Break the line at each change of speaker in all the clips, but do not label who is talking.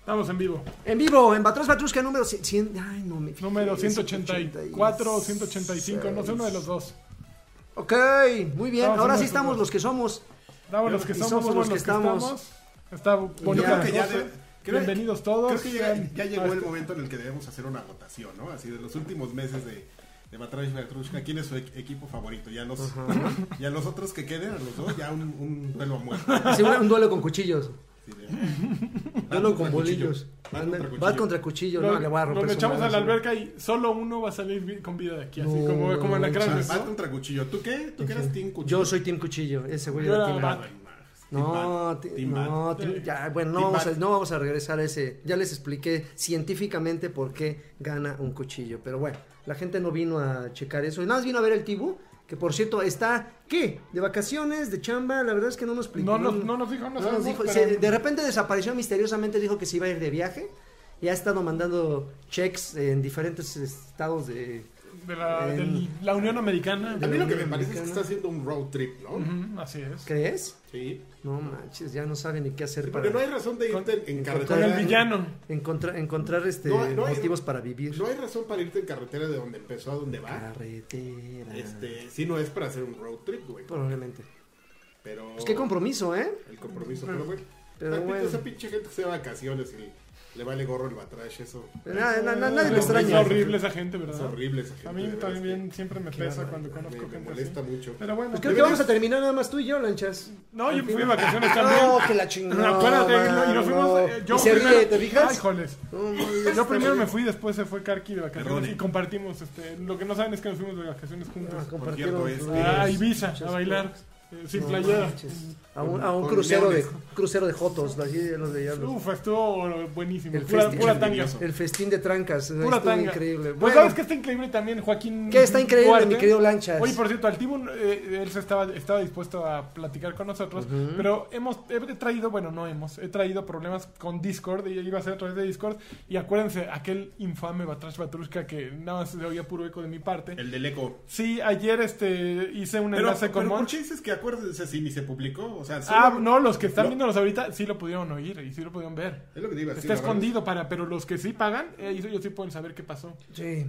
Estamos en vivo.
En vivo, en Batrás Batrusca número 100. ay, no me fijé,
Número 184 o 185, no sé, uno de los dos.
Ok, muy bien.
Estamos
Ahora
en
sí
los
estamos
dos.
los que somos.
Estamos los que
Y
somos, somos los que estamos. Está bonito.
creo
la
que
ya
cosa.
de- creo-
Bienvenidos todos.
Creo que ya,
Sean-
ya llegó
Ah,
el momento en el que debemos hacer una votación, ¿no? Así de los últimos meses de, de Batrash Batrushka, ¿quién es su e- equipo favorito? Ya los, y a los otros que queden, a los dos, ya un, un duelo a muerte.
Sí, un un duelo con cuchillos.
Así de-
Duelo con
Bat contra
bolillos.
cuchillo, Bat contra cuchillo.
Bat contra cuchillo.
lo-
No, le voy a
lo
romper. su
echamos
madre,
a la
sí.
alberca y solo uno va a salir vi- con vida de aquí, así
No,
como, como en la gran.
Bat contra cuchillo. ¿Tú qué? ¿Tú qué eras Team Cuchillo?
Yo soy Team Cuchillo. Ese güey
Yo
era
era
Team
Bat.
Bat.
Team
No,
Bat,
ti-
Team Bat.
no, ti- ya, bueno, no
Team
vamos, a,
Bat.
no vamos a regresar a ese. Ya les expliqué científicamente por qué gana un cuchillo. Pero bueno, la gente no vino a checar eso. Nada más vino a ver el Tibu, que por cierto está, ¿qué? ¿De vacaciones? ¿De chamba? La verdad es que no nos explicó.
No, nos- no nos dijo, no
No nos
sabemos,
dijo.
pero-
Se- de repente desapareció misteriosamente, dijo que se iba a ir de viaje. Y ha estado mandando checks en diferentes estados de...
de la,
En-
del- la Unión Americana.
A mí lo que me
Dominicana.
parece es que está haciendo un road trip, ¿no?
Ujú, así es.
¿Crees?
Sí.
No manches, ya no saben ni qué hacer para...
Porque no hay razón de irte en,
Con
en carretera.
el villano.
Encontrar, encontrar este
No, no hay-
motivos para vivir.
No hay razón para irte en carretera de donde empezó a donde va.
Carretera.
Este, si no es para hacer un road trip, güey.
Probablemente.
Pero.
Pues
Oh.
qué compromiso, ¿eh?
El compromiso, pero bueno.
Pero
Esa pinche-
bueno.
Esa pinche gente que se va de vacaciones y le vale gorro el batrash, eso.
Na- na- na- nadie
Es
me extraña.
horrible esa gente, ¿verdad?
Es horrible esa gente.
A
de
mí
veras
también siempre me pesa cuando
que
conozco
Me, me
gente
molesta
así.
mucho.
Pero bueno.
Pues creo que vamos a terminar nada más tú y yo, Lanchas.
No, yo
En fin.
fui de vacaciones también.
No, que la chingada.
Acuérdate,
mano.
y nos fuimos. eh, yo
Y se
primero-
ríe, ¿te fijas? Este
Ay, joles.
No, mames.
Yo primero me fui, después se fue Karki de vacaciones
Errone.
y compartimos. Este, lo que no saben es que nos fuimos de vacaciones juntos.
Ah, compartieron
Por cierto,
lugares.
Ah, Ibiza, a
Muchas
bailar. eh, sin
No
playera.
manches. A un, a un
Con
crucero, de,
leones.
crucero de Jotos. Así ya los veía. los-
Uf, estuvo buenísimo.
El
Pura,
festi-
pura tanga.
Envidioso.
El festín de trancas.
Pura
estuvo
tanga.
increíble.
Pues
Bueno,
sabes que está increíble también, Joaquín.
¿qué está increíble,
Duarte?
mi querido Lanchas?
Oye, por cierto, al Tibun, eh, él se estaba, estaba dispuesto a platicar con nosotros, pero hemos he traído, bueno, no hemos, he traído problemas con Discord, y iba a ser a través de Discord, y acuérdense, aquel infame Batrash Batrushka que nada más se oía puro eco de mi parte.
El del eco.
Sí, ayer este hice un
Pero,
enlace con
pero ¿por
Monch.
qué dices que acuérdense si ni se publicó? O sea,
Ah,
solo-
no, los que están
Lo-
viéndonos ahorita sí lo pudieron oír y sí lo pudieron ver.
Es lo que te iba a decir,
Está
la verdad.
escondido para, pero los que sí pagan, eh, ellos ellos sí pueden saber qué pasó.
Sí.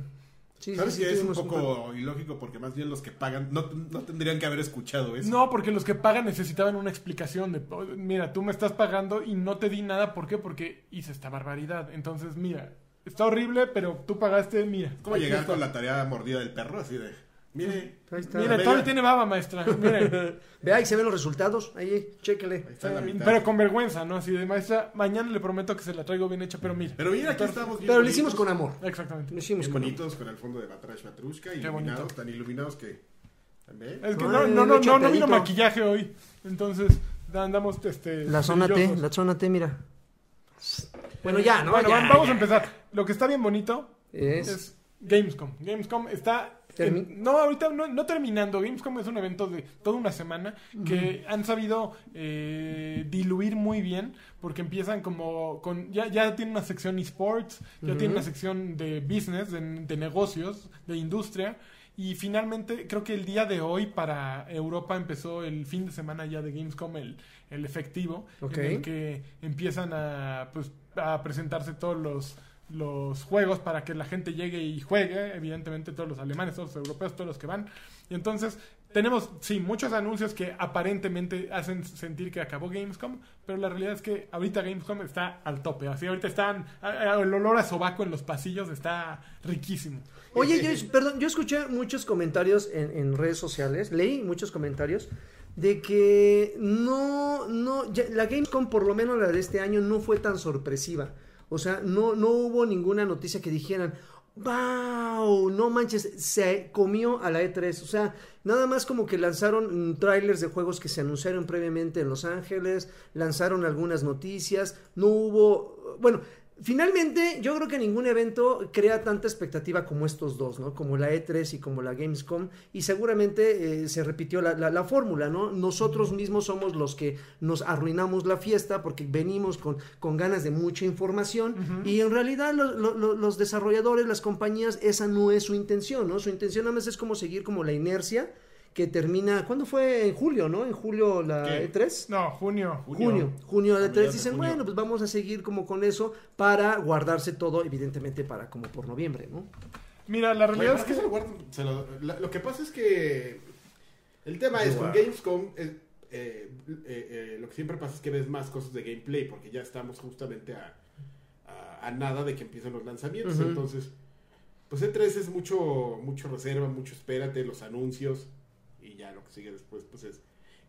Sí,
¿Sabes
sí, sí,
que es un
tuvimos par-
poco ilógico? Porque más bien los que pagan no, no tendrían que haber escuchado eso.
No, porque los que pagan necesitaban una explicación de, "Oh, mira, tú me estás pagando y no te di nada, ¿por qué? Porque hice esta barbaridad. Entonces, mira, está horrible, pero tú pagaste, mira.
¿Cómo llegar con la tarea mordida del perro? Así de. Mire,
Ahí está.
Mire, todavía tiene baba, maestra. Mire,
Vea, ahí se ven los resultados. Ahí, chéquele.
está la mitad.
pero con vergüenza, ¿no? Así de maestra, mañana le prometo que se la traigo bien hecha, pero mira.
Pero mira, aquí estamos bien
Pero lo hicimos
bonitos,
con amor.
Exactamente.
Lo hicimos
bien
con amor.
bonitos con el fondo de Batrash Batrushka,
bonito.
iluminados, tan iluminados que. También.
Es que
Ay,
no, no, no,
mucho
no, no
pelito.
vino maquillaje hoy. Entonces, andamos este.
La zona T,
brillosos.
la zona T, mira. Bueno, ya, ¿no?
Bueno,
Ya,
va- vamos
ya.
a empezar. Lo que está bien bonito
Es-
es, Gamescom. Gamescom está. en-
Termi-
no, ahorita no, no terminando. Gamescom es un evento de toda una semana que han sabido eh, diluir muy bien porque empiezan como con... Ya, ya tienen una sección esports, ya tienen una sección de business, de, de negocios, de industria. Y finalmente creo que el día de hoy para Europa empezó el fin de semana ya de Gamescom, el, el efectivo,
Ok.
en el que empiezan a, pues, a presentarse todos los, los juegos para que la gente llegue y juegue, evidentemente todos los alemanes, todos los europeos, todos los que van. Y entonces tenemos, sí, muchos anuncios que aparentemente hacen sentir que acabó Gamescom, pero la realidad es que ahorita Gamescom está al tope, así ahorita están, a- a- el olor a sobaco en los pasillos está riquísimo.
Oye, yo, perdón, yo escuché muchos comentarios en, en redes sociales, leí muchos comentarios de que no, no, ya- la Gamescom por lo menos la de este año no fue tan sorpresiva. O sea, no, no hubo ninguna noticia que dijeran, wow, no manches, se comió a la E3. O sea, nada más como que lanzaron mm, trailers de juegos que se anunciaron previamente en Los Ángeles, lanzaron algunas noticias, no hubo, bueno, Finalmente, yo creo que ningún evento crea tanta expectativa como estos dos, ¿no? Como la E3 y como la Gamescom. Y seguramente eh, se repitió la, la- la fórmula, ¿no? Nosotros mismos somos los que nos arruinamos la fiesta porque venimos con, con ganas de mucha información. Y en realidad lo- lo- lo- los desarrolladores, las compañías, esa no es su intención, ¿no? Su intención nada más es como seguir como la inercia que termina, ¿cuándo fue? En julio, ¿no? En julio la
¿Qué?
E3.
No, Ah, junio.
Junio, junio, la
A
E3
mediados de
dicen,
junio.
bueno, pues vamos a seguir como con eso para guardarse todo, evidentemente, para como por noviembre, ¿no?
Mira, la
Oye,
realidad
¿para
es
qué
que
se lo guardan? Se lo, la- lo que pasa es que el tema es con
Guau.
Gamescom es, eh, eh, eh, lo que siempre pasa es que ves más cosas de gameplay porque ya estamos justamente a, a- a nada de que empiecen los lanzamientos.
Ujú.
Entonces, pues E3 es mucho, mucho reserva, mucho espérate, los anuncios y ya lo que sigue después pues es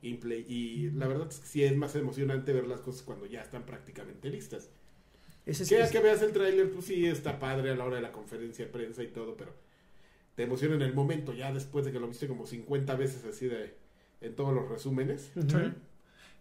gameplay. Y la verdad es que sí es más emocionante ver las cosas cuando ya están prácticamente listas.
Ese es,
Que ya
es-
que veas el tráiler, pues sí, está padre a la hora de la conferencia de prensa y todo, pero te emociona en el momento, ya después de que lo viste como 50 veces así de en todos los resúmenes.
Ujú.
Sí.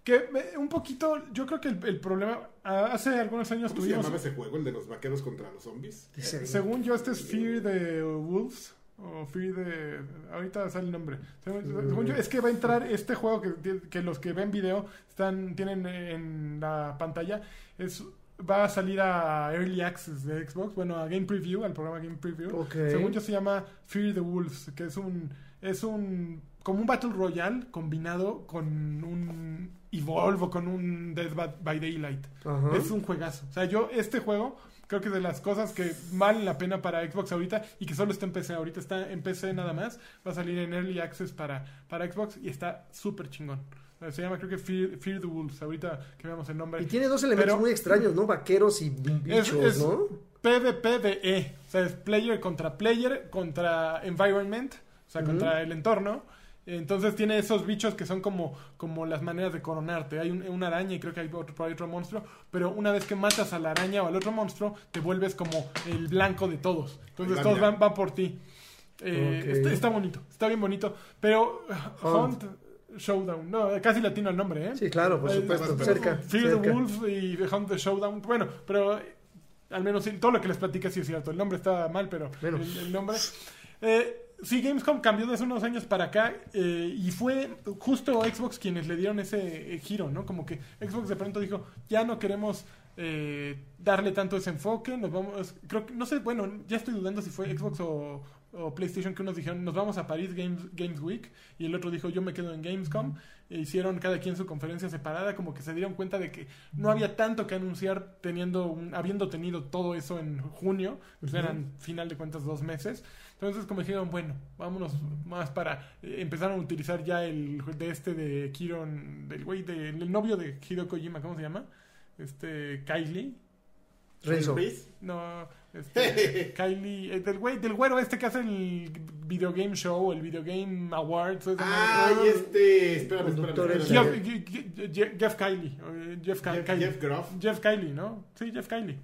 Que eh, un poquito, yo creo que el, el problema, ah, hace algunos años
¿Cómo se
tuvimos,
llamaba ese juego, el de los vaqueros contra los zombies?
Ese-
según yo, este es Fear de Wolves, o Fear de, ahorita sale el nombre, según, según yo, es que va a entrar este juego que, ti- que los que ven video están tienen en la pantalla, es va a salir a Early Access de Xbox, bueno, a Game Preview, al programa Game Preview.
Ok.
Según yo se llama Fear the Wolves, que es un es un como un Battle Royale combinado con un Evolve o con un Dead by- by Daylight.
Ajá.
Es un juegazo. O sea, yo este juego creo que es de las cosas que valen la pena para Xbox ahorita y que solo está en PC. Ahorita está en PC nada más. Va a salir en Early Access para, para Xbox y está súper chingón. Eh, Se llama creo que Fear, Fear the Wolves. Ahorita que veamos el nombre.
Y tiene dos elementos
Pero-
muy extraños, ¿no? Vaqueros y bichos,
es-
¿no?
PvP de E. O sea, es player contra player contra environment, o sea, contra el entorno. Entonces tiene esos bichos que son como, como las maneras de coronarte. Hay un- una araña y creo que hay otro, por ahí otro monstruo, pero una vez que matas a la araña o al otro monstruo, te vuelves como el blanco de todos. Entonces
Ahí va,
todos
mira.
van, van por ti. Eh,
Ok.
está, está bonito, está bien bonito. Pero uh,
Hunt.
Hunt Showdown, no, casi latino el nombre, ¿eh?
Sí, claro, por
Eh,
supuesto.
pero-
cerca.
Fear the
cerca.
Wolf y The Hunt the Showdown. Bueno, pero eh, al menos sí, todo lo que les platica sí es cierto. El nombre está mal, pero
Bueno.
el, el nombre. Eh, sí, Gamescom cambió desde unos años para acá eh, y fue justo Xbox quienes le dieron ese eh, giro, ¿no? Como que Xbox de pronto dijo, ya no queremos eh, darle tanto ese enfoque, nos vamos, creo que, no sé, bueno, ya estoy dudando si fue Xbox o, o PlayStation que unos dijeron, nos vamos a París Games, Games Week y el otro dijo, yo me quedo en Gamescom. E hicieron cada quien su conferencia separada, como que se dieron cuenta de que no había tanto que anunciar teniendo un- habiendo tenido todo eso en junio, pues eran final de cuentas dos meses. Entonces como dijeron, bueno, vámonos más para eh, empezaron a utilizar ya el jue- de este de Kiron, del güey de- del novio de Hideo Kojima, ¿cómo se llama? Este Kylie,
Renzo.
¿Veis?
no, este, Kylie, eh, del güey, del güero este que hace el video game show, el video game awards, esa
Ah,
madre.
y este, espérame,
Conductor
espérame. espérame.
Jeff,
Jeff-
Ge- Ge- Ge- Jeff Kylie. eh, Jeff, Ka-
Jeff-
Kylie.
Jeff Groff.
Jeff Kylie, ¿no? Sí, Jeff Kylie.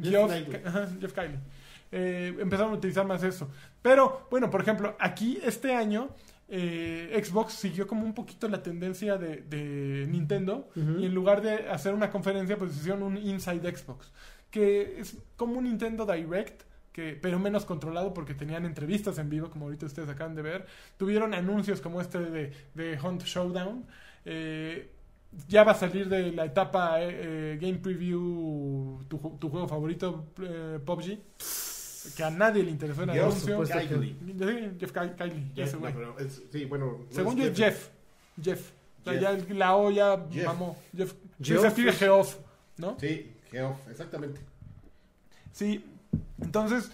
Jeff
Jeff,
Kylie.
Ka- ajá, Jeff Kylie. Eh, empezaron a utilizar más eso. Pero, bueno, por ejemplo, aquí este año eh, Xbox siguió como un poquito la tendencia de, de Nintendo
Ujú.
y en lugar de hacer una conferencia, pues hicieron un Inside Xbox, que es como un Nintendo Direct. Que, pero menos controlado porque tenían entrevistas en vivo, como ahorita ustedes acaban de ver. Tuvieron anuncios como este de, de Hunt Showdown. eh, ya va a salir de la etapa eh, eh, Game Preview tu, ju- tu juego favorito, eh, PUBG. Que a nadie le interesó el
Jeff
anuncio.
supuesto que-
Kylie.
Sí, Jeff Ky- Kylie,
Jeff,
ese güey.
no, pero es- sí, bueno. no
Según yo
es
es Jeff. Jeff. O sea,
Jeff.
ya el- la O ya
Jeff.
mamó. Jeff.
Geoff.
Se escribe Geoff, ¿no?
Sí, Geoff, exactamente.
Sí, entonces,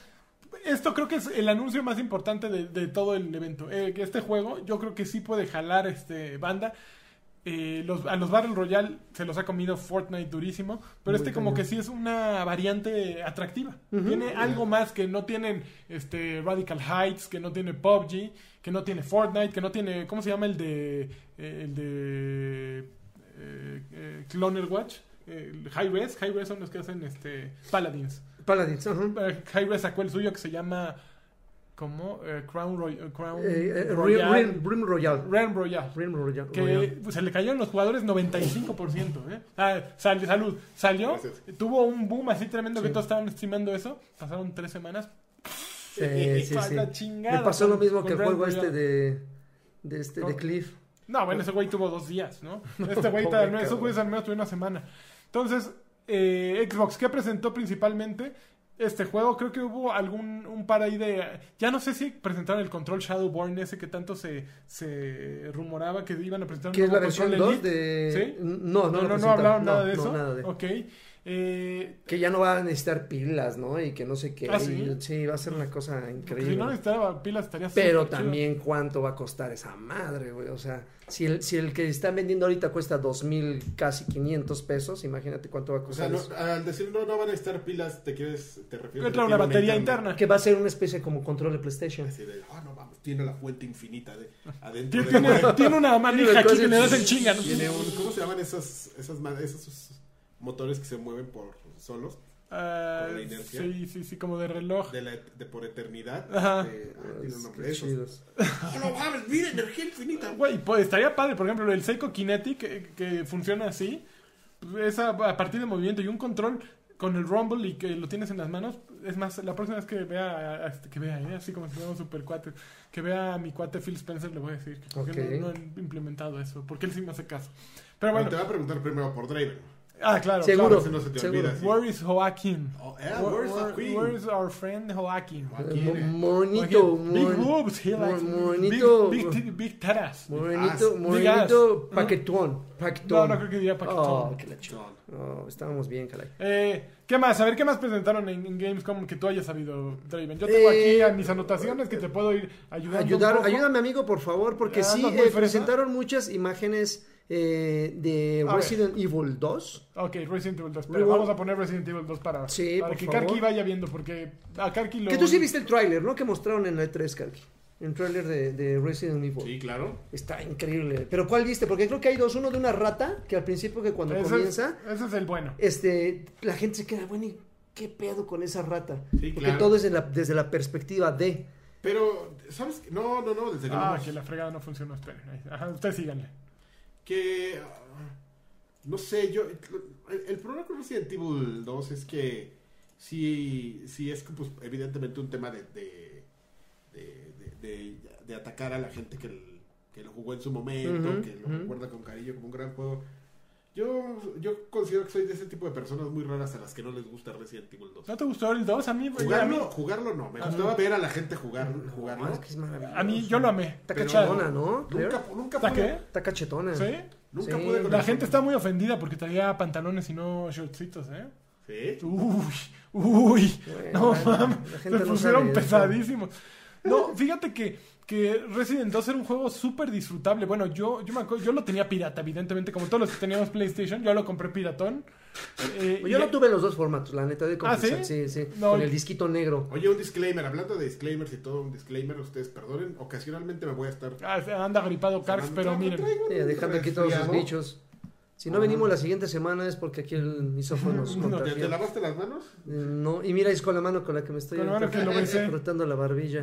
esto creo que es el anuncio más importante de, de todo el evento. Eh, que este juego yo creo que sí puede jalar este banda. Eh, los, a los Battle Royale se los ha comido Fortnite durísimo, pero
Muy
este como
cañón.
que sí es una variante atractiva. Tiene algo más que no tienen este Radical Heights, que no tiene PUBG, que no tiene Fortnite, que no tiene, ¿cómo se llama el de eh, el de eh, eh, Cloner Watch? Eh, el High Res, High Res son los que hacen este Paladins.
Paladins, ajá.
Eh, Jaime sacó el suyo que se llama ¿cómo? Eh, Crown, Roy- eh, Crown
Eh, eh,
Royal
Rim, Rim Royal.
Realm Royal
Rim Royal.
que pues, se le cayeron los jugadores 95%, ¿eh? Ah, sal- salud. Salió,
Gracias.
tuvo un boom así tremendo que
Sí.
todos estaban streamando eso. Pasaron tres semanas.
Eh, Sí, sí,
Pa'
sí.
la chingada
Me pasó lo
con-
mismo
con Oh.
que el
Realm
juego
Royale.
este de, de este de
Con-
Cliff.
No, bueno, ese güey tuvo dos días, ¿no? Este güey, tal-
Pobre
no, esos
cabrón.
güeyes al menos tuvieron una semana. Entonces, eh, Xbox, ¿qué presentó principalmente? este juego. Creo que hubo algún un par ahí de. Ya no sé si presentaron el control Shadowborn ese que tanto se, se rumoraba que iban a presentar. un
¿Qué es la
nuevo
versión
control
2 de.?
¿Sí?
No, no,
No, no,
lo
no,
presentaron.
hablaron nada de
no,
eso.
nada de-
Ok. Eh,
Que ya no va a necesitar pilas, ¿no? Y que no sé qué.
Ah, ¿sí?
y- sí, va a ser una cosa
porque pues, si
increíble.
no necesitaba pilas estaría
Pero
súper chido.
también cuánto va a costar esa madre, güey. O sea, si el, si el que están vendiendo ahorita cuesta dos mil, casi 500 pesos, imagínate cuánto va a
O
costar.
sea, no-
eso.
al decir no, no van a estar pilas, te quieres, te refieres
Entra una batería interna.
Que va a ser una especie como control de PlayStation.
Así de, ah, no vamos, tiene la fuente infinita de, adentro.
Tiene,
del
tiene-
cuerpo.
tiene una manija aquí
cosa-
que le das en chinga. ¿no?
Tiene un- ¿Cómo se llaman esas, esas, ma- esos motores que se mueven por solos?
Ah,
Como la inercia.
sí, sí, sí, como de reloj.
De, la, de por eternidad.
Ajá.
De- ah, tiene un nombre
Qué
de esos.
chidos.
¡Ah, no mames! ¡Mira, energía infinita!
Güey, pues estaría padre, por ejemplo, el Seiko Kinetic que, que funciona así, es a, a partir de movimiento y un control con el Rumble y que lo tienes en las manos. Es más, la próxima vez que vea, a- a- que vea, ¿eh? así como si fuéramos super cuates, que vea a mi cuate Phil Spencer, le voy a decir que por qué
Ok.
no, no han implementado eso, porque él sí me hace caso. Pero
Pero
bueno,
te va a preguntar primero por Draven.
ah, claro,
Seguro.
claro.
Ese no se te
Seguro.
olvida. sí.
Where is Joaquin?
Oh, eh, where's
Where-
Joaquin?
where is our friend Joaquin?
Joaquín,
Mo-
eh.
Morenito,
Joaquin, big
mon-
boobs, he
mon-
likes
morenito,
big, big, big taras.
morenito,
Digas.
morenito, paquetón, paquetón.
No, no creo que diga paquetón.
Oh, qué la ch-
No,
Oh, estábamos bien, caray.
Eh, ¿Qué más? A ver, ¿qué más presentaron en, en Gamescom que tú hayas sabido, Draven? Yo tengo aquí
Eh,
a mis anotaciones que te puedo ir ayudando. un
Ayudar,
poco.
ayúdame, amigo, por favor, porque
Ah,
sí
no, muy
eh,
fresa.
presentaron muchas imágenes eh, de
A ver.
Resident Evil 2.
Ok, Resident Evil 2. Pero
Rework.
vamos a poner Resident Evil 2 para,
Sí,
para
por
que
favor.
Karki vaya viendo, porque a Karki lo.
Que tú sí viste el tráiler, ¿no? Que mostraron en la E3, Karki. El tráiler de, de Resident Evil.
Sí, claro.
Está increíble. Pero ¿cuál viste? Porque creo que hay dos. Uno de una rata, que al principio que cuando
Ese es-
comienza,
ese es el bueno. Ah,
este, la gente se queda, bueno, ¿y qué pedo con esa rata?
Sí,
Porque
claro.
todo es de la- desde la perspectiva de...
Pero, ¿sabes qué? No, no, no, desde que
Ah,
no-
que la fregada no funcionó. Esperen. ahí. Ajá, ustedes síganle.
que ah, no sé, yo el, el problema con Resident Evil 2 es que sí, sí es pues, evidentemente un tema de de, de, de- de- de atacar a la gente que, el- que lo jugó en su momento,
Ujú,
que lo
ujú.
recuerda con cariño como un gran juego. Yo, yo considero que soy de ese tipo de personas muy raras a las que no les gusta Resident Evil 2.
¿No te gustó el 2? A mí, a mí,
Jugarlo, jugarlo no, me gustaba ver a la gente jugar, jugarlo.
Ah, es que es maravilloso.
a mí yo lo amé.
Está
Pero-
cachetona, ¿no?
Nunca, nunca
¿Está
pude,
qué?
Está cachetona.
¿Sí?
nunca
Sí.
pude con
La
eso.
gente está muy ofendida porque traía pantalones y no shortcitos, ¿eh?
Sí.
Uy, uy,
Bueno,
no
bueno,
mames,
la
se
gente no
pusieron
sabe eso.
pesadísimos. No, fíjate que, que Resident 2 era un juego súper disfrutable. Bueno, yo, yo me acuerdo, yo lo tenía pirata, evidentemente, como todos los que teníamos PlayStation, yo lo compré piratón. Eh,
Pues Yo
y-
lo tuve en los dos formatos, la neta, de confesar.
¿Ah, ¿sí?
sí, sí.
No,
con
yo-
el disquito negro.
Oye, un disclaimer, hablando de disclaimers y todo, un disclaimer, ustedes perdonen, ocasionalmente me voy a estar...
Ah, anda gripado Carx, pero miren.
Eh,
Pues
dejando aquí todos sus
los
bichos. Si no
Ah.
venimos la siguiente semana es porque aquí el misófono nos
No,
¿Te, te
contagia.
lavaste las manos?
No, y mira, es con la mano con la que me estoy
Con la mano que lo besé. Ah,
frotando la barbilla.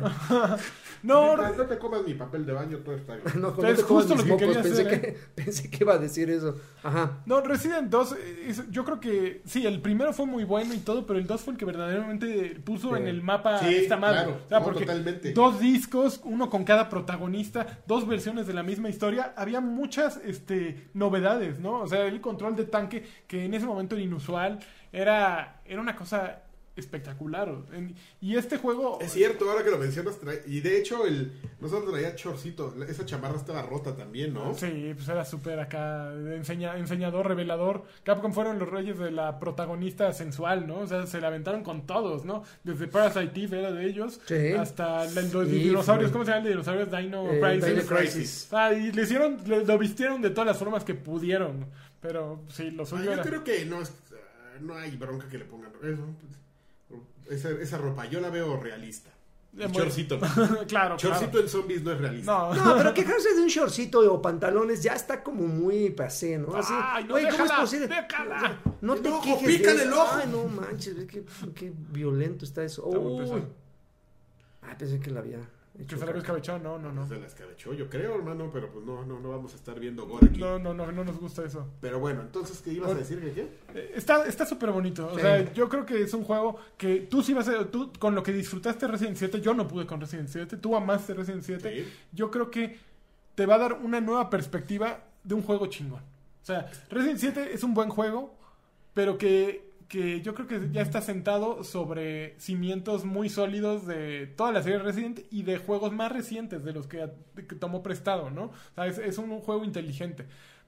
No,
Mientras no te comas mi papel de baño, todo está bien.
No,
O sea, es
te comas
justo
mis
lo que quería
pensé,
hacer,
que, pensé que iba a decir eso. Ajá.
No, Resident 2, eh, es- yo creo que sí, el primero fue muy bueno y todo, pero el 2 fue el que verdaderamente puso
Sí.
en el mapa
Sí,
esta madre.
claro,
o sea,
no,
porque
totalmente.
dos discos, uno con cada protagonista, dos versiones de la misma historia, había muchas este, novedades, ¿no? O sea, el control de tanque, que en ese momento era inusual, era, era una cosa espectacular. o- en- y este juego...
Es cierto, ahora que lo mencionas, trae- y de hecho, el nosotros traía chorcito, la- esa chamarra estaba rota también, ¿no?
Sí, pues era súper acá, de enseña- enseñador, revelador. Capcom fueron los reyes de la protagonista sensual, ¿no? O sea, se la aventaron con todos, ¿no? Desde Parasite Eve era de ellos,
Sí.
hasta la- los
Sí,
dinosaurios,
fue.
¿cómo se llaman? Dinosaurios Dino
Eh,
Crisis.
Dino Crisis.
Ah, y le hicieron, le- lo vistieron de todas las formas que pudieron. Pero sí, lo
Ah,
suyo
yo
era-
creo que no, es- ah, no hay bronca que le pongan eso. Esa, esa ropa, yo la veo realista.
Eh,
El
muy-
chorcito.
claro,
Chorcito
claro.
en zombies no es realista.
No,
No, pero quejarse de un shortcito o pantalones ya está como muy pasé, ¿no? Así,
Ay, no,
güey, ¿cómo es
déjala,
posible?
déjala.
No te
El ojo,
quejes
pícale
de eso.
el ojo.
Ay, no manches, ve qué, qué violento está eso.
Está muy
Uy.
pesado.
Ah, pensé que la había
Que
hecho.
se la había escabechado, no, no, no.
Se la escabechó, yo creo, hermano, pero pues no, no, no vamos a estar viendo gore aquí.
No, no, no, no nos gusta eso.
Pero bueno, entonces, ¿qué ibas a
Bueno.
decir, que qué?
Eh, Está está súper bonito. O
Sí.
sea, yo creo que es un juego que tú sí vas a. Tú, con lo que disfrutaste Resident 7, yo no pude con Resident 7. Tú amaste Resident 7.
Sí.
Yo creo que te va a dar una nueva perspectiva de un juego chingón. O sea, Resident 7 es un buen juego, pero que que yo creo que ya está sentado sobre cimientos muy sólidos de toda la serie Resident y de juegos más recientes de los que, que tomó prestado, ¿no? O sea, es, es un, un juego inteligente.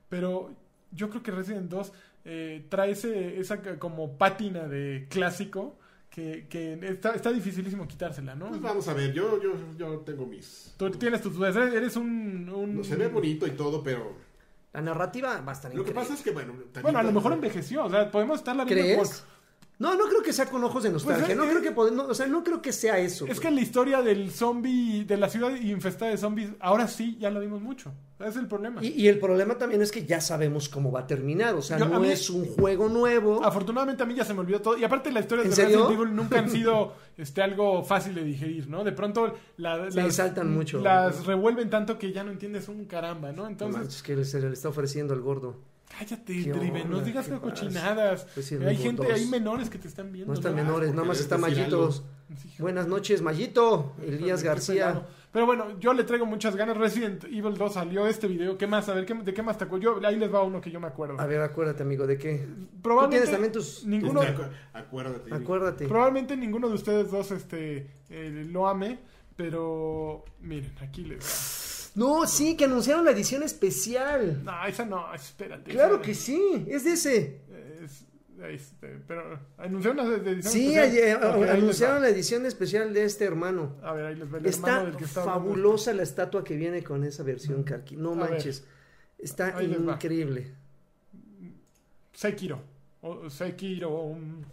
Pero yo creo que Resident 2 eh, trae ese, esa como pátina de clásico que, que está, está dificilísimo quitársela, ¿no?
Pues vamos a ver, yo, yo, yo tengo mis.
Tú tienes tus dudas, eres- eres un... un-
No, se ve bonito y todo, pero.
La narrativa va a estar
Lo que
increíble.
pasa es que, bueno. también-
Bueno, a lo mejor envejeció, o sea, podemos estarla viendo
¿Crees?
por-
No, no creo que sea con ojos de nostalgia.
Pues,
no
eh,
creo que pod- no, o sea, no creo que sea eso. pues.
Es
güey.
que la historia del zombie, de la ciudad infestada de zombies, ahora sí ya la vimos mucho. Ese Es el problema.
Y, y el problema también es que ya sabemos cómo va a terminar. O sea,
Yo- a
no
mí- Ah,
es un juego nuevo.
Afortunadamente a mí ya se me olvidó todo. Y aparte las historias
¿En
de
serio?
Resident Evil nunca han sido este, algo fácil de digerir, ¿no? De pronto la-
Se
las,
saltan mucho.
las revuelven tanto que ya no entiendes un caramba, ¿no?
No
Entonces,
manches, que se le está ofreciendo al gordo.
cállate,
¿Qué
Driven, no
onda?
digas
¿Qué pasa?
cochinadas.
Resident
hay
Evil
gente,
2.
hay menores que te están viendo.
No están
¿no?
menores, nada más
porque
está
debes decir
Mallitos.
Hijo,
Buenas noches, Mallito. Elías
qué
García.
pelado. Pero bueno, yo le traigo muchas ganas. Resident Evil 2 salió este video. ¿Qué más? A ver, ¿qué- ¿de qué más te acuerdas? Yo- Ahí les va uno que yo me acuerdo.
A ver, acuérdate, amigo, ¿de qué? Tú
Probablemente
tienes también tus...
ninguno,
Este, acu- acuérdate.
Acuérdate.
probablemente ninguno de ustedes dos este, eh, lo ame, pero miren, aquí les...
No, sí, que anunciaron la edición especial.
No, esa no, espérate.
Claro
esa-
que sí, es de ese.
es- este, pero anunciaron la de edición
Sí,
especial?
ayer,
Ok, ahí les va.
anunciaron la edición especial de este hermano.
A ver, ahí les va el hermano
Está
del que está hablando.
fabulosa la estatua que viene con esa versión, Karki. No
A
manches. Está
Ahí les va.
increíble.
Sekiro. o Sekiro. o un-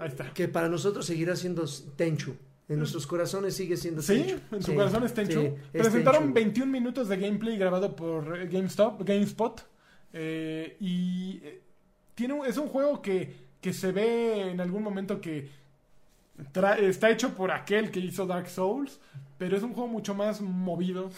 Ahí está.
Que para nosotros seguirá siendo Tenchu. En nuestros corazones sigue siendo
Mm. Sí,
Tenchu.
en su
Sí,
corazón está en
sí,
Chu.
es
Presentaron
Tenchu.
21 minutos de gameplay grabado por eh, GameStop, GameSpot. eh, y eh, tiene un- es un juego que, que se ve en algún momento que tra- está hecho por aquel que hizo Dark Souls, pero es un juego mucho más movido.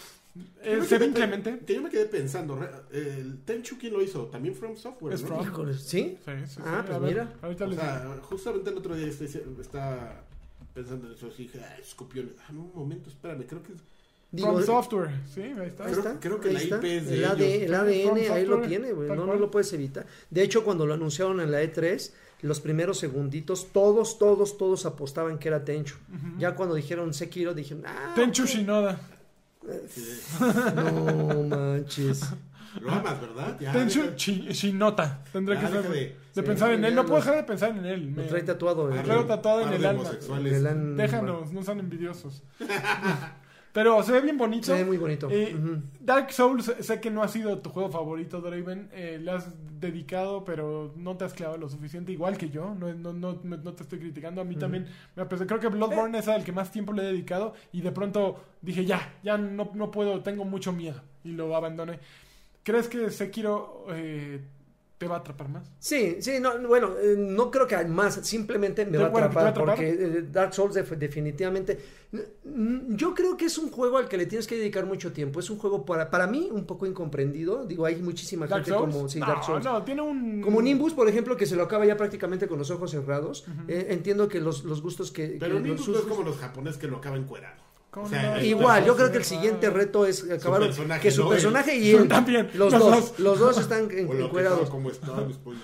Eh,
Yo me
se ve
quedé-
inclemente.
Yo me quedé pensando, re- el Tenchu, ¿quién lo hizo? También From Software,
Es
¿no?
From.
Híjole, ¿sí?
Sí, sí, sí,
Ah, pues
a ver,
mira.
ahorita
O
les digo.
sea, justamente el otro día este- estaba pensando en eso, así dije, ah, escopiones. Ah, no, un momento, espérame, creo que,
Digo,
From
eh,
Software, sí, ahí está.
ahí está,
creo que
ahí
la
está.
IP es de
el, AD
ellos.
el ADN
From
ahí lo
Software,
tiene, güey.
tal
No, no
cual.
lo puedes evitar. De hecho, cuando lo anunciaron en la E3, los primeros segunditos, todos, todos, todos apostaban que era Tenchu. Ya cuando dijeron Sekiro, dijeron, ah,
Tenchu
ok.
Shinoda.
así de,
No manches.
lo amas, ¿verdad?
Ah,
Ya,
Tenchu
deja-
Chi- Shinota. Tendré
Ya,
que ser.
deja de-
De,
sí,
pensar en
ya
él. No
lo-
puedo dejar de pensar en él.
Lo
me-
trae tatuado. eh".
par
el-
de-
Lo Ah, tatuado en
Pues,
el
eh, par de
alma.
homosexuales.
el an-
Déjanos, no sean envidiosos. Pero se ve bien bonito.
Se ve muy bonito.
Eh,
Ujú.
Dark Souls, sé que no ha sido tu juego favorito, Draven. eh, le has dedicado, pero no te has clavado lo suficiente, igual que yo. No, no, no, me- no te estoy criticando. A mí también me apesó. Creo que Bloodborne
Eh.
es al que más tiempo le he dedicado. Y de pronto dije, ya, ya no, no puedo, tengo mucho miedo. Y lo abandoné. ¿Crees que Sekiro eh, te va a atrapar más?
Sí, sí, no, bueno, eh, no creo que hay más, simplemente me
Pero
va a
bueno, ¿te va a
atrapar
atrapar?
porque eh, Dark Souls def- definitivamente, mm, yo creo que es un juego al que le tienes que dedicar mucho tiempo, es un juego para, para mí un poco incomprendido, digo, hay muchísima
¿Dark
gente
Souls?
como sí,
no,
Dark Souls.
no, tiene un.
Como Nimbus, por ejemplo, que se lo acaba ya prácticamente con los ojos cerrados. eh, entiendo que los, los gustos que... que
Pero
los
Nimbus no es
usos-
como los japoneses que lo acaban encuerado.
¿Cómo
O sea,
no?
el-
Igual, yo
Entonces,
creo que el
sí,
siguiente
va.
reto es acabar
Ah. personaje,
que su
¿no?
personaje y
Él
él,
también, los
los, dos,
dos.
los dos están
O lo que
encuerados.
sabe como está, después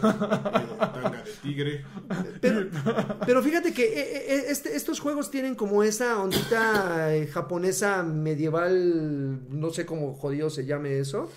tanga de tigre.
Pero, pero fíjate que eh, eh, este- estos juegos tienen como esa ondita eh, japonesa medieval, no sé cómo jodido se llame eso,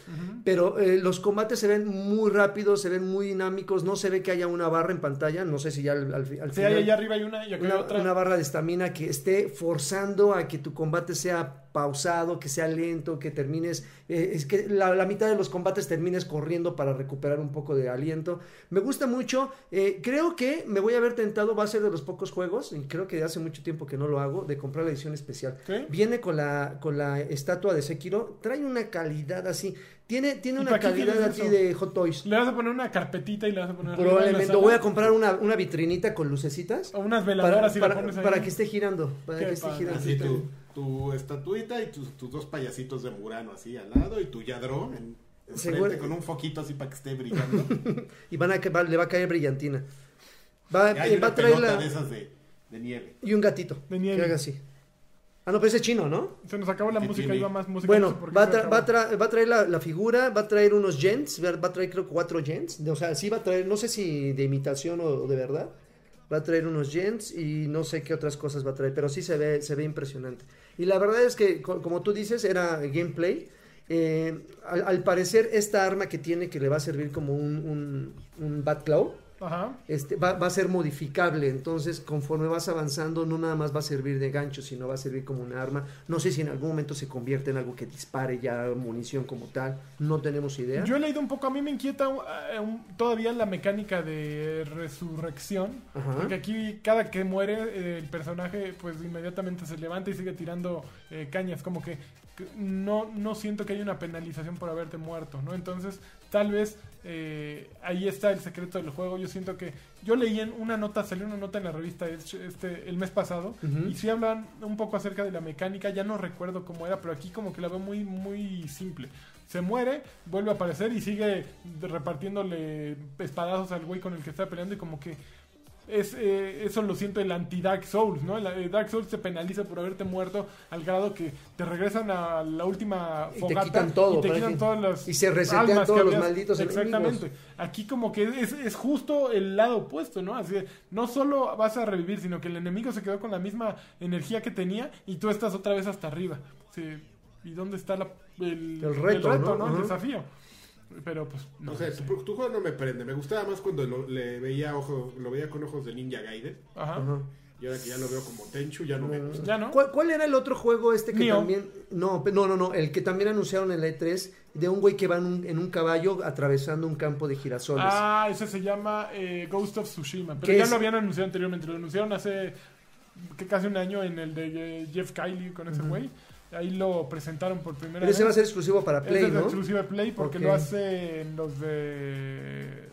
pero eh, los combates se ven muy rápidos, se ven muy dinámicos, no se ve que haya una barra en pantalla, no sé si ya al, al fi- al
Sí,
final
ahí allá arriba hay una y acá
una,
hay otra.
una barra de estamina que esté forzando a que tu combate sea pausado, que sea lento, que termines, eh, es que la, la mitad de los combates termines corriendo para recuperar un poco de aliento. Me gusta mucho, eh, creo que me voy a haber tentado, va a ser de los pocos juegos, y creo que hace mucho tiempo que no lo hago, de comprar la edición especial.
¿Sí?
Viene con la, con la estatua de Sekiro, trae una calidad así, tiene, tiene
¿Y
una
para qué
calidad
quieres
así
eso?
de Hot Toys.
Le vas a poner una carpetita y le vas a poner. arriba en la
Probablemente
sala.
voy a comprar una, una vitrinita con lucecitas
O unas
para,
veladoras y
para-
la pones ahí.
para que esté girando. Para
Qué
que esté
padre.
girando.
Así tu, tu estatuita y tus, tus dos payasitos de Murano así al lado y tu yadrón en, enfrente
Seguro-
con un foquito así para que esté brillando.
Y van a, que- va- le va a caer brillantina. Va,
Y hay
eh, va
una
a traer
pelota
la-
de esas de, de nieve.
y un gatito.
De nieve.
Que haga así. Ah, no, pero ese es chino, ¿no?
Se nos acabó la
Sí,
música,
tiene.
iba más música. no sé
Bueno,
por qué
va a,
se
tra-
acabó.
va a tra- va a traer la, la figura, va a traer unos gens, va va a traer creo cuatro gens, de- o sea, sí va a traer, no sé si de imitación o, o de verdad, va a traer unos gens y no sé qué otras cosas va a traer, pero sí se ve, se ve impresionante. Y la verdad es que, co- como tú dices, era gameplay. eh, al, al parecer, esta arma que tiene que le va a servir como un, un, un Batclaw,
Ajá.
este, va, va a ser modificable, entonces conforme vas avanzando no nada más va a servir de gancho, sino va a servir como un arma. No sé si en algún momento se convierte en algo que dispare ya munición como tal, no tenemos idea.
Yo he leído un poco, a mí me inquieta eh, un- todavía la mecánica de resurrección,
Ajá.
porque aquí cada que muere eh, el personaje pues inmediatamente se levanta y sigue tirando eh, cañas, como que que no, no siento que haya una penalización por haberte muerto, ¿no? Entonces tal vez eh, ahí está el secreto del juego, yo siento que yo leí en una nota, salió una nota en la revista Edge este, el mes pasado
Ujú.
y sí hablan un poco acerca de la mecánica, ya no recuerdo cómo era, pero aquí como que la veo muy, muy simple. Se muere, vuelve a aparecer y sigue de- repartiéndole espadazos al güey con el que está peleando y como que es, eh, eso lo siento el anti-Dark Souls, ¿no? El, eh, Dark Souls te penaliza por haberte muerto al grado que te regresan a la última
Y te
fogata
quitan todo,
y te
parece.
quitan todas las
Y se resetean
almas que
todos los
habías-
malditos enemigos.
Exactamente. Aquí como que es, es justo el lado opuesto, ¿no? Así de, no solo vas a revivir, sino que el enemigo se quedó con la misma energía que tenía y tú estás otra vez hasta arriba. Sí, ¿Y dónde está la- el,
El reto, ¿no?
El
Ajá.
desafío. Pero pues no.
o sea,
sé.
tu, tu juego no me prende. Me gustaba más cuando lo, le veía ojo- lo veía con ojos de Ninja Gaiden.
Ajá.
Ajá. Mm.
Y ahora que ya lo veo como Tenchu, ya no me gusta.
Ya no.
¿Cuál, cuál era el otro juego este que
Nioh.
también... No, pe- no, no, no, el que también anunciaron en la E3 de un güey que va en un, en un caballo atravesando un campo de girasoles.
Ah, ese se llama eh, Ghost of Tsushima. Pero
¿Qué
ya
es?
lo habían anunciado anteriormente. Lo anunciaron hace que casi un año en el de eh, Jeff Kylie con ese güey. Ahí lo presentaron por primera
Pero
vez.
ese va a ser exclusivo para
Ese
Play,
es
¿no?
exclusivo de Play porque
Ok.
lo hacen los de. eh,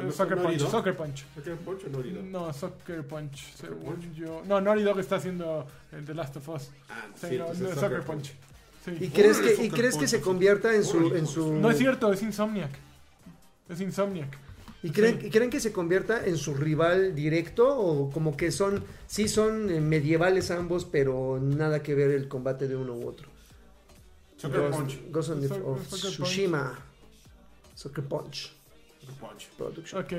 Ah, ¿no
Soccer
son
Punch.
Naughty Dog?
Soccer Punch.
¿Soccer Punch o Naughty Dog?
No, Soccer Punch, según
Punch.
yo. No, Naughty Dog está haciendo el The Last of Us.
Ah, sí,
Pero
entonces
no,
es
es Soccer Punch.
¿Y
Sí.
crees,
Órale,
que, y
Soccer
crees que
Punch,
se
sí.
convierta en su...
Órale,
En su...
No es cierto, es Insomniac. Es Insomniac.
¿Y creen,
Sí.
y creen que se convierta en su rival directo o como que son, sí son eh, medievales ambos, pero nada que ver el combate de uno u otro?
Soccer
Ghost-
Punch.
Ghost of-
Soccer-
of
Soccer Punch.
Tsushima. Soccer Punch
Soccer Punch.
Production.
Ok.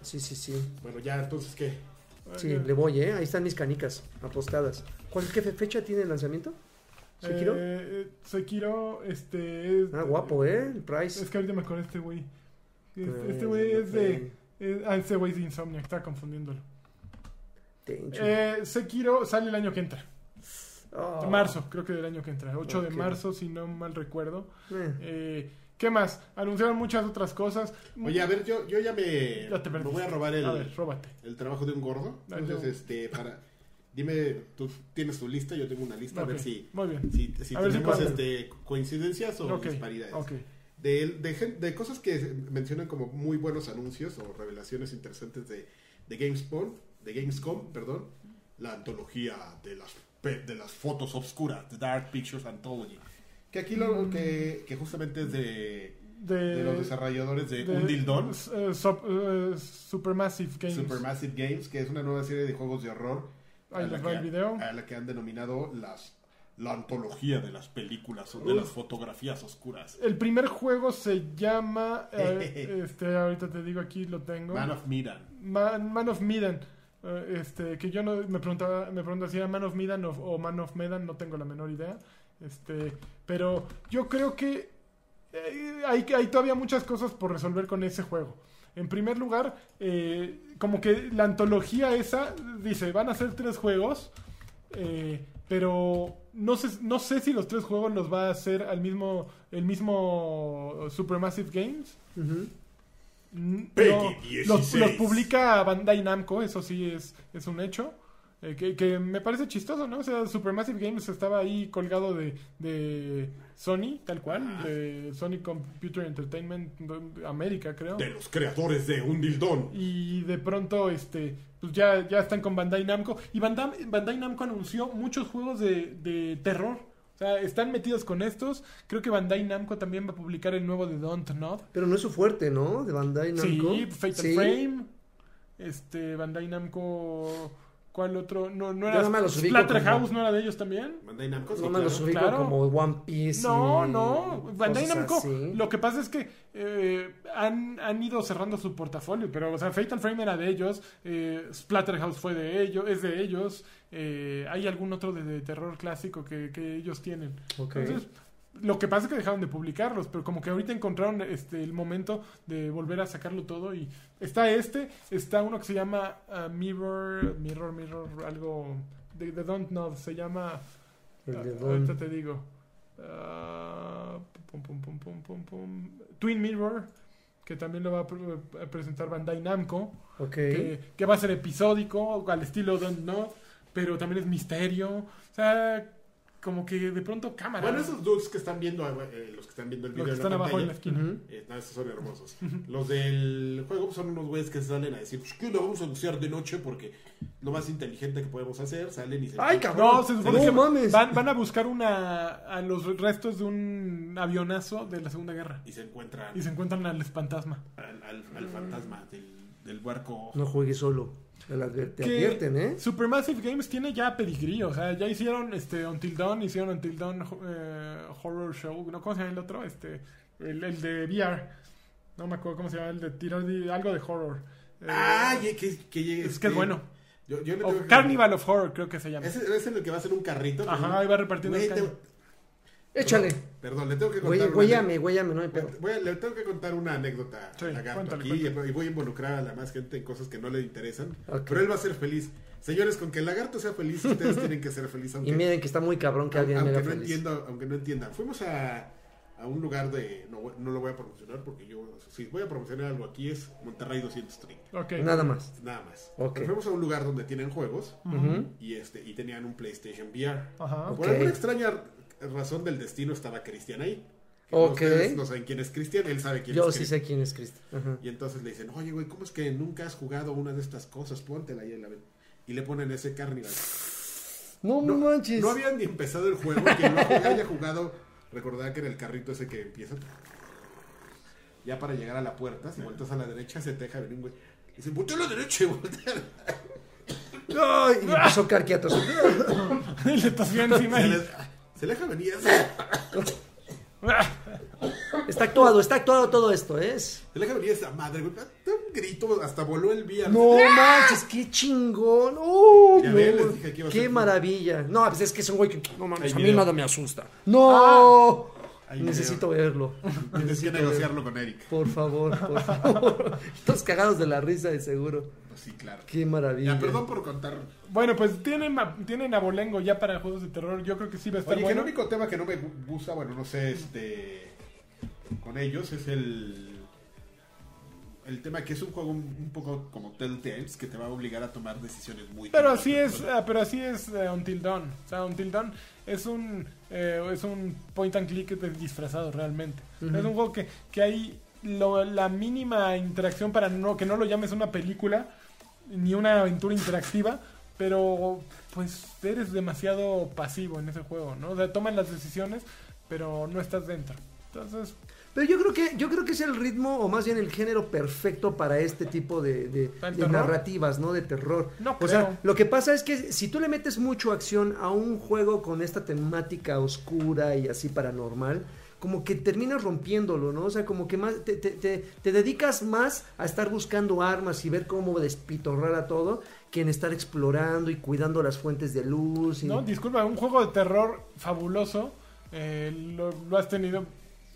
Sí, sí, sí.
Bueno, ya, entonces, ¿qué?
Sí,
Ok.
le voy, ¿eh? Ahí están mis canicas apostadas. ¿Cuál, ¿Qué fe- fecha tiene el lanzamiento? ¿Sekiro?
Eh, Sekiro, este. Es,
ah, guapo, ¿eh? El price. Eh,
Es que ahorita me acordé de este güey. Es- Este
Play,
güey es de.
Play.
es- ah, este güey es de Insomniac, estaba confundiéndolo.
Tenchu.
Eh, Sekiro sale el año que entra.
Oh.
Marzo, creo que del año que entra. 8
Ok.
de marzo, si no mal recuerdo.
Eh.
Eh, ¿Qué más? Anunciaron muchas otras cosas.
Oye, a ver, yo, yo ya me,
Ya te
me
perdiste.
voy a robar el,
A ver, róbate.
el trabajo de un gordo.
Dale,
Entonces,
luego.
este, para... Dime, tú tienes tu lista, yo tengo una lista, a
Ok,
ver si,
Muy bien.
si, si
A ver si
tenemos
cuadra.
este, coincidencias o
ok,
disparidades.
ok.
De, de gen- de cosas que mencionan como muy buenos anuncios o revelaciones interesantes de, de GameSpawn, de Gamescom, perdón, la antología de las, pe- de las fotos obscuras, The Dark Pictures Anthology. Que aquí
Mm.
lo que, que justamente es de,
De,
de los desarrolladores de,
Eh, de-
Un Dildón,
eh, Sup- eh, Supermassive Games.
Supermassive Games, que es una nueva serie de juegos de horror a
Ahí
la,
les
que,
va el video.
a la que han denominado las, la antología de las películas o de
Uf.
las fotografías oscuras.
El primer juego se llama. eh, este, ahorita te digo, aquí lo tengo.
Man of Midan.
Man, Man of Medan. Eh, este, que yo no me preguntaba, me preguntaba si era Man of Medan o, o Man of Medan, no tengo la menor idea. Este, pero yo creo que eh, hay, hay todavía muchas cosas por resolver con ese juego. En primer lugar, eh, como que la antología esa dice, van a ser tres juegos, eh, pero no sé, no sé si los tres juegos los va a hacer al mismo, el mismo eh, Supermassive Games.
Ujú.
Mm,
Peggy
no,
16.
los, los publica Bandai Namco, eso sí es, es un hecho. Eh, que, que me parece chistoso, ¿no? O sea, Supermassive Games estaba ahí colgado de, de Sony, tal cual, de Sony Computer Entertainment de América, creo.
de los creadores de Un Dildón.
Y de pronto, este, pues ya, ya están con Bandai Namco. Y Bandam- Bandai Namco anunció muchos juegos de, de terror. O sea, están metidos con estos. Creo que Bandai Namco también va a publicar el nuevo de Don't Nod.
Pero no es su fuerte, ¿no? De Bandai Namco.
Sí, Fatal
Sí.
Frame. Este, Bandai Namco. ¿Cuál otro? No, no
Yo
era.
nada más los ubico
Splatterhouse,
como-
¿no era de ellos también?
Bandai Namco, sí,
Pues, No me los
claro.
ubico
claro.
como One Piece.
No,
y
no. Bandai
cosas
Namco.
así.
Lo que pasa es que eh, han, han ido cerrando su portafolio. Pero, o sea, Fatal Frame era de ellos. eh, Splatterhouse fue de ellos. Es de ellos. eh, hay algún otro de, de terror clásico que, que ellos tienen.
Ok.
Entonces, lo que pasa es que dejaron de publicarlos, pero como que ahorita encontraron este el momento de volver a sacarlo todo y está este, está uno que se llama ah, Mirror, Mirror, Mirror, algo de, de Don't Know, se llama
El de
ah,
Don-
ahorita te digo. Ah, pum, pum, pum, pum, pum, pum. Twin Mirror, que también lo va a, pr- a presentar Bandai Namco
Ok.
que, que va a ser episódico, al estilo Don't Know, pero también es misterio. O sea, como que de pronto cámara.
Bueno, esos dudes que están viendo, eh, los que están viendo el
los
video
que
en
están
la
abajo en
pantalla,
la esquina.
Ujú.
eh, no, esos son hermosos. Los del juego son unos güeyes que salen a decir, pues, ¿qué lo vamos a anunciar de noche? Porque lo más inteligente que podemos hacer, salen y se...
Ay, cabrón.
No, se supone
No
que
mames.
Van, van a buscar una, a los restos de un avionazo de la Segunda Guerra.
Y se encuentran
Y se encuentran al espantasma.
al, al- al fantasma del, del barco.
No juegues solo. Te, la- te
Que
advierten, ¿eh?
Supermassive Games tiene ya pedigrí, o sea, ya hicieron este Until Dawn, hicieron Until Dawn eh, Horror Show, ¿no? ¿Cómo se llama el otro? Este, el, el de VR. No me acuerdo cómo se llama, el de tirar de- algo de horror. Eh,
Ay, que, que llegue. este-
es que es bueno.
Yo, yo le
O
tengo que-
Carnival of Horror, creo que se llama.
Ese es el que va a ser un carrito.
Ajá, ahí va repartiendo
Güey,
el
te-
caño.
Échale.
Perdón, le tengo que contar.
Güey,
una
Güeyame, güeyame, no hay pedo.
anécdota. Voy a- le tengo que contar una anécdota
Sí,
a Lagarto
cuéntale,
aquí
cuéntale.
y voy a involucrar a la más gente en cosas que no le interesan.
Ok.
Pero él va a ser feliz. Señores, con que el lagarto sea feliz, ustedes tienen que ser felices.
Y
Aunque,
miren que está muy cabrón que alguien me
aunque
haga
no
feliz.
entienda, aunque no entienda. Fuimos a, a un lugar de. No, no lo voy a promocionar porque yo. Si voy a promocionar algo aquí es Monterrey 230.
Ok.
Nada más.
Nada más.
Ok.
Pero Fuimos a un lugar donde tienen juegos
Ujú.
y este y tenían un PlayStation VR.
Ajá.
Ok.
Por alguna extraña razón del destino estaba Cristian ahí.
Ok.
Ustedes no saben quién es Cristian, él sabe quién
Yo
es
sí
Cristian.
sé quién es Cristo. Ajá.
Y entonces le dicen, oye, güey, ¿cómo es que nunca has jugado una de estas cosas? Póntela ahí en la ven- Y le ponen ese Carnival.
No,
No,
manches.
no habían ni empezado el juego. Quien lo haya jugado, recordad que en el carrito ese que empieza. Ya para llegar a la puerta, si vueltas a la derecha, se te deja venir un güey. Dicen, voltea a la derecha y voltea a la
Ay, y empezó carquiatos.
Le tosió encima
Se
y-
le- Se le deja venir.
Está actuado, está actuado todo esto, ¿eh?
Se le deja venir esa madre, güey. Da un grito, hasta voló el vía.
No manches, qué chingón. ¡Oh,
Ya
no!
ven, les dije que iba a
qué
ser-
maravilla. No, pues es que es un güey que. No
Hay
mames, a mí
video.
nada me asusta. ¡No!
Hay
Necesito verlo.
Tienes que
Necesito
negociarlo con Eric.
Por favor, por favor. Todos cagados de la risa, de seguro.
Pues sí, claro.
Qué maravilla.
Ya, perdón por contar.
Bueno, pues tienen, a- tienen a Bolengo ya para juegos de terror. Yo creo que sí va a estar
Oye, que el
bueno.
único tema que no me gu- gusta, bueno, no sé, este. Con ellos es el. El tema que es un juego un, un poco como Telltales que te va a obligar a tomar decisiones muy.
Pero así es, ah, pero así es eh, Until Dawn. O sea, Until Dawn es un eh, es un point and click de- disfrazado realmente.
Ujú.
Es un juego que, que hay lo- la mínima interacción para no que no lo llames una película ni una aventura interactiva, pero pues eres demasiado pasivo en ese juego, ¿no? O sea, toman las decisiones, pero no estás dentro. Entonces,
Pero yo creo que yo creo que es el ritmo o más bien el género perfecto para este tipo de, de-
¿Para el
de
terror?
narrativas, ¿no? De terror.
No
o
creo.
sea, lo que pasa es que si tú le metes mucho acción a un juego con esta temática oscura y así paranormal, como que terminas rompiéndolo, ¿no? O sea, como que más te, te- te- te dedicas más a estar buscando armas y ver cómo despitorrar a todo que en estar explorando y cuidando las fuentes de luz. y-
No, disculpa, un juego de terror fabuloso. eh, lo, lo has tenido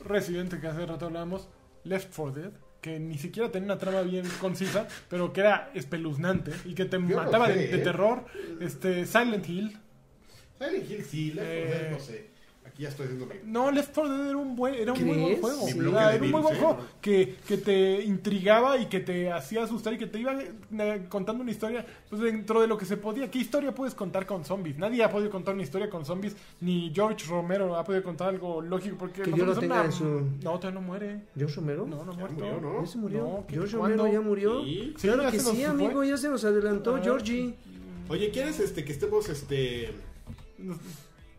Residente, que hace rato hablábamos. Left 4 Dead, que ni siquiera tenía una trama bien concisa, pero que era espeluznante y que te
no
mataba de-
sé,
de,
¿eh?
terror. Este, Silent Hill.
Silent Hill sí, la
Eh.
no sé. Aquí ya estoy haciendo mi.
No, Left 4 Dead era un buen, era un muy buen
¿Crees?
juego.
Mi
O sea,
bloque de
era un muy
virus,
buen
¿eh?
juego que, que te intrigaba y que te hacía asustar y que te iba eh, contando una historia pues, dentro de lo que se podía. ¿Qué historia puedes contar con zombies? Nadie ha podido contar una historia con zombies, ni George Romero ha podido contar algo lógico. Porque
Que
los
yo lo
zombies son
tenga
una-
en su-
No, todavía no muere.
¿George Romero?
No, no ha
Ya
muerto.
murió, ¿no?
¿Ya se murió?
No, ¿qué-
¿George
cuándo?
Romero ya murió?
Sí.
Sí,
claro
ya
que
se nos
sí,
fue.
amigo, ya se nos adelantó
Ah.
Georgie.
Oye, ¿quieres este, que estemos este.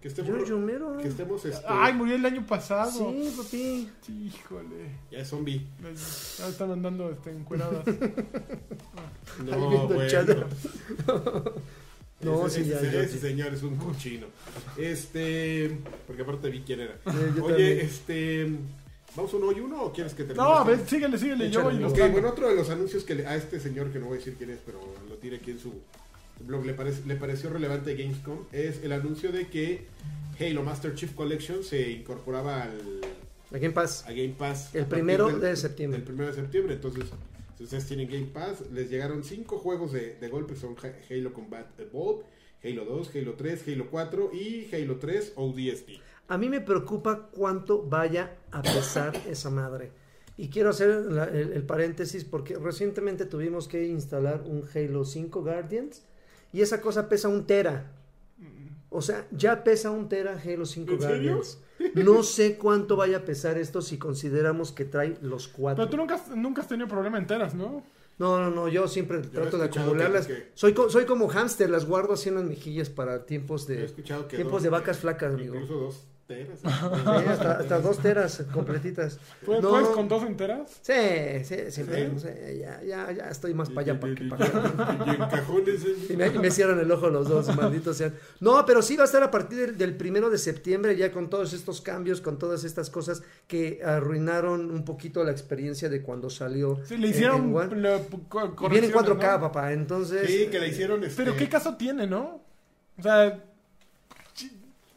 Que estemos.
George Romero.
Que estemos este.
Ay, murió el año pasado.
Sí, pues. papi.
Sí, Híjole.
Ya es zombie.
Ay, ya están andando este, encueradas.
No,
Ahí viendo el
bueno.
chat. No,
ese,
sí, ya,
ese-
ya,
ese
sí.
señor es un cochino. Este, porque aparte vi quién era.
yo
Oye,
también.
este, ¿vamos uno y uno o quieres que termine?
No, a ver, síguele, síguele. Yo
Échale,
voy y
amigo.
los
Ok,
cambio.
bueno, otro de los anuncios que le- a este señor, que no voy a decir quién es, pero lo tiene aquí en su blog, le, parece- le pareció relevante a Gamescom, es el anuncio de que Halo Master Chief Collection se incorporaba al,
Aquí en paz.
a Game Pass.
El
a partir
primero de septiembre.
El primero de septiembre, entonces, si ustedes tienen Game Pass, les llegaron cinco juegos de, de golpe, son Ha- Halo Combat Evolved, Halo 2, Halo 3, Halo 4 y Halo 3 ODST.
A mí me preocupa cuánto vaya a pesar esa madre. Y quiero hacer la- el, el paréntesis porque recientemente tuvimos que instalar un Halo 5 Guardians y esa cosa pesa un tera. O sea, ya pesa un tera Halo 5
¿En serio?
Guardians. No sé cuánto vaya a pesar esto si consideramos que trae los cuatro.
Pero tú nunca, has- nunca has tenido problema enteras, ¿no?
No, no, no, yo siempre trato de
escuchado
acumularlas.
que- que-
Soy, co- soy como hámster, las guardo así en las mejillas para tiempos
He
de,
escuchado que...
tiempos
dos-
de vacas flacas, amigo.
Incluso dos teras.
Sí, hasta, hasta dos teras completitas.
¿Puedes,
No,
puedes
no.
Pues, con dos enteras?
Sí, sí, sí,
¿Sí?
pero, sí, ya, ya, ya estoy más para allá para que para acá.
Y en cajones. ¿eh?
Y me, y me cierran el ojo los dos, malditos sean. No, pero sí va a estar a partir del, del primero de septiembre, ya con todos estos cambios, con todas estas cosas que arruinaron un poquito la experiencia de cuando salió.
Sí, le
en-
hicieron.
en One.
le- co-
Y viene en
correcciones,
4K,
¿no?
papá, entonces.
Sí, que la hicieron. Este,
Pero qué caso tiene, ¿no? O sea,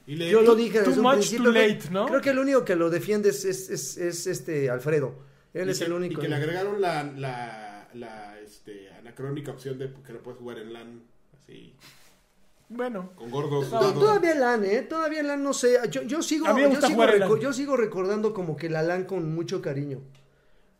y le-
Yo lo dije
Eh, Too
desde un
much,
principio.
too
creo-
late, ¿no?
Creo que el único que lo defiende es, es- es- es este Alfredo. Él
y
es
que-
el único.
Y que le agregaron la, la, la este, anacrónica opción de que lo puedes jugar en LAN. Así.
bueno.
Con gordos.
No,
No,
gordos.
todavía LAN, ¿eh? Todavía LAN, no sé. Yo, yo sigo,
A mí me
yo
gusta
sigo
jugar en
reco-
LAN.
yo sigo recordando como que la LAN con mucho cariño.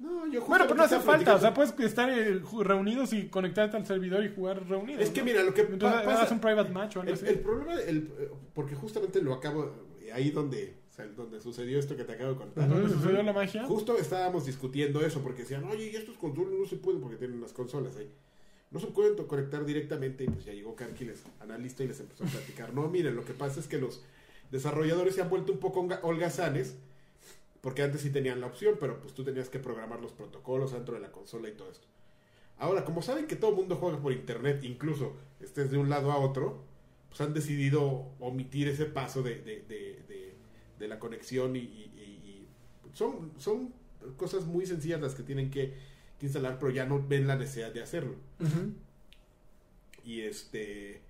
No, yo
Bueno, pero no hace
justamente
falta, o sea,
estaba
puedes estar eh, ju- reunidos y conectarte al servidor y jugar reunidos.
Es que
¿no?
mira, lo que
Entonces,
pa- pasa-
hagas un private match o algo
platicando-
así.
El, el problema, el, porque justamente lo acabo. eh, Ahí donde, o sea, donde sucedió esto que te acabo de contar. Pues
¿Dónde sucedió la magia?
Justo estábamos discutiendo eso porque decían, oye, y estos controles no se pueden porque tienen unas consolas ahí. No se pueden to- conectar directamente y pues ya llegó Karki, les- analista, y les empezó a platicar. No, miren, lo que pasa es que los desarrolladores se han vuelto un poco onga- holgazanes porque antes sí tenían la opción, pero pues tú tenías que programar los protocolos dentro de la consola y todo esto. Ahora, como saben que todo el mundo juega por internet, incluso estés de un lado a otro, pues han decidido omitir ese paso de, de- de- de- de la conexión y, y- y- y son, son cosas muy sencillas las que tienen que, que instalar, pero ya no ven la necesidad de hacerlo. Y este...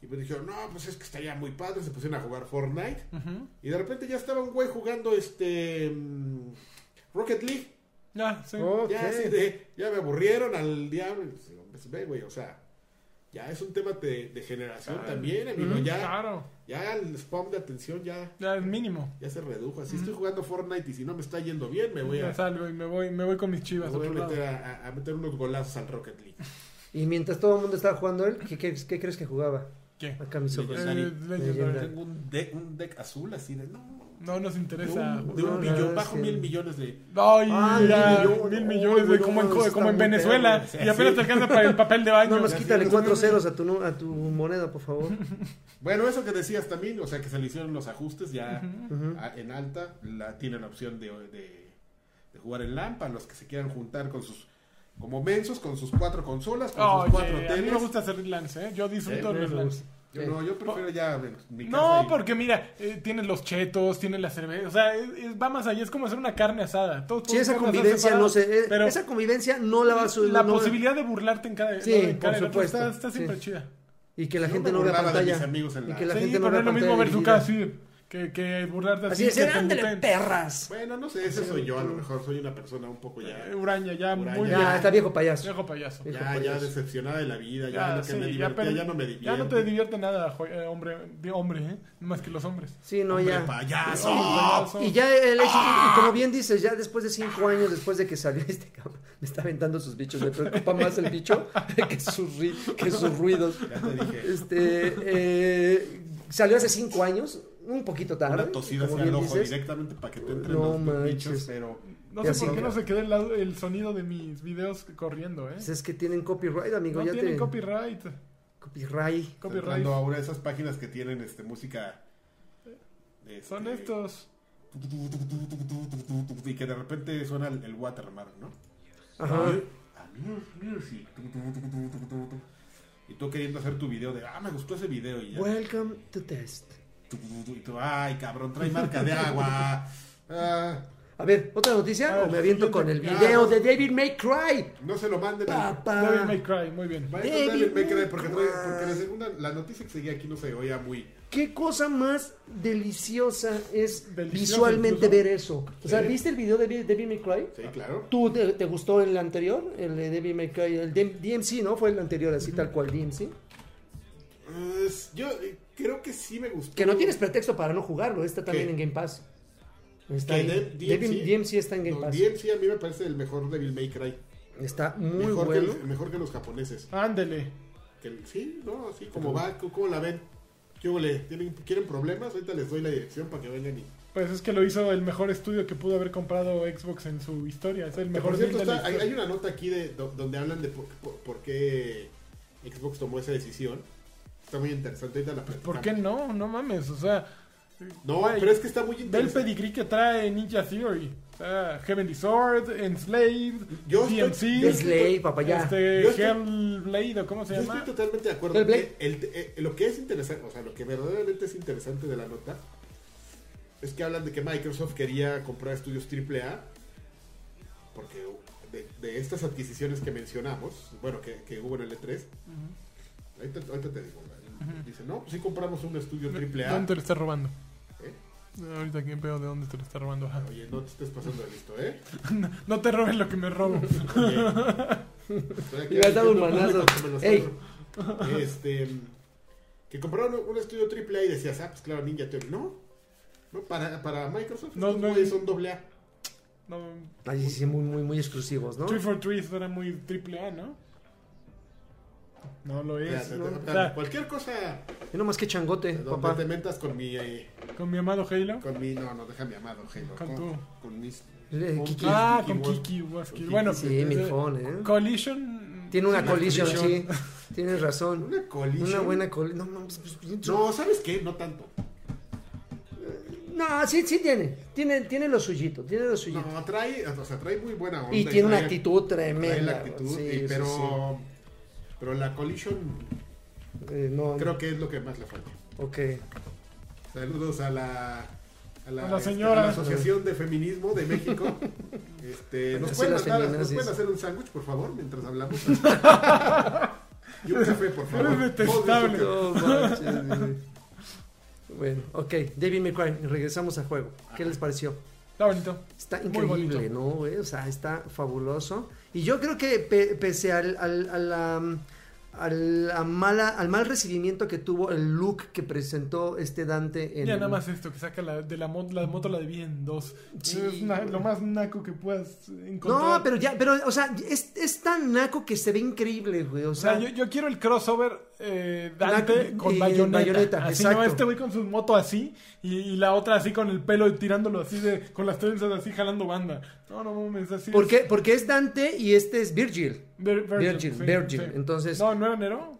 Y pues dijeron, no, pues es que estaría muy padre, se pusieron a jugar Fortnite.
Ujú.
Y de repente ya estaba un güey jugando este... mm, Rocket League.
Ya, sí.
Ok.
Ya, así de, ya me aburrieron al diablo. Y pues, pues, ve, güey, o sea, ya es un tema de, de generación
Ah,
también, amigo.
Mm,
ya,
Claro,
ya el spam de atención ya,
ya es mínimo.
ya se redujo. Así estoy jugando Fortnite y si no me está yendo bien, me voy a,
Ya salgo y me voy, me voy con mis
me
chivas. a
voy a
otro
meter,
lado.
a, a- a meter unos golazos al Rocket League.
Y mientras todo el mundo estaba jugando él, ¿qué, qué, qué crees que jugaba?
¿Qué?
Acá mis ojos.
Eh,
Legendary.
Legendary.
Legendary.
Tengo un, de- un deck azul así de, no,
No nos
de
interesa.
un, de un
no, la verdad
billón,
es
bajo
que-
mil millones de...
Ay,
Ay,
ya,
mil millones,
mil
no,
millones, güey,
no,
como en,
no,
co-
está
como en
muy
Venezuela.
perro,
sí,
y apenas
sí.
te alcanza para el papel de baño.
No, más
Sí,
quítale
no,
cuatro
no, no.
ceros a tu, nu- a tu moneda, por favor.
Bueno, eso que decías también, o sea, que se le hicieron los ajustes ya
Ujú.
a- en alta, la, tienen la opción de, de- de jugar en LAN para los que se quieran juntar con sus, como mensos, con sus cuatro consolas, con
Oye,
sus cuatro
a mí
teles.
me gusta hacer lance, ¿eh? Yo disfruto
Sí,
de los
me
lance.
gusta.
Yo no, yo prefiero ya en mi casa.
No,
y-
porque mira, eh, tienes los chetos, tienes la cerveza, o sea, es- es- va más allá, es como hacer una carne asada. Todos
Sí, esa
podemos hacer
convivencia no
separados,
sé. eh,
pero
esa convivencia no la va a subir.
la
no-
posibilidad de burlarte en cada,
Sí,
no, en cada
por
el otro
supuesto,
está, está
sí.
siempre chida.
Y que la
Yo
gente
me
no vea
burlaba de
pantalla.
mis amigos en
Y
la-
que la
sí,
gente no
pero no
vea
es lo mismo
pantalla
ver su
dividida.
casa así, que, que burlarte
Así
así.
es,
que te
ándale,
muten.
perras.
Bueno, no sé, ese soy yo, a lo mejor soy una persona un poco ya,
Eh, Uraña, ya,
Uraña.
muy
Ya,
viejo.
Ya, está viejo payaso.
Viejo payaso.
Ya,
ya, ya
payaso.
decepcionada de la vida, ya,
Ya,
lo que
sí,
me
ya,
divertía,
pero-
ya, no me divierte.
ya no te divierte nada, jo- eh, hombre, di- hombre, ¿eh? más que los hombres.
Sí, no,
Hombre,
ya.
payaso. Ah,
Y ya el hecho, y-
Ah.
y como bien dices, ya después de cinco años, después de que salió este cabrón, me está aventando sus bichos, me preocupa más el bicho que sus, ri- que sus ruidos.
Ya te dije.
Este, eh, salió hace cinco años, un poquito tarde.
Una tosida
como
hacia el
bien
ojo
dices.
directamente para que te entren
No
los
manches.
bichos, pero...
No sé
así
por qué
que-
no se queda el, lado- el sonido de mis videos corriendo, ¿eh?
Pues es que tienen copyright, amigo,
No
ya
tiene
te...
copyright.
Copyright.
Copyright.
entrando ahora a esas páginas que tienen este música este,
Son estos.
y que de repente suena el, el watermark, ¿no?
Ajá.
Music. Y tú queriendo hacer tu video de, ah, me gustó ese video. Y ya.
Welcome to test.
Tu, tu, tu, y tú, ay, cabrón, trae marca de agua. Ah,
A ver, ¿otra noticia?
Ah,
o me aviento
siguiente.
con el
Ah,
video
no.
de David May Cry.
no se lo manden. a-
Papá.
Devil May Cry, muy bien.
Bueno,
David
David May Cry, porque, trae-
Cry.
porque la segunda, la noticia que seguía aquí no se oía muy.
Qué cosa más deliciosa es
Deliciosa
visualmente
incluso.
ver eso. O sea,
Sí.
¿viste el video de David- David May Cry?
Sí, claro.
¿Tú te, te gustó el anterior? El de David May Cry, el de- DMC, ¿no? Fue el anterior, así tal cual, DMC.
Pues, yo eh, creo que sí me gustó.
Que no tienes pretexto para no jugarlo, este está también
¿Qué?
en Game Pass. Está
Que
en-
de-
David- DMC está en Game
No,
Pass.
DMC a mí me parece el mejor Devil May Cry.
Está muy
mejor,
bueno.
que los, mejor que los japoneses.
Ándele.
Que el- sí, no, así como va, co- ¿cómo la ven? ¿Qué ole? ¿Tienen, ¿Quieren problemas? Ahorita les doy la dirección para que vengan y...
Pues es que lo hizo el mejor estudio que pudo haber comprado Xbox en su historia. Es el
Que, Por
mejor
cierto,
deal de la
está- hay,
historia.
hay una nota aquí de, do- donde hablan de por, por- por qué Xbox tomó esa decisión. Está muy interesante. Ahorita la
¿Por
platicamos.
qué no? No mames, o sea.
No,
güey,
pero es que está muy
Ve el
interesante.
pedigrí que trae Ninja Theory. Ah, Heavenly Sword, Enslaved,
Yo estoy-
DMC,
yo
Es ley, papá, ya.
este,
yo estoy-
Hellblade, ¿o cómo se
Yo estoy
llama?
totalmente de acuerdo.
¿El Blade?
El- el- eh, lo que es interesante, o sea, lo que verdaderamente es interesante de la nota es que hablan de que Microsoft quería comprar estudios AAA porque de, de estas adquisiciones que mencionamos, bueno, que, que hubo en el E3, ahorita, ahorita te digo, dicen, no, pues sí compramos un estudio AAA.
¿Dónde te lo está robando?
¿Eh?
Ahorita que veo de dónde te lo está robando. ajá.
Ah, Oye, no te estés pasando de listo, ¿eh?
No te robes lo que me robo.
Oye, estoy aquí
Y le has dado un
haciendo
manazo.
público que me los
Ey.
ahorro. Este, que compraron un estudio AAA y decías, ah, pues claro, Ninja Theory. No, no para, para Microsoft
No,
no,
no.
son doble A.
No,
Ay, sí, muy, muy, muy exclusivos, ¿no?
Three for Trees era muy triple A, ¿no? No lo
O sea,
es.
te-
¿no?
te-
O sea,
cualquier cosa
Y nomás que changote,
donde
eh, papá.
te metas con mi, eh,
con mi amado Halo.
con mi, no, no, deja mi amado, Halo.
Con tu-
con mis...
Eh,
con
Kiki.
Ah,
Kiki
con
Wolf.
Kiki Waskil.
Kiki,
Bueno,
Sí, mi
eh,
phone, ¿eh?
Collision.
Tiene una
Una
collision, sí.
collision.
Tienes razón.
Una colisión.
Una buena collision. No, mames, pues, pues,
No, ¿sabes qué? No tanto.
No, sí, sí tiene. Tiene, tiene lo suyito, tiene lo suyito.
No, trae, o sea, trae muy buena onda.
y tiene una
trae-
actitud
trae
tremenda.
la actitud,
sí,
y-
sí,
pero,
sí.
pero la collision
Eh, no,
creo que es lo que más le falta.
Ok.
Saludos a la a la,
A la
este,
señora.
a la Asociación de Feminismo de México. Este, nos
Sí,
pueden,
las
mandar- nos
feminazis.
pueden hacer un sándwich, por favor, mientras hablamos. y un café, por favor.
Eres detestable.
No manches, güey. bueno, ok. David McCray, regresemos al juego. ¿Qué les pareció?
Está bonito.
Está
Muy
increíble,
bonito.
¿no? güey? O sea, está fabuloso. Y yo creo que pe- pese al, al- a la, mm, a la mala, al mal recibimiento que tuvo el look que presentó este Dante en...
Mira nada más esto que saca la, de la, mot- la moto la de en 2.
Sí,
es una-
güey.
lo más naco que puedas encontrar.
No, pero ya, pero, o sea, es, es tan naco que se ve increíble, güey. O
O sea, yo,
sea,
yo quiero el crossover eh, Dante
Naco-
con
y
bayoneta.
Bayonetta,
así
exacto.
no, este güey con su moto así y, y la otra así con el pelo y tirándolo así de con las trenzas así jalando banda. No, no mames, así. es.
porque, porque es Dante y este es Virgil.
Vir-
Virgin, Virgin, entonces-
No, 9 de enero.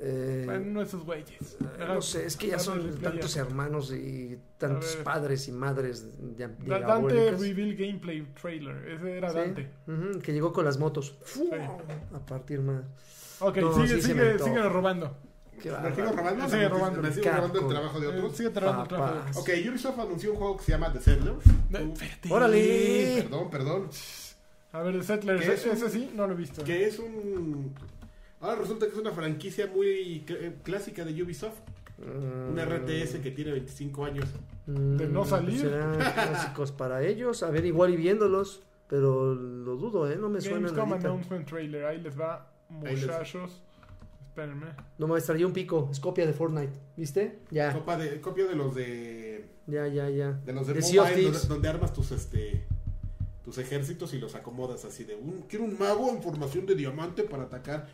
Eh,
Uno de esos güeyes.
no sé, es que ya son
Dale,
tantos
playa.
hermanos y tantos
ver.
padres y madres ya
Da- Dante
diabólicas.
Reveal Gameplay Trailer. Ese era
Sí,
Dante.
ujú, que llegó con las motos. A partir más.
Ok,
No,
sigue,
sí se me
sigue,
antoja.
sigue robando.
Qué
Me sigo
bárbaro.
robando,
Sigue
me-
robando.
me sigo robando el
Capcom.
trabajo de
Eh,
otros.
sigue trabajando el
Papá.
tráfico.
Ok, Ubisoft anunció un juego que se llama The Settlers.
No, espérate.
¡Órale!
Perdón, perdón.
A ver, Settlers,
¿Qué es
ese,
un-
ese sí, no lo he visto.
Que es un... Ahora resulta que es una franquicia muy cl- clásica de Ubisoft.
Mm,
Una RTS que tiene 25 años.
De no salir.
pues Serán clásicos para ellos. A ver, igual y viéndolos. Pero lo dudo, ¿eh? No me suena
Gamescom
nada.
Announcement Trailer, ahí les va,
Ahí les va.
muchachos. Espérenme.
No me extrañó un pico. Es copia de Fortnite. ¿Viste? Ya,
Copa de, copia de los de...
ya, ya, ya.
De los de,
The Sea of
Mobile,
Thieves.
donde, donde armas tus este tus ejércitos y los acomodas así de un quiero un mago en formación de diamante para atacar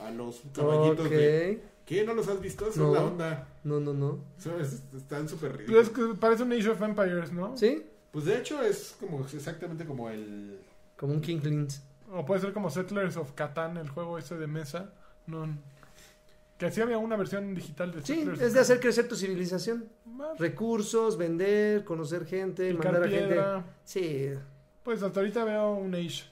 a los caballitos
Ok.
de ¿Qué? ¿No los has visto? Son
No.
la onda.
No, no, no.
Son- es- están súper
Pero es
ridículos.
que parece un Age of Empires, ¿no?
¿Sí?
Pues de hecho es como exactamente como el
Como un King Lynx.
O puede ser como Settlers of Catan, el juego ese de mesa. No. Que sí había una versión digital de
Sí,
Settlers.
es de hacer crecer tu civilización.
Ah,
Recursos, vender, conocer gente,
Picar
mandar a
piedra.
gente. Sí.
Pues hasta ahorita veo un Age.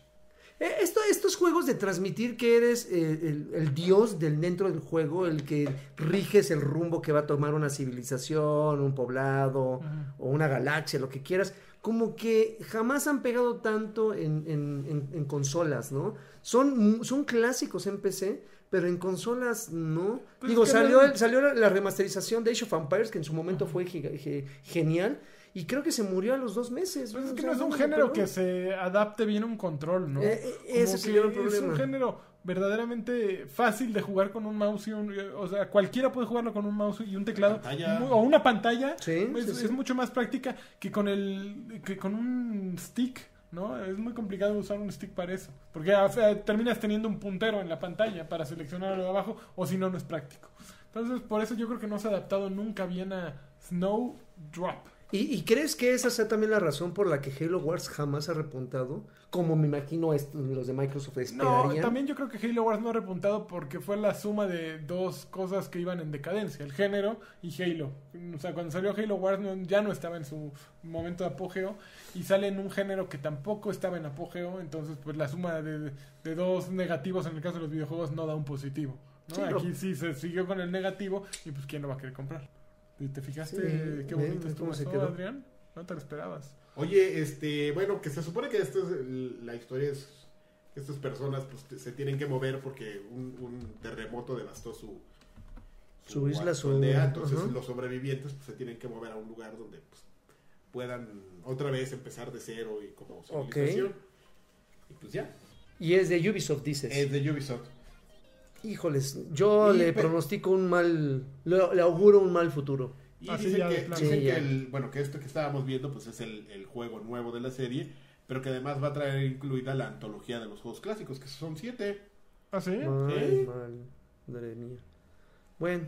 Eh, Esto, estos juegos de transmitir que eres eh, el, el dios del dentro del juego, el que riges el rumbo que va a tomar una civilización, un poblado
Ajá.
o una galaxia, lo que quieras, como que jamás han pegado tanto en, en- en- en consolas, ¿no? Son, son clásicos en PC, pero en consolas no.
Pues
Digo,
es que
salió,
no-
el- salió la, la remasterización de Age of Empires, que en su momento fue giga- ge- genial, y creo que se murió a los dos meses.
Pues es
O
que
sea,
no es un
me
género
pegó.
que se adapte bien a un control, ¿no?
Eh, eh, ese
Como
sería el
que Es
problema.
un género verdaderamente fácil de jugar con un mouse y un... O sea, cualquiera puede jugarlo con un mouse y un teclado.
Pantalla.
mu- O una pantalla.
Sí,
es,
sí, sí.
es mucho más práctica que con el... que con un stick, ¿no? Es muy complicado usar un stick para eso. Porque o sea, terminas teniendo un puntero en la pantalla para seleccionar lo de abajo o si no, no es práctico. Entonces, por eso yo creo que no se ha adaptado nunca bien a Snowdrop.
¿Y, y crees que esa sea también la razón por la que Halo Wars jamás ha repuntado? Como me imagino est- los de Microsoft
No,
esperarían.
también yo creo que Halo Wars no ha repuntado porque fue la suma de dos cosas que iban en decadencia, el género y Halo. O sea, cuando salió Halo Wars no- ya no estaba en su momento de apogeo y sale en un género que tampoco estaba en apogeo, entonces pues la suma de, de dos negativos en el caso de los videojuegos no da un positivo. ¿no?
Sí,
Aquí
no.
sí se siguió con el negativo y pues ¿quién lo va a querer comprar? ¿Y ¿Te fijaste
Sí,
qué
ve,
bonito
ve
estuvo
cómo se
eso,
quedó.
Adrián? No te lo esperabas.
Oye, este, bueno, que se supone que esto es el- la historia es que estas personas pues, te- se tienen que mover porque un, un terremoto devastó su
Su isla, su-
aldea, entonces
ajá.
los sobrevivientes pues, se tienen que mover a un lugar donde pues, puedan otra vez empezar de cero y como civilización. Y pues ya,
Y es de Ubisoft, dices.
es de Ubisoft.
Híjoles, yo
Eh, Y
le
pe-
pronostico un mal, le, le auguro un mal futuro.
Y
Así
dicen
ya de
que,
plano.
dicen
Sí,
que
ya.
el- bueno, que esto que estábamos viendo pues es el, el juego nuevo de la serie, pero que además va a traer incluida la antología de los juegos clásicos, que son siete.
¿Ah, sí?
Mal,
¿Eh?
mal, madre mía. Bueno,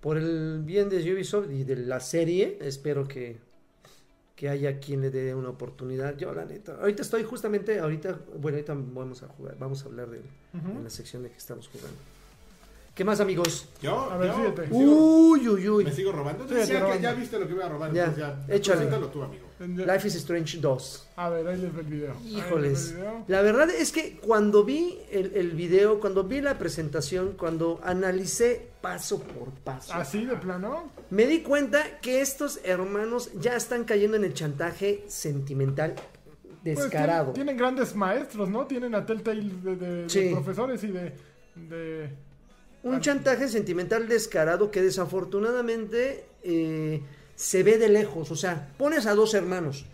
por el bien de Ubisoft y de la serie, espero que, que haya quien le dé una oportunidad. Yo, la neta, ahorita estoy justamente, ahorita, bueno, ahorita vamos a jugar, vamos a hablar de,
Ujú.
en la sección de que estamos jugando. ¿Qué más, amigos?
Yo,
A ver,
yo-
síguete.
yo-
Uy, uy, uy.
Me sigo robando.
Sí,
Decía
te
que
robando.
ya viste lo que iba a robar.
Ya,
entonces ya,
échale.
preséntalo tú, amigo.
Life is Strange 2.
A ver, ahí les ve el video. Ahí les ve el
Híjoles.
video.
La verdad es que cuando vi el, el video, cuando vi la presentación, cuando analicé paso por paso,
Ah,
Así de plano. Pues,
me di cuenta que estos hermanos ya están cayendo en el chantaje sentimental
Pues,
descarado.
tien- tienen grandes maestros, ¿no? Tienen a Telltale de, de- de
Sí.
profesores y de. de-
Un chantaje sentimental descarado que desafortunadamente eh, se ve de lejos. O sea, pones a dos hermanos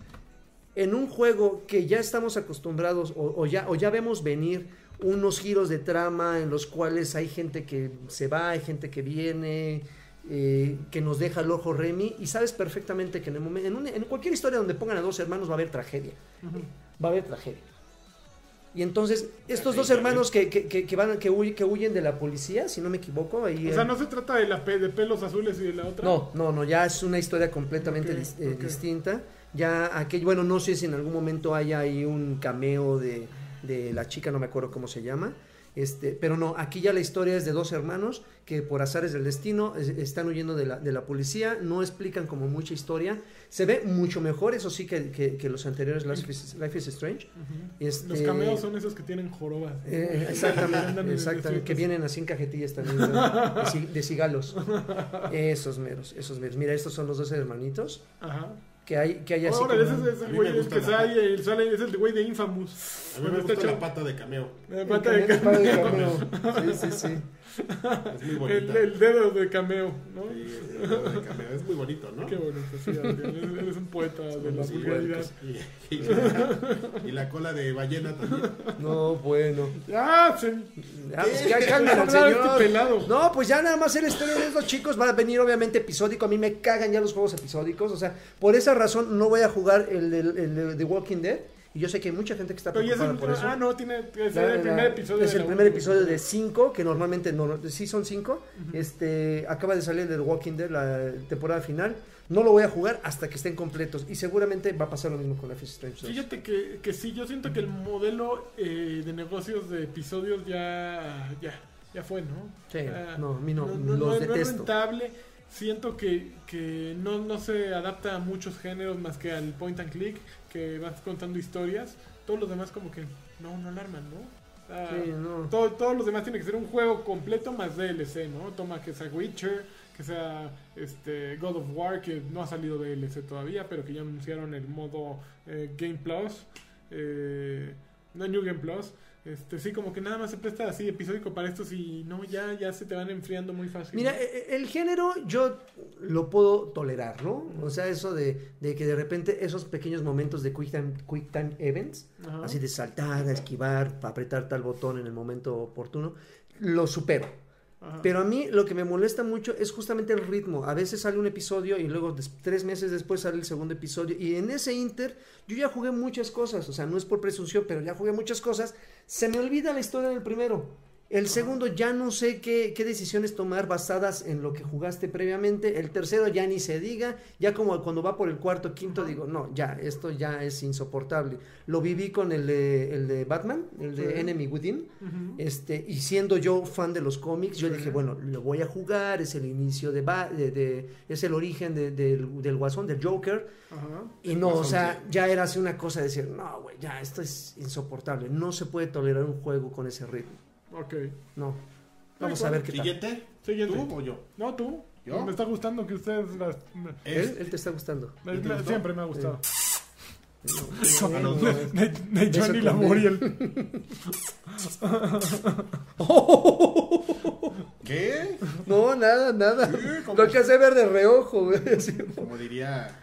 en un juego que ya estamos acostumbrados o, o ya, o ya vemos venir unos giros de trama en los cuales hay gente que se va, hay gente que viene, eh, que nos deja el ojo Remy y sabes perfectamente que en, el momen- en, un- en cualquier historia donde pongan a dos hermanos va a haber tragedia. Va a haber tragedia. Y entonces, estos dos hermanos que, que, que- que van, que, huy- que huyen de la policía, si no me equivoco, ahí...
O
eh,
sea, no se trata de la pe- de pelos azules y de la otra.
no, no, no, ya es una historia completamente
Ok,
dis- eh,
ok.
distinta. Ya aquello, bueno, no sé si en algún momento haya ahí un cameo de, de la chica, no me acuerdo cómo se llama. Este, pero no, aquí ya la historia es de dos hermanos que por azares del destino es- están huyendo de la, de la policía, no explican como mucha historia. Se ve mucho mejor, eso sí, que, que- que los anteriores Life is, Life is Strange.
Ujú.
Este,
Los cameos son esos que tienen jorobas. Que andan en
eh, exactamente,
el
exactamente.
desierto.
Que vienen así en cajetillas también, de, ci- de cigalos. Esos meros, esos meros. Mira, estos son los dos hermanitos.
Ajá.
Que hay, que hay así.
Ahora,
como-
ese es
A mí
el
me
güey el
gusta
que
la
sale, el sale- es el güey de Infamous.
A mí me
Está
gusta
hecho-
la pata de cameo.
La
el
pata de
cameo, el
cameo.
cameo. Sí, sí, sí.
Es muy
El,
bonita.
el dedo de cameo, ¿no?
Sí, el dedo de cameo. Es muy bonito, ¿no?
Qué bonito, sí, Adrián. Eres- Eres un poeta de la
Sí,
vulgaridad.
bueno, y, y la, y la cola de ballena también.
No, bueno.
¡Ah! Se,
Ya, pues, ya, calmen al
Hablar este
señor.
pelado.
No, pues ya nada más el historia de estos chicos va a venir obviamente episódico. A mí me cagan ya los juegos episódicos. O sea, por esa razón no voy a jugar el, el, el de The Walking Dead. Y yo sé que hay mucha gente que está
Pero ya es
preocupada
el,
por eso.
ah, no, tiene, es
La-
el
la-
primer episodio.
es
de
el
la
primer
uno.
episodio de 5, que normalmente no, no- sí son 5. Este acaba de salir de The Walking Dead la temporada final. No lo voy a jugar hasta que estén completos y seguramente va a pasar lo mismo con Life is Strange. 2.
Fíjate que, que sí, yo siento que el modelo eh, de negocios de episodios ya, ya, ya fue, ¿no?
Sí,
Ah,
no, a mí no, los
es- no es
detesto.
rentable. Siento que, que no, no se adapta a muchos géneros más que al point and click, que vas contando historias. Todos los demás como que... No, no la arman, ¿no? Ah,
Sí, no.
todo- todos los demás tiene que ser un juego completo más DLC, ¿no? Toma que sea Witcher, que sea este God of War, que no ha salido DLC todavía, pero que ya anunciaron el modo eh, Game Plus, eh, no New Game Plus. Este, sí, como que nada más se presta así episódico para estos y no, ya, ya se te van enfriando muy fácil.
Mira,
¿no?
e- e- el género yo lo puedo tolerar, ¿no? O sea, eso de, de que de repente esos pequeños momentos de quick time, quick time events,
Ajá.
así de saltar, a esquivar, apretar tal botón en el momento oportuno, lo supero.
Ajá.
Pero a mí lo que me molesta mucho es justamente el ritmo. A veces sale un episodio y luego des- tres meses después sale el segundo episodio. Y en ese inter yo ya jugué muchas cosas. O sea, no es por presunción, pero ya jugué muchas cosas. Se me olvida la historia del primero. El segundo ya no sé qué, qué decisiones tomar basadas en lo que jugaste previamente. El tercero ya ni se diga. Ya como cuando va por el cuarto, quinto, digo, no, ya, esto ya es insoportable. Lo viví con el de, el de Batman, el de
Sí.
Enemy Within.
Ujú.
Este, y siendo yo fan de los cómics, yo dije, bueno, lo voy a jugar, es el inicio de, Ba- de- de- es el origen de- del, del Guasón, del Joker.
Ajá.
Y no, o
Guasón,
sea,
sí.
ya era así una cosa de decir, no, güey, ya, esto es insoportable, no se puede tolerar un juego con ese ritmo.
Ok.
No. Vamos a ver qué tal.
Siguiente.
Siguiente.
¿Tú o yo?
No, tú.
¿Yo?
Me está gustando que ustedes las...
¿Él? Él te está gustando.
me-
¿Te
me-
gustó?
siempre me ha gustado.
No, no, no, no.
De, de
Beso
Johnny
con
Laboriel.
¿Qué?
No, nada, nada.
Sí, como-
Lo que hace ver de reojo, güey. así.
Como diría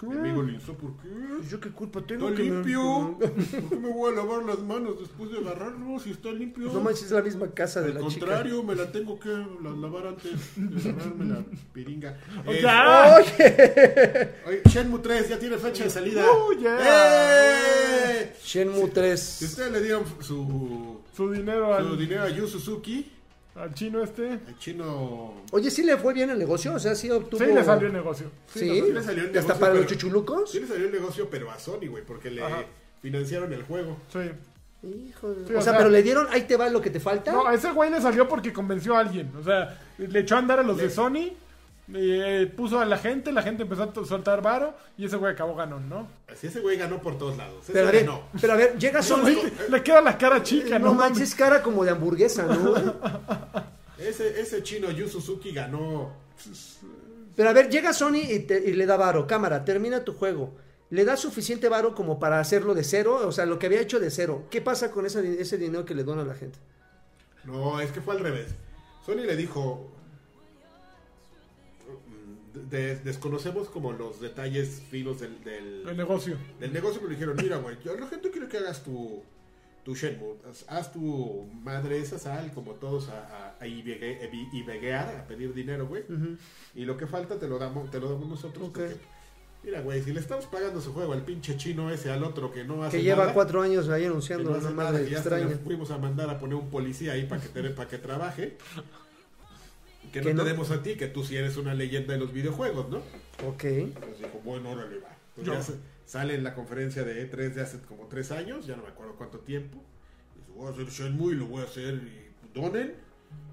mi amigo Linzo, ¿por qué?
Pues, Yo qué culpa tengo. que
Está
me-
limpio. ¿Por qué me voy a lavar las manos después de agarrarlo si está limpio?
No manches, es la misma casa de
Al
la
contrario, me la tengo que la- lavar antes de agarrarme la piringa. Eh,
¡Ya!
oye, Shenmue 3 ya tiene fecha de salida.
¡Oh, yeah!
¡Eh!
chica. Shenmue 3.
Si ustedes le dieron su,
Su dinero
su
al,
dinero a Yu Suzuki,
al chino este.
el chino...
Oye, sí le fue bien el negocio, o sea, sí obtuvo.
Sí, le salió el negocio.
Sí,
sí le salió el negocio,
hasta para los
pero-
chuchulucos.
Sí le salió el negocio, pero a Sony, güey, porque le
Ajá.
financiaron el juego.
Sí.
Hijo de-
Sí,
o,
o
sea,
sea-
pero le dieron, ahí te va lo que te falta.
No, a ese güey le salió porque convenció a alguien. O sea, le echó a andar a los de Sony. eh, puso a la gente, la gente empezó a to- soltar varo y ese güey acabó ganón, ¿no?
Así ese güey ganó por todos lados. Ese
pero, a ver,
ganó.
pero a ver, llega Sony.
Le queda la cara chica,
No
¿no?
manches, cara como de hamburguesa, ¿no?
Ese, ese chino Yu Suzuki ganó.
Pero a ver, llega Sony y, te- y le da varo. Cámara, termina tu juego. Le da suficiente varo como para hacerlo de cero, o sea, lo que había hecho de cero. ¿Qué pasa con ese, di- ese dinero que le dona a la gente?
No, es que fue al revés. Sony le dijo. mm, de- desconocemos como los detalles finos del, del,
El negocio.
del negocio, pero le dijeron: Mira, güey, yo- la gente quiere que hagas tu, tu Shenmue. Haz, haz tu madre esa, sal como todos a, a, a ibegue- ebi- ibeguear, a pedir dinero, güey. Y lo que falta te lo damos, te lo damos nosotros.
Ok.
porque, mira, güey, si le estamos pagando su juego al pinche chino ese, al otro que no hace
Que lleva
nada,
cuatro años ahí
que
anunciando
no hace
una
nada,
madre
que ya hasta le
extraña.
fuimos a mandar a poner un policía ahí para que, te- para que trabaje. Que no
Que no.
tenemos a ti, que tú sí eres una leyenda de los videojuegos, ¿no?
Ok.
Entonces dijo, bueno, órale, va. Entonces
Yo.
ya se- sale en la conferencia de E3 de hace como tres años, ya no me acuerdo cuánto tiempo. Dice, voy a hacer Shenmue y lo voy a hacer y donen.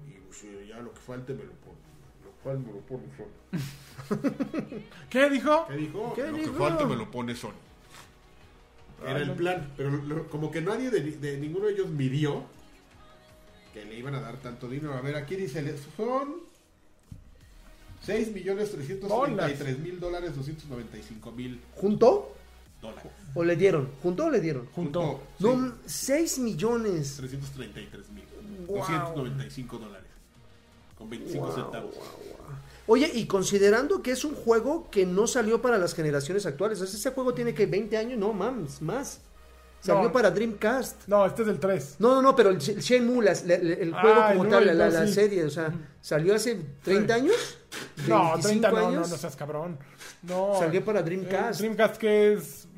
Y pues, ya lo que falte me lo ponen. Lo cual me lo pone Sony.
¿Qué dijo?
¿Qué dijo?
¿Qué
lo
dijo?
que falte me lo pone Sony. Era
Ay,
el
no.
plan, pero lo- como que nadie de, de ninguno de ellos midió que le iban a dar tanto dinero. A ver, aquí dice, le- son 6 millones mil dólares 295 mil
¿Junto?
dólares.
¿O le dieron? ¿Junto o le dieron?
Junto.
No, 6 millones.
333 mil
Wow.
295 dólares con 25 centavos.
Oye, y considerando que es un juego que no salió para las generaciones actuales, o sea, ese juego tiene que 20 años, no mames, más. Salió
No.
para Dreamcast.
No, este es el 3.
No, no, no, pero el, Sh- el Shenmue, las- la- la- el
Ah,
juego
el
como
uno
tal,
y
la,
el
la-
dos,
la
sí.
serie, o sea, salió hace 30
Sí.
años.
No,
25
30 no, no, no
años.
seas cabrón. No.
Salió para
Eh,
Dreamcast.
Dreamcast que es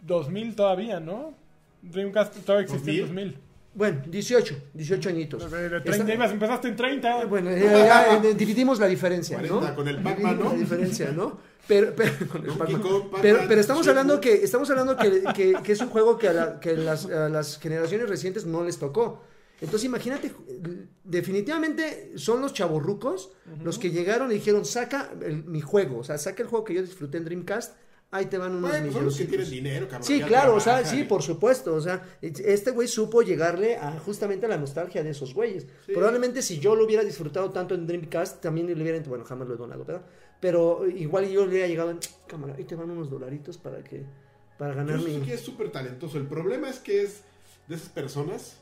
2000 todavía, ¿no? Dreamcast todavía existe en 2000.
Bueno, 18, 18 añitos.
Pero
Esta-
30, ibas- empezaste en 30.
Bueno, eh, ya, eh, dividimos la diferencia,
40
¿no?
con el Pac-Man,
Dividimos
¿no?
la diferencia, ¿no? Pero, pero, con el
Donkey
Pac-Man.
Kong, Pac-Man,
Pero- pero estamos
Shenmue.
hablando que estamos hablando que, que- que es un juego que, a, la- que las, a las generaciones recientes no les tocó. Entonces imagínate, definitivamente son los chavorrucos los que llegaron y dijeron, saca el- mi juego, o sea, saca el juego que yo disfruté en Dreamcast, ahí te van unos
Bueno, pues son los que tienen
milloncitos.
dinero, cabrón.
Sí,
ya
claro, o sea,
trabajan
sí,
y-
por supuesto. O sea, este güey supo llegarle a justamente a la nostalgia de esos güeyes.
Sí.
Probablemente si yo lo hubiera disfrutado tanto en Dreamcast, también le hubiera, bueno, jamás lo he donado, ¿verdad? Pero igual yo le hubiera llegado en, cámara, ahí te van unos dolaritos para que, para ganar mi...
Yo sé que es súper talentoso. El problema es que es de esas personas.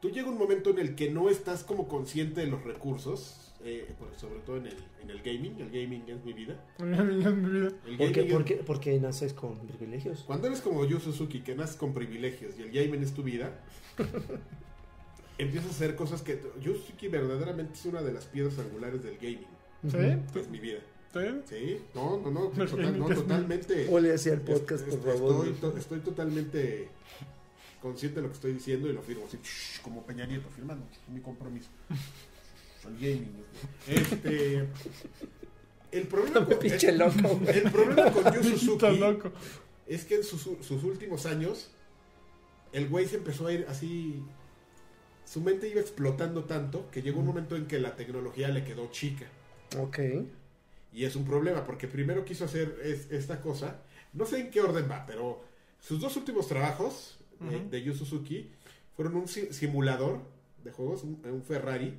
Tú llega un momento en el que no estás como consciente de los recursos, eh, por- sobre todo en el, en el gaming. El gaming es mi vida.
Niños, mi vida.
El
Porque,
gaming es-
porque, porque naces con privilegios.
Cuando eres como Yu Suzuki, que naces con privilegios y el gaming es tu vida, empiezas a hacer cosas que. Yu Suzuki verdaderamente es una de las piedras angulares del gaming.
¿Sí?
Es mi vida.
¿Sí?
Sí, no, no, no,
El
total-
gaming
no,
es mi-
totalmente.
Ole hacia el podcast,
Este,
por
este,
favor.
Estoy, to- estoy totalmente consciente de lo que estoy diciendo y lo firmo así, shh, como Peña Nieto, firmando, mi compromiso. Soy gaming. ¿no? Este, el problema
No me
con,
pinche
el,
loco, güey.
el problema con Yu
Está
Suzuki
loco.
es que en sus, sus últimos años el güey se empezó a ir así, su mente iba explotando tanto que llegó un momento en que la tecnología le quedó chica.
Ok.
Y es un problema, porque primero quiso hacer es- esta cosa. No sé en qué orden va, pero sus dos últimos trabajos de,
Ujú.
de Yu Suzuki fueron un si- simulador de juegos, un, un Ferrari,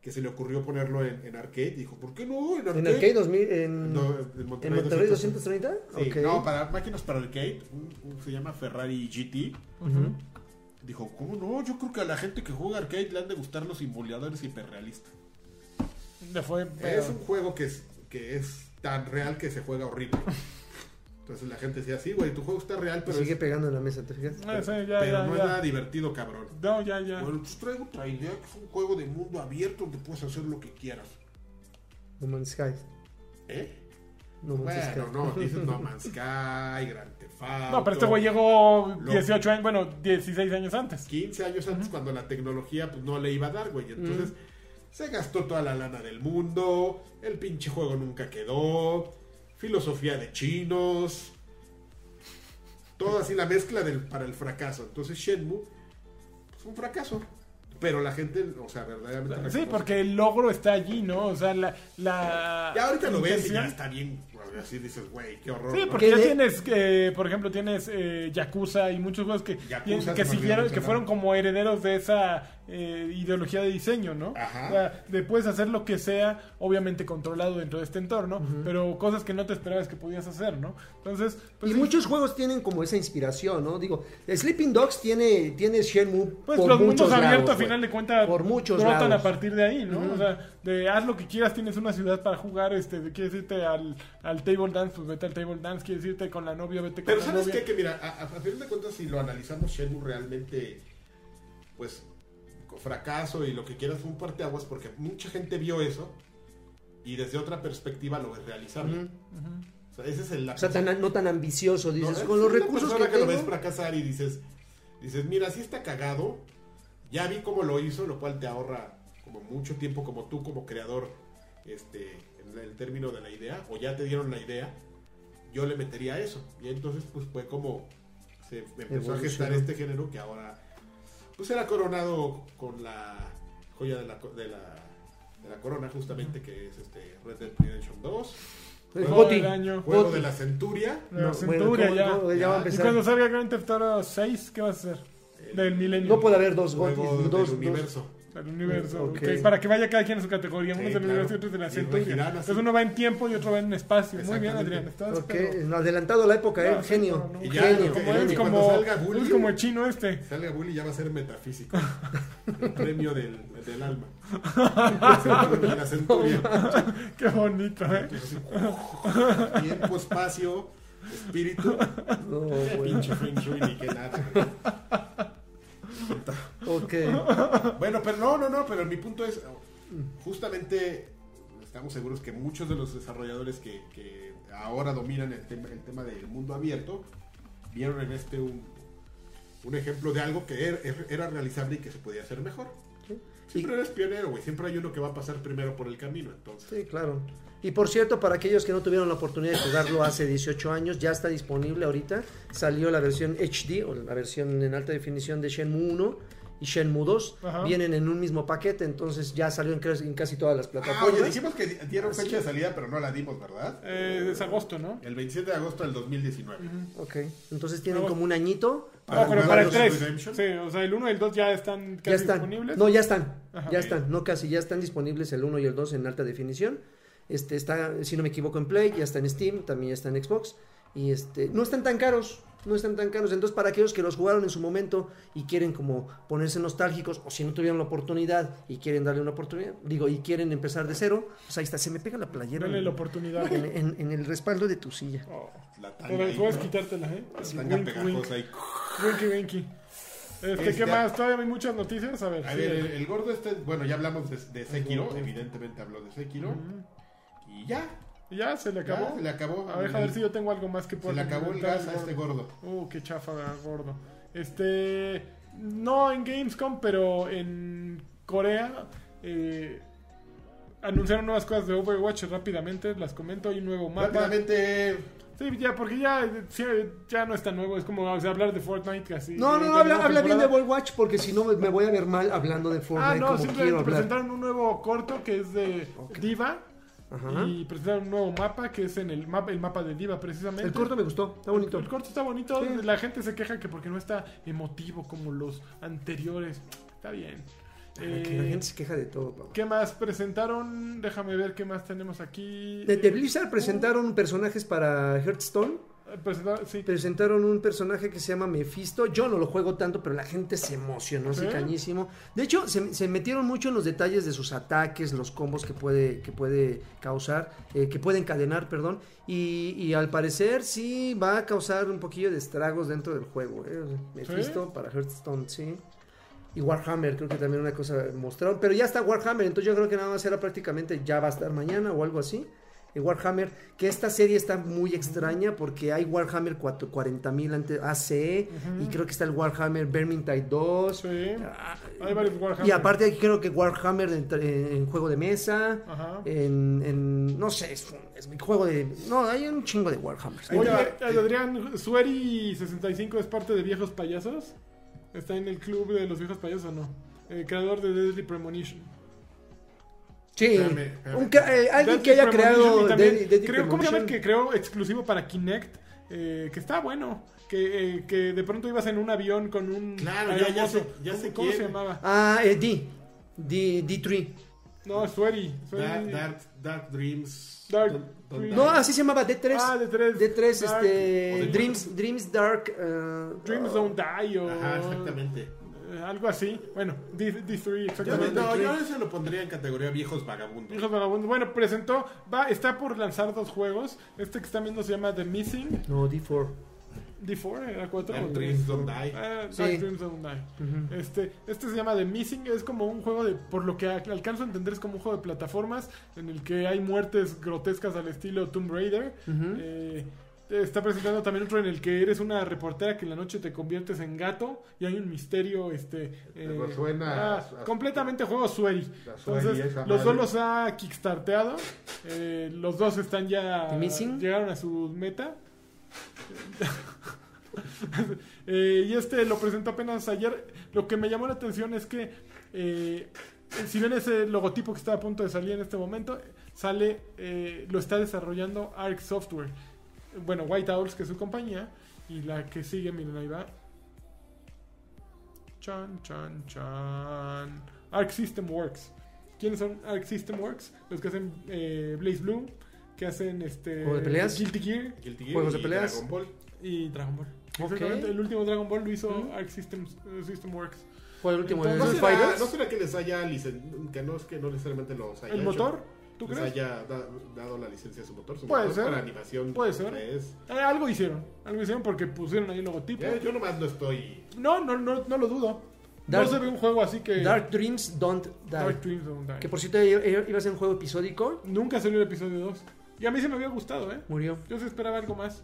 que se le ocurrió ponerlo en, en arcade. Dijo, ¿por qué no? En
¿En
arcade.
Arcade 2000? ¿En,
No, en Monterrey,
en Monterrey
200.
230?
Sí,
ok.
No, para máquinas para arcade. un- un- se llama Ferrari GT.
Ujú.
Dijo, ¿cómo no? Yo creo que a la gente que juega arcade le han de gustar los simuladores hiperrealistas.
Le fue.
Es
peor.
un juego que es, que es tan real que se juega horrible. Entonces la gente decía, sí, güey, tu juego está real,
Me
pero,
sigue
es-
pegando en la mesa, ¿te fijas?
Ah, sí, ya,
pero
ya,
no
ya.
es nada divertido, cabrón.
No, ya, ya.
Bueno, pues traigo otra idea que es un juego de mundo abierto donde puedes hacer lo que quieras.
No Man's Sky.
¿Eh?
No Man's Sky.
Bueno, no, dices No Man's Sky, Grand Theft Auto.
No, pero este güey llegó
Lo-
18 años, bueno, 16 años antes.
15 años antes cuando la tecnología pues, no le iba a dar, güey.
Mm.
Entonces se gastó toda la lana del mundo, el pinche juego nunca quedó, filosofía de chinos, todo así la mezcla del, para el fracaso. Entonces Shenmue fue un fracaso. Pero la gente, o sea, verdaderamente...
Sí,
reconoce.
porque el logro está allí, ¿no? O sea, la. la
Ya ahorita lo ves y
intención-
ya está bien. güey, Así dices, güey, qué horror.
Sí,
¿no?
porque
Que
ya
de-
tienes, eh, por ejemplo, tienes eh, Yakuza y muchos juegos que,
Yakuza,
que
se me olvidó
siguieron, que
mencionar.
fueron como herederos de esa eh, ideología de diseño, ¿no?
Ajá.
O sea, de puedes hacer lo que sea, obviamente controlado dentro de este entorno, pero cosas que no te esperabas que podías hacer, ¿no? Entonces, pues,
y
sí,
muchos juegos tienen como esa inspiración, ¿no? Digo, Sleeping Dogs tiene, tiene Shenmue
pues
por
los
muchos
mundos abiertos,
lados,
a final
güey.
de cuentas,
Por muchos
brotan
lados.
a partir de ahí, ¿no? O sea, de haz lo que quieras, tienes una ciudad para jugar, este, de- quieres irte al, al table dance, pues vete al table dance, quieres irte con la novia, vete con
Pero
la
¿sabes
novia.
qué? Que mira, a, a a fin de cuentas, si lo analizamos, Shenmue realmente, pues, co- fracaso y lo que quieras fue un parteaguas porque mucha gente vio eso y desde otra perspectiva lo es realizable. O sea, ese es el...
O sea, tan- no tan ambicioso, dices,
no,
con
es
los
la
recursos que,
persona lo ves
tengo.
fracasar y dices, dices, mira, sí está cagado, ya vi cómo lo hizo, lo cual te ahorra como mucho tiempo como tú, como creador, este, en el término de la idea, o ya te dieron la idea, yo le metería eso. Y entonces, pues fue como se empezó a gestar
Evolucionó.
este género que ahora, pues era coronado con la joya de la, co- de la, de la corona, justamente, que es este Red Dead Redemption 2,
Eh,
Juego
Goti.
del año.
Juego
Goti.
de la Centuria.
La
No,
Centuria
bueno,
ya.
¿cómo- cómo- ya va a
Ya.
Y
empezar.
cuando salga Grand Theft Auto 6, ¿qué vas a hacer?
El-
Del milenio.
No puede haber dos Gotis,
Juego
dos,
del
dos-
universo.
Del universo.
Ok.
ok, Para que vaya cada quien en su categoría. Uno
Sí,
es del
claro.
universo y otro es de la
Y
centuria.
regirán así.
Entonces uno va en tiempo y otro va en espacio. Muy bien,
Exactamente.
Adrián. Estás
Ok,
pero-
adelantado a la época, ¿eh?
No, sí,
genio.
no, no.
Y ya,
genio.
lo que-
Como
el-
es
y cuando
como,
salga Bully-
es como el chino este.
Salga Bully ya va a ser metafísico. El premio del, del alma. De la centuria.
Qué bonito, ¿eh?
Entonces, Tiempo, espacio, espíritu.
No, güey.
Pinche Feng Shui ni que nada. güey.
Ok.
Bueno, pero no, no, no, pero mi punto es, justamente estamos seguros que muchos de los desarrolladores que, que ahora dominan el, tema- el tema del mundo abierto, vieron en este un, un ejemplo de algo que er- er- era realizable y que se podía hacer mejor. Siempre eres pionero, güey, siempre hay uno que va a pasar primero por el camino, entonces.
Sí, claro. Y por cierto, para aquellos que no tuvieron la oportunidad de jugarlo hace 18 años, ya está disponible ahorita. Salió la versión HD o la versión en alta definición de Shenmue 1 y Shenmue 2
Ajá.
vienen en un mismo paquete, entonces ya salió en, casi- en casi todas las
Ah, oye,
plataformas.
dijimos que dieron fecha de salida, pero no la dimos, ¿verdad?
Eh, es agosto, ¿no?
El 27 de agosto del 2019.
ok, entonces tienen
No.
como un añito.
No, Ah, pero
jugar
para
a
el
los
3.
Redemption?
Sí, o sea, el 1 y el 2 ya están casi
ya están.
disponibles.
No, ya están.
Ajá.
Ya están. No, casi. Ya están disponibles el 1 y el 2 en alta definición. Este está, si no me equivoco, en Play. Ya está en Steam. También ya está en Xbox. Y este, no están tan caros. No están tan caros. Entonces, para aquellos que los jugaron en su momento y quieren como ponerse nostálgicos, o si no tuvieron la oportunidad y quieren darle una oportunidad, digo, y quieren empezar de cero, pues ahí está. Se me pega la playera
Dale
en,
la oportunidad.
en- en- en el respaldo de tu silla.
Oh.
La tanga
Pero
ahí,
puedes
¿no?
quitártela, ¿eh?
La
Así,
tanga
wink, wink,
pegajosa ahí.
winky, winky. Este,
Este-
¿qué más? Todavía hay muchas noticias. A ver.
A
sí.
ver, el, el gordo este, bueno, ya hablamos de, de Sekiro,
este.
evidentemente habló de Sekiro. Y ya,
Y Ya se le acabó.
ya, se le acabó.
A ver, a ver si yo tengo algo más que
Se
pueda.
le acabó el gas a
comentar.
este gordo.
Uh, qué chafa, gordo. Este. No en Gamescom, pero en Corea. eh, anunciaron nuevas cosas de Overwatch rápidamente. Las comento. Hay un nuevo mapa.
Rápidamente,
Sí, ya, porque ya, sí, ya no es tan nuevo. Es como o sea, hablar de Fortnite casi.
No, no,
de
no,
la
habla,
nueva
habla bien de
temporada.
Overwatch porque si no me, me voy a ver mal hablando de Fortnite
Ah, no,
como quiero
simplemente
hablar.
presentaron un nuevo corto que es de Diva.
Ajá.
Y presentaron un nuevo mapa que es en el mapa, el mapa de Diva precisamente.
El corto me gustó, está bonito.
El corto está bonito.
Sí.
La gente se queja que porque no está emotivo como los anteriores. Está bien.
Ay, que
Eh,
la gente se queja de todo, papá.
¿Qué más presentaron? Déjame ver qué más tenemos aquí.
De, de
Eh,
Blizzard presentaron personajes para Hearthstone.
eh, presentaron- sí.
Presentaron un personaje que se llama Mephisto. Yo no lo juego tanto, pero la gente se emocionó, se
¿Sí?
cañísimo. De hecho, se, se metieron mucho en los detalles de sus ataques, los combos que puede, que puede causar, eh, que puede encadenar, perdón. Y, y al parecer sí va a causar un poquillo de estragos dentro del juego. eh. Mephisto para Hearthstone, sí. Y Warhammer, creo que también una cosa mostraron. Pero ya está Warhammer, entonces yo creo que nada más era prácticamente ya va a estar mañana o algo así. Eh, Warhammer, que esta serie está muy extraña porque hay Warhammer 4- 40.000 antes ACE E y creo que está el Warhammer Vermintide 2.
Sí.
Ah,
Hay varios Warhammer.
Y aparte hay, creo que Warhammer en, en juego de mesa,
Ajá.
Eh, en, en- no sé, es, un- es un juego de... No, hay un chingo de Warhammer.
Oye, eh, Adrián, Sueri65 es parte de Viejos Payasos. ¿Está en el club de los Viejos Payasos o no? El creador de Deadly Premonition.
Sí,
espérame, espérame.
un ca- eh,
Deadly
alguien que haya
Premonition
creado...
y también
Deadly- Deadly
creo, ¿Cómo se llama el
Premonition.
que creó exclusivo para Kinect? Eh, que está bueno. Que, eh, que de pronto ibas en un avión con un.
Claro, ya- ya sé-
aeromozo.
ya
¿Cómo-
sé
¿Cómo se
quién.
llamaba?
Ah, eh, D. D, D3.
No, Sueri. Sueri-
Dark, Dark, Dark Dreams.
Dark
Don't- Don't
Dreams.
No,
Die.
así se llamaba D3.
Ah, de tres.
D3,
Dark-
este...
O de-
Dreams, Dreams Dark... eh,
Dreams Don't Die o.
Ajá, exactamente.
eh, algo así. Bueno, D- D3,
Yo
exactamente.
no, no, yo eso lo pondría en categoría viejos vagabundos.
Hijos Vagabundos. Bueno, presentó, va, está por lanzar dos juegos. Este que están viendo se llama The Missing,
No, D4.
D4, era 4.
Dark Dreams Don't Die.
Ah, Dark
Sí.
Dreams Don't Die. este, este se llama The Missing, es como un juego de, por lo que al- alcanzo a entender, es como un juego de plataformas en el que hay muertes grotescas al estilo Tomb Raider. Eh, está presentando también otro en el que eres una reportera que en la noche te conviertes en gato y hay un misterio, este...
Pero suena
ah,
a- a-
completamente juego sueri.
La sueri
Entonces,
esa
los dos
madre.
los ha kickstarteado. eh, los dos están ya...
¿The Missing?
Llegaron a su meta. Eh, y este lo presentó apenas ayer. Lo que me llamó la atención es que, eh, si bien ese logotipo que está a punto de salir en este momento, sale, eh, lo está desarrollando Arc Software. Bueno, White Owls, que es su compañía. Y la que sigue, miren, ahí va. Chan, chan, chan. Arc System Works. ¿Quiénes son Arc System Works? Los que hacen eh, Blaze Blue, que hacen este.
¿Juego de peleas?
Guilty Gear
Guilty Gear
Juegos de
y
Pues, peleas.
Dragon Ball.
y Dragon Ball.
Ok.
Exactamente, el último Dragon Ball lo hizo Arc System, eh, System Works.
¿Cuál el último?
Entonces,
¿El
¿No
Street
será,
Fighters?
no será que les haya licen... que no es que no necesariamente
Ah,
los haya
¿El
hecho,
motor? ¿Tú
Pues
les
crees?
haya da- dado la licencia a su motor, su
Puede
motor
ser.
para animación.
Puede ser.
es-
Eh, algo hicieron, algo hicieron porque pusieron ahí el logotipo.
Eh, yo nomás no estoy.
No, no, no, no lo dudo.
Dark-
no se ve un juego así que.
Dark Dreams Don't Die.
Dark Dreams Don't Die.
Que por cierto i- i- iba a ser un juego episódico.
Nunca salió el episodio 2. Y a mí se me había gustado, ¿eh?
Murió.
Yo se esperaba algo más.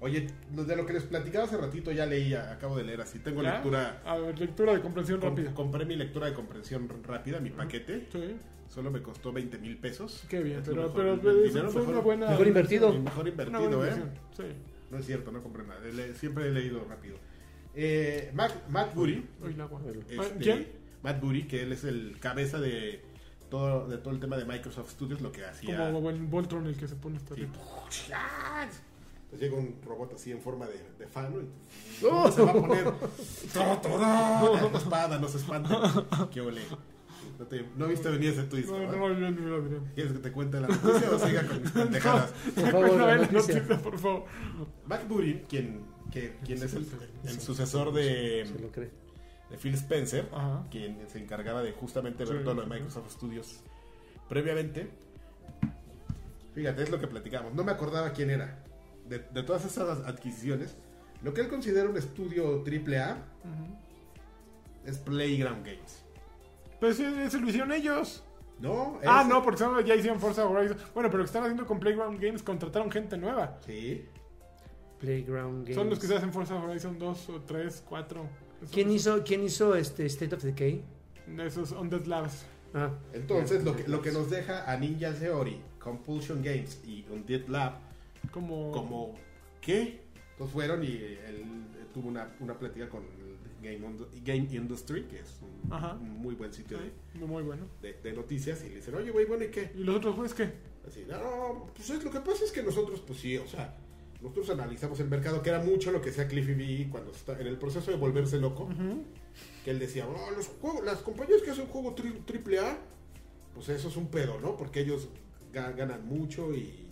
Oye, lo- de lo que les platicaba hace ratito ya leía, acabo de leer así. Tengo
¿Ya?
lectura.
A ver, lectura de comprensión
com-
rápida.
compré mi lectura de comprensión r- rápida, mi paquete.
Sí,
Solo me costó 20 mil pesos.
qué bien.
Es lo
Pero,
mejor,
pero,
el
pero eso
dinero
fue
mejor-
una buena.
Mejor invertido.
mi Mejor
Una
invertido,
buena
¿eh?
inversión, Sí.
No es cierto, no compré nada. Le- siempre he leído rápido.
Eh, Matt, Matt Booty,
Uy, el agua. Ah,
este,
¿Quién?
Matt Booty, que él es el cabeza de todo, de todo el tema de Microsoft Studios, lo que hacía.
Como el Voltron el que se pone hasta
Sí.
arriba.
Entonces llega un robot así en forma de, de fan, ¿no? Y
¡Oh!
se va a poner ¡Tro, tro, tro! con la espada, no se espanta. Qué ole. No, te- no viste venir ese twist,
No,
¿verdad?
no, yo ni lo diré.
¿Quieres que te cuente la noticia o siga con mis pendejadas?
Por favor,
no,
la
la
noticia.
noticia, por favor.
Matt Booty, quien, que- quien es el, el sucesor de,
Se lo cree.
de Phil Spencer,
Ajá.
quien se encargaba de justamente ver
Sí,
todo lo de
sí.
Microsoft Studios previamente. Fíjate, es lo que platicamos. No me acordaba quién era. De, de todas esas adquisiciones, lo que él considera un estudio AAA
Ujú.
es Playground Games.
Pero ese, ese lo hicieron ellos.
¿No?
Ah,
es-
no, porque son- ya hicieron Forza Horizon. Bueno, pero lo que están haciendo con Playground Games contrataron gente nueva.
Sí.
Playground Games.
Son los que se hacen Forza Horizon 2 o 3, 4. Esos-
¿Quién hizo, quién hizo este State of Decay?
Esos Undead Labs.
Ah,
Entonces, lo que, lo que nos deja a Ninja Theory, Compulsion Games y Undead Lab
Como.
como ¿qué? Entonces fueron y él tuvo una, una plática con el Game, Ind- Game Industry, que es un,
Ajá.
un muy buen sitio
Sí,
de,
muy bueno.
de- de noticias, y le dicen, oye, güey, bueno, ¿y qué?
¿Y los otros jueces qué?
Así, no, no, pues es, lo que pasa es que nosotros, pues sí, o sea, nosotros analizamos el mercado, que era mucho lo que sea Cliffy B cuando está en el proceso de volverse loco, que él decía, "Oh, los juegos, las compañías que hacen juego tri- triple A, pues eso es un pedo, ¿no? Porque ellos ga- ganan mucho y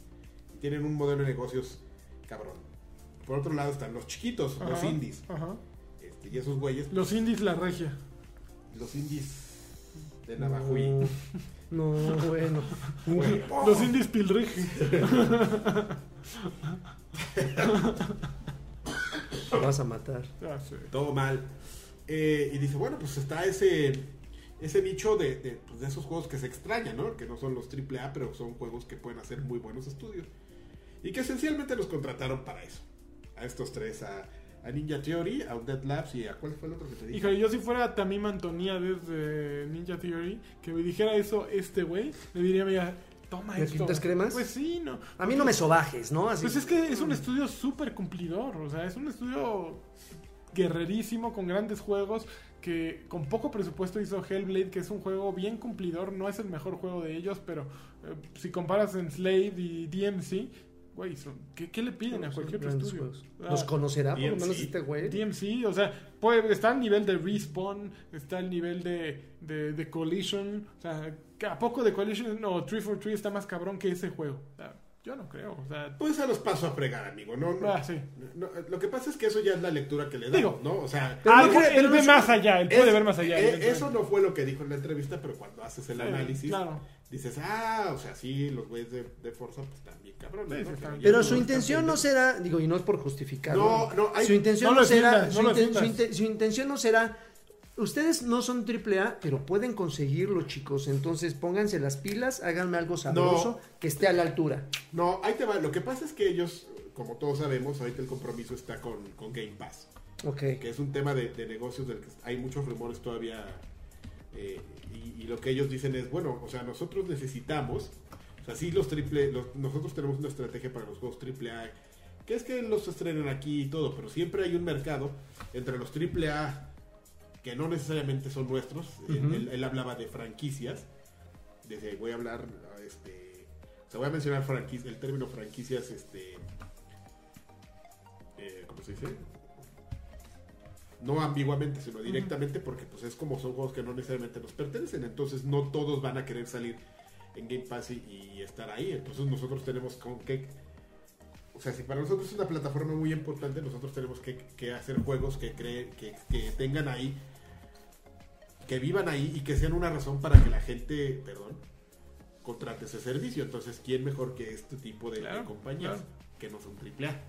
tienen un modelo de negocios cabrón. Por otro lado están los chiquitos, los
Ajá,
indies.
Ajá.
Este, y esos güeyes,
Los indies la regia.
los indies de Navajuy.
No, no, bueno.
Güey, ¡oh!
Los indies Pilrig.
Lo vas a matar.
Ah, sí.
todo mal. Eh, y dice, bueno, pues está ese ese nicho de, de, pues, de esos juegos que se extrañan, ¿no? Que no son los AAA, pero son juegos que pueden hacer muy buenos estudios. Y que esencialmente los contrataron para eso. A estos tres, a, a Ninja Theory, a Dead Labs y a... ¿Cuál fue el otro que te dije?
Híjole, yo si fuera Tamim Antonia desde Ninja Theory, que me dijera eso este güey, le diría, mira, toma
¿Me
esto.
pintas cremas?
Pues sí, no.
A mí no me sobajes, ¿no? Así.
Pues es que es un estudio súper cumplidor, o sea, es un estudio guerrerísimo, con grandes juegos, que con poco presupuesto hizo Hellblade, que es un juego bien cumplidor, no es el mejor juego de ellos, pero eh, si comparas en Slave y DMC, güey, son- ¿qué, qué le piden a
Son
cualquier otro
grandes
estudio?
juegos.
Ah,
¿Los conocerá por lo
DMC.
menos este güey?
DMC, o sea, puede, está al nivel de Respawn, está al nivel de, de, de Collision, o sea, ¿a poco de Collision no, 343 está más cabrón que ese juego? O sea, yo no creo, o sea,
Pues se los paso a fregar, amigo. No, no,
ah, sí.
no, lo que pasa es que eso ya es la lectura que le damos,
Digo,
¿no? O sea...
Pero no
Algo-
cree-
Ah, él
pero no
ve
es- e-,
más allá, él puede
es-
ver más allá.
eh,
evidentemente.
eso no fue lo que dijo en la entrevista, pero cuando haces el
Sí,
análisis,
Claro.
dices, ah, o sea, sí, los güeyes de, de Forza pues están bien cabrones.
Sí,
¿no?
sí, están
ya
Pero
no
su
están
intención no
pendientes.
será, digo, y no es por justificarlo.
No, no, hay-
su intención
no
no,
lo
será,
defiendas,
su,
no lo
inten- su
defiendas.
inten- su intención no será, ustedes no son AAA, pero pueden conseguirlo, chicos. Entonces pónganse las pilas, háganme algo sabroso que esté a la altura.
No, ahí te va. Lo que pasa es que ellos, como todos sabemos, ahorita el compromiso está con, con Game Pass,
Ok.
que es un tema de, de negocios del que hay muchos rumores todavía. eh, y, y lo que ellos dicen es, bueno, o sea, nosotros necesitamos, o sea, sí, los triple, los- nosotros tenemos una estrategia para los juegos triple A, que es que los estrenan aquí y todo, pero siempre hay un mercado entre los triple A que no necesariamente son nuestros. Él-
Ujú.
él, él hablaba de franquicias. Desde voy a hablar, este, o sea, voy a mencionar franquicia, el término franquicias, este, eh, ¿cómo se dice? No ambiguamente, sino directamente, porque pues es como son juegos que no necesariamente nos pertenecen, entonces no todos van a querer salir en Game Pass y, y estar ahí. Entonces nosotros tenemos con que, o sea, si para nosotros es una plataforma muy importante, nosotros tenemos que, que hacer juegos que, cree, que, que tengan ahí, que vivan ahí y que sean una razón para que la gente, perdón, contrate ese servicio. Entonces, ¿quién mejor que este tipo de, de
Claro,
compañías
claro.
que no son AAA?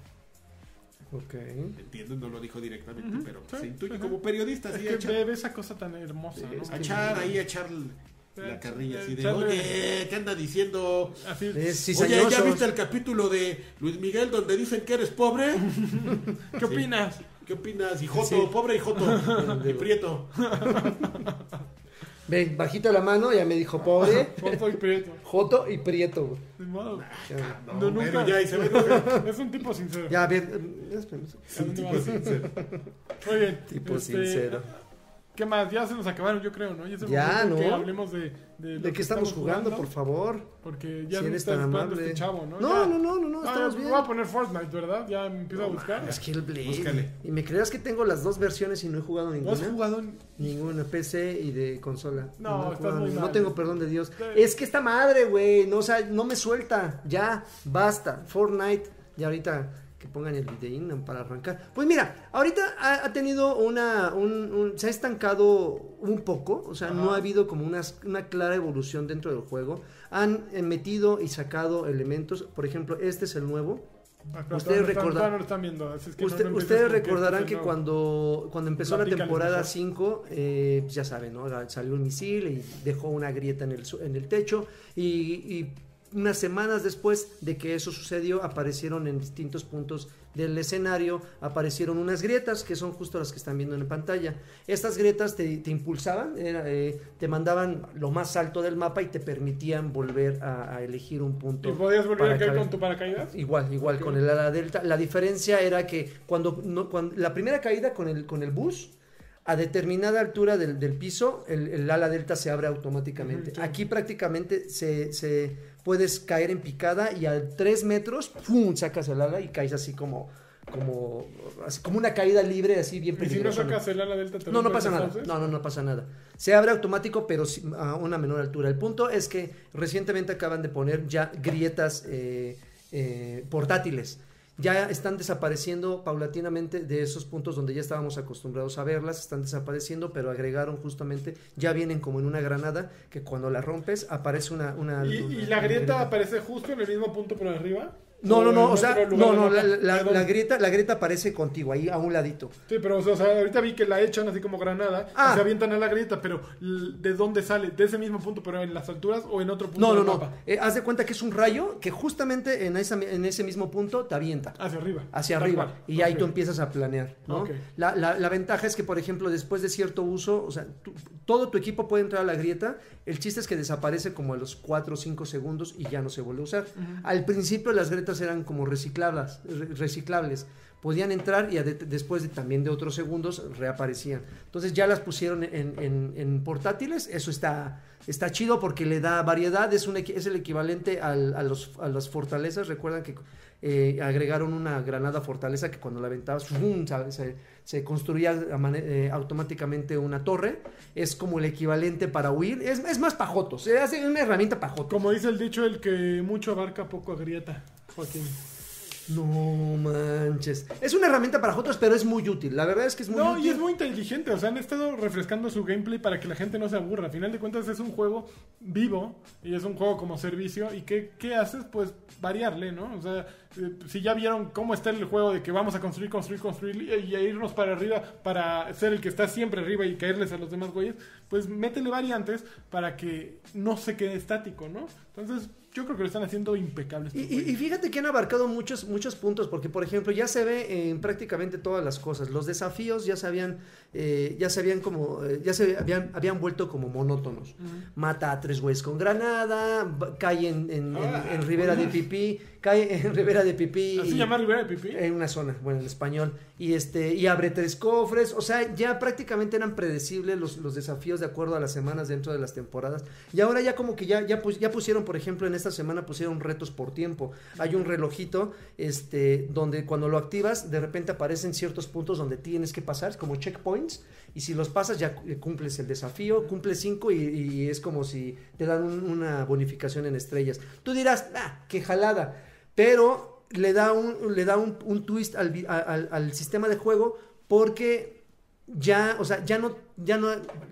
Ok.
Entiendo, no lo dijo directamente,
Ujú,
pero
sí,
se intuye
ajá.
como periodista,
Es
así
que
a echar,
ve, ve esa cosa tan hermosa, ¿no?
Es
a echar ahí, a echar la carrilla así de,
Echarle-
oye, ¿qué anda diciendo?
Así
Es
Oye, ¿ya
cizañoso.
viste el capítulo de Luis Miguel donde dicen que eres pobre?
¿Qué opinas?
¿Qué opinas, hijoto?
Sí.
Pobre hijoto. y prieto.
Ve, bajita la mano, ya me dijo pobre.
Joto y Prieto.
Joto y Prieto, güey.
Pues, Ni modo.
Ya,
No,
No, nunca.
Pero ya, y se ve nunca.
Es un tipo sincero.
Ya, a ver. eh, espérame.
Es un tipo sincero.
Muy bien.
Tipo
este,
sincero.
¿Qué más? Ya se nos acabaron, yo creo, ¿no? Ya, es el
Ya,
momento en
¿no?
Que hablemos de, de, lo
¿De qué estamos jugando, por favor?
Porque ya
Si
me
eres
está
tan
esperando
amable.
este chavo, ¿no?
No,
Ya.
no, no, no, no,
Ah,
estamos
ya,
bien.
Voy a poner Fortnite, ¿verdad? Ya me empiezo a buscar.
Es Hellblade.
Búscale.
Y me creas que tengo las dos versiones y no he jugado
¿No has
ninguna.
jugado? en-
Ninguna PC y de consola.
No,
he
estás
jugado
muy
ninguna.
mal.
No tengo perdón de Dios.
Te-
Es que esta madre, güey, no, o sea, no me suelta. Ya, basta. Fortnite, ya ahorita que pongan el videín para arrancar. Pues mira, ahorita ha, ha tenido una, un, un- se ha estancado un poco, o sea, no ha habido como una, una clara evolución dentro del juego. Han eh, metido y sacado elementos, por ejemplo, este es el nuevo,
Ah, espera,
Ustedes
todavía no están-
recordan-
todavía no lo están viendo, así es que no-
Usted-
no empieces
ustedes
con que
recordarán
este
que
es el nuevo.
cuando, cuando empezó
La
la,
pica les
temporada
empezó.
5, eh, ya saben, ¿no? La- salió un misil y dejó una grieta en el, su- en el techo y, y unas semanas después de que eso sucedió aparecieron en distintos puntos del escenario, aparecieron unas grietas que son justo las que están viendo en pantalla. Estas grietas te, te impulsaban, era, eh, te mandaban lo más alto del mapa y te permitían volver a, a elegir un punto.
¿Y podías volver a
para
caer
caer.
con tu paracaídas?
Igual, igual con el ala delta. La diferencia era que cuando, no- cuando- la primera caída con el, con el bus, a determinada altura del, del piso, el, el ala delta se abre automáticamente.
Ujú, sí.
Aquí prácticamente se, se- puedes caer en picada y a 3 metros, ¡pum! sacas el ala y caes así como, como, así como una caída libre, así bien
Y si no
peligrosa.
sacas el ala delta, te
No, no
rompen
pasa
los
nada.
sauces.
No, no, no pasa nada. Se abre automático, pero sí a una menor altura. El punto es que recientemente acaban de poner ya grietas eh, eh, portátiles. Ya están desapareciendo paulatinamente de esos puntos donde ya estábamos acostumbrados a verlas, están desapareciendo, pero agregaron justamente, ya vienen como en una granada, que cuando la rompes aparece una... una-
¿Y, y la
una
grieta aparece justo en el mismo punto por arriba?
No, no,
en
no, o
otro
sea,
lugar
no,
del
no,
mapa?
la, la-
Perdón.
la grieta, la grieta aparece contigo, ahí a un ladito.
Sí, pero o sea, o sea, ahorita vi que la echan así como granada,
Ah.
y se avientan a la grieta, pero l- ¿de dónde sale? ¿De ese mismo punto, pero en las alturas o en otro punto
No, no,
del
no.
mapa?
Eh, haz de cuenta que es un rayo que justamente en, esa- en ese mismo punto te avienta.
Hacia arriba.
Hacia
Tal
arriba.
cual.
Y ahí
Ok.
tú empiezas a planear. ¿no?
Ok.
La, la- la ventaja es que, por ejemplo, después de cierto uso, o sea, tú- todo tu equipo puede entrar a la grieta. El chiste es que desaparece como a los 4 o 5 segundos y ya no se vuelve a usar. Al principio las grietas eran como recicladas, re- reciclables. Podían entrar y a de- después de- también de otros segundos reaparecían. Entonces ya las pusieron en, en- en portátiles. Eso está, está chido porque le da variedad. Es, un, equi- es el equivalente al- a, los, a las fortalezas. Recuerdan que eh, agregaron una granada fortaleza que cuando la aventabas ¡fum! se, se- se construía a mane- eh, automáticamente una torre. Es como el equivalente para huir. Es, es más pajotos. Se hace una herramienta pajoto.
Como dice el dicho, el que mucho abarca, poco agrieta. Joaquín.
No manches. Es una herramienta para jotos, pero es muy útil. La verdad es que es muy
No,
útil.
y es muy inteligente, o sea, han estado refrescando su gameplay para que la gente no se aburra. Al final de cuentas es un juego vivo y es un juego como servicio. ¿Y qué, qué haces? Pues variarle, ¿no? O sea, eh, si ya vieron cómo está el juego de que vamos a construir, construir, construir y, y a irnos para arriba para ser el que está siempre arriba y caerles a los demás güeyes, pues métele variantes para que no se quede estático, ¿no? Entonces, yo creo que lo están haciendo impecable.
Y,
estos
y- y
güeyes.
fíjate que han abarcado muchos, muchos puntos, porque por ejemplo ya se ve en prácticamente todas las cosas. Los desafíos ya se habían, eh, ya se habían como, eh, ya se habían, habían vuelto como monótonos. Mata a tres güeyes con granada, va- cae en, en- en- en ribera de pipí, cae en ribera de pipí.
¿Así
y- Eh,
llamar Rivera de Pipí?
en una zona, bueno, en español. Y este, y abre tres cofres. O sea, ya prácticamente eran predecibles los, los desafíos de acuerdo a las semanas dentro de las temporadas. Y ahora ya como que ya, ya, pus- ya pusieron, por ejemplo, en esta semana pusieron retos por tiempo. Hay un relojito, este, donde cuando lo activas, de repente aparecen ciertos puntos donde tienes que pasar, como checkpoints. Y si los pasas, ya eh, cumples el desafío, cumples cinco y, y es como si te dan un- una bonificación en estrellas. Tú dirás, ah, qué jalada pero le da un, le da un, un twist al, vi- a- al- al sistema de juego porque ya, o sea, ya no, ya no,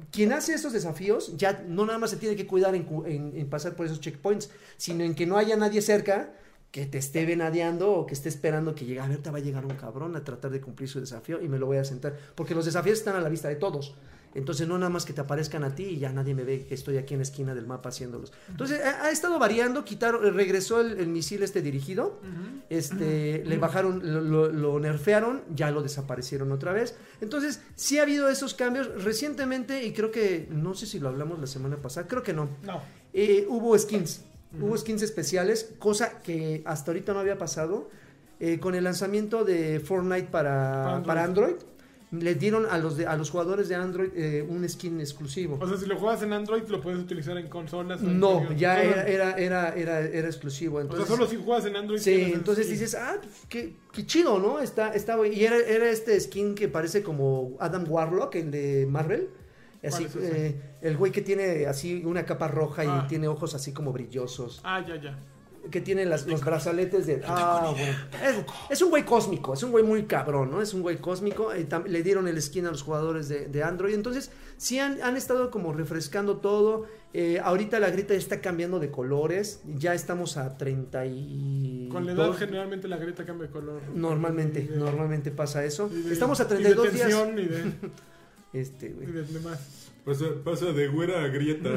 quien hace estos desafíos ya no nada más se tiene que cuidar en, cu- en- en pasar por esos checkpoints, sino en que no haya nadie cerca que te esté venadeando o que esté esperando que llegue. A ver, te va a llegar un cabrón a tratar de cumplir su desafío y me lo voy a sentar. Porque los desafíos están a la vista de todos. Entonces, no nada más que te aparezcan a ti y ya nadie me ve que estoy aquí en la esquina del mapa haciéndolos. Entonces, ha, ha estado variando, quitaron, eh, regresó el, el misil este dirigido, este, le bajaron, lo, lo- lo nerfearon, ya lo desaparecieron otra vez. Entonces, sí ha habido esos cambios recientemente y creo que, no sé si lo hablamos la semana pasada, creo que no.
No.
Eh, hubo skins, hubo skins especiales, cosa que hasta ahorita no había pasado. Eh, con el lanzamiento de Fortnite para,
Para
para Android, le dieron a los, de- a los jugadores de Android eh, un skin exclusivo.
O sea, si lo juegas en Android, lo puedes utilizar en consolas. o en
No,
juegos.
ya
Solo-
era, era, era, era, era exclusivo.
O sea,
Entonces,
solo si juegas en Android.
sí,
tienes el
entonces
skin.
dices, ah, pues, qué, qué chido, ¿no? Está, está, y era, era este skin que parece como Adam Warlock, el de Marvel. Así,
¿Cuál es ese?
eh, el güey que tiene así una capa roja
Ah.
y tiene ojos así como brillosos
Ah, ya, ya.
que tiene las, los brazaletes de... Ah, güey. Es, es un güey cósmico, es un güey muy cabrón, ¿no? Es un güey cósmico. eh, tam- le dieron el skin a los jugadores de, de Android. Entonces, sí han, han estado como refrescando todo. eh, ahorita la grita está cambiando de colores. Ya estamos a 30 y...
Con la edad, generalmente la grieta cambia de color.
Normalmente,
Y de-
normalmente pasa eso.
y de-
Estamos a
y de
32 días.
tensión Y de,
Este, güey.
y de demás.
Pasa, pasa de güera a grieta.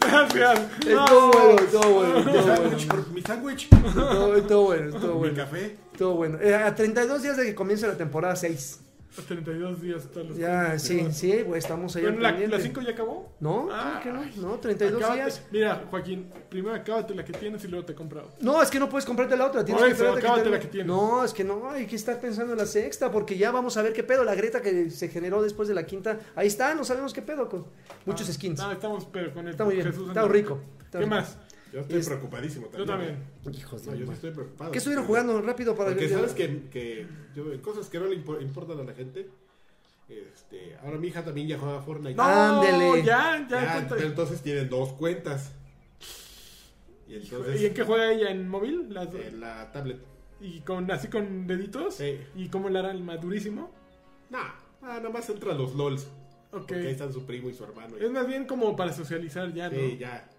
Gracias.
Estuvo Eh, bueno, estuvo bueno, estuvo bueno.
Mi sándwich,
Estuvo- estuvo bueno, estuvo
mi
bueno.
café.
Estuvo bueno. Eh, a 32 días de que comience la temporada 6.
A 32 días todos los
Ya, sí, sí, güey, estamos ahí
Bueno,
al
la,
pendiente.
¿La 5 ya acabó?
No,
Ah.
claro que no, no, 32
Acábate-
días.
Mira, Joaquín, primero acábate la que tienes y luego te compra otra.
No, es que no puedes comprarte la otra, tienes
Por
que
eso,
esperarte que
acábate
termine.
la que tienes.
No, es que no, hay que estar pensando en la sexta, porque ya vamos a ver qué pedo, la grieta que se generó después de la quinta, ahí está, no sabemos qué pedo, con muchos
Ah,
skins.
Ah, estamos pero con el
está muy bien,
Jesús
está
Andrés.
rico. está
¿Qué
rico.
más?
Yo estoy
Es-
preocupadísimo
Yo
también. ¿eh?
también.
Hijos de
No, yo sí
madre.
estoy preocupado.
¿Qué estuvieron jugando rápido para
Porque
yo-
sabes que, que yo- en cosas que no le impo- importan a la gente. Este, ahora mi hija también ya juega a Fortnite.
No, Ándele.
Ya, ya.
Ya,
cuenta.
pero entonces tienen dos cuentas. Y entonces
¿Y en qué juega ella? ¿En móvil? Las dos.
en la tablet.
¿Y con, así con deditos?
Sí.
¿Y cómo la harán? ¿Madurísimo?
Nah, nah, ah, nada más entran los LOLs.
Ok.
Porque ahí están su primo y su hermano. y-
Es más bien como para socializar ya, ¿no?
Sí, ya.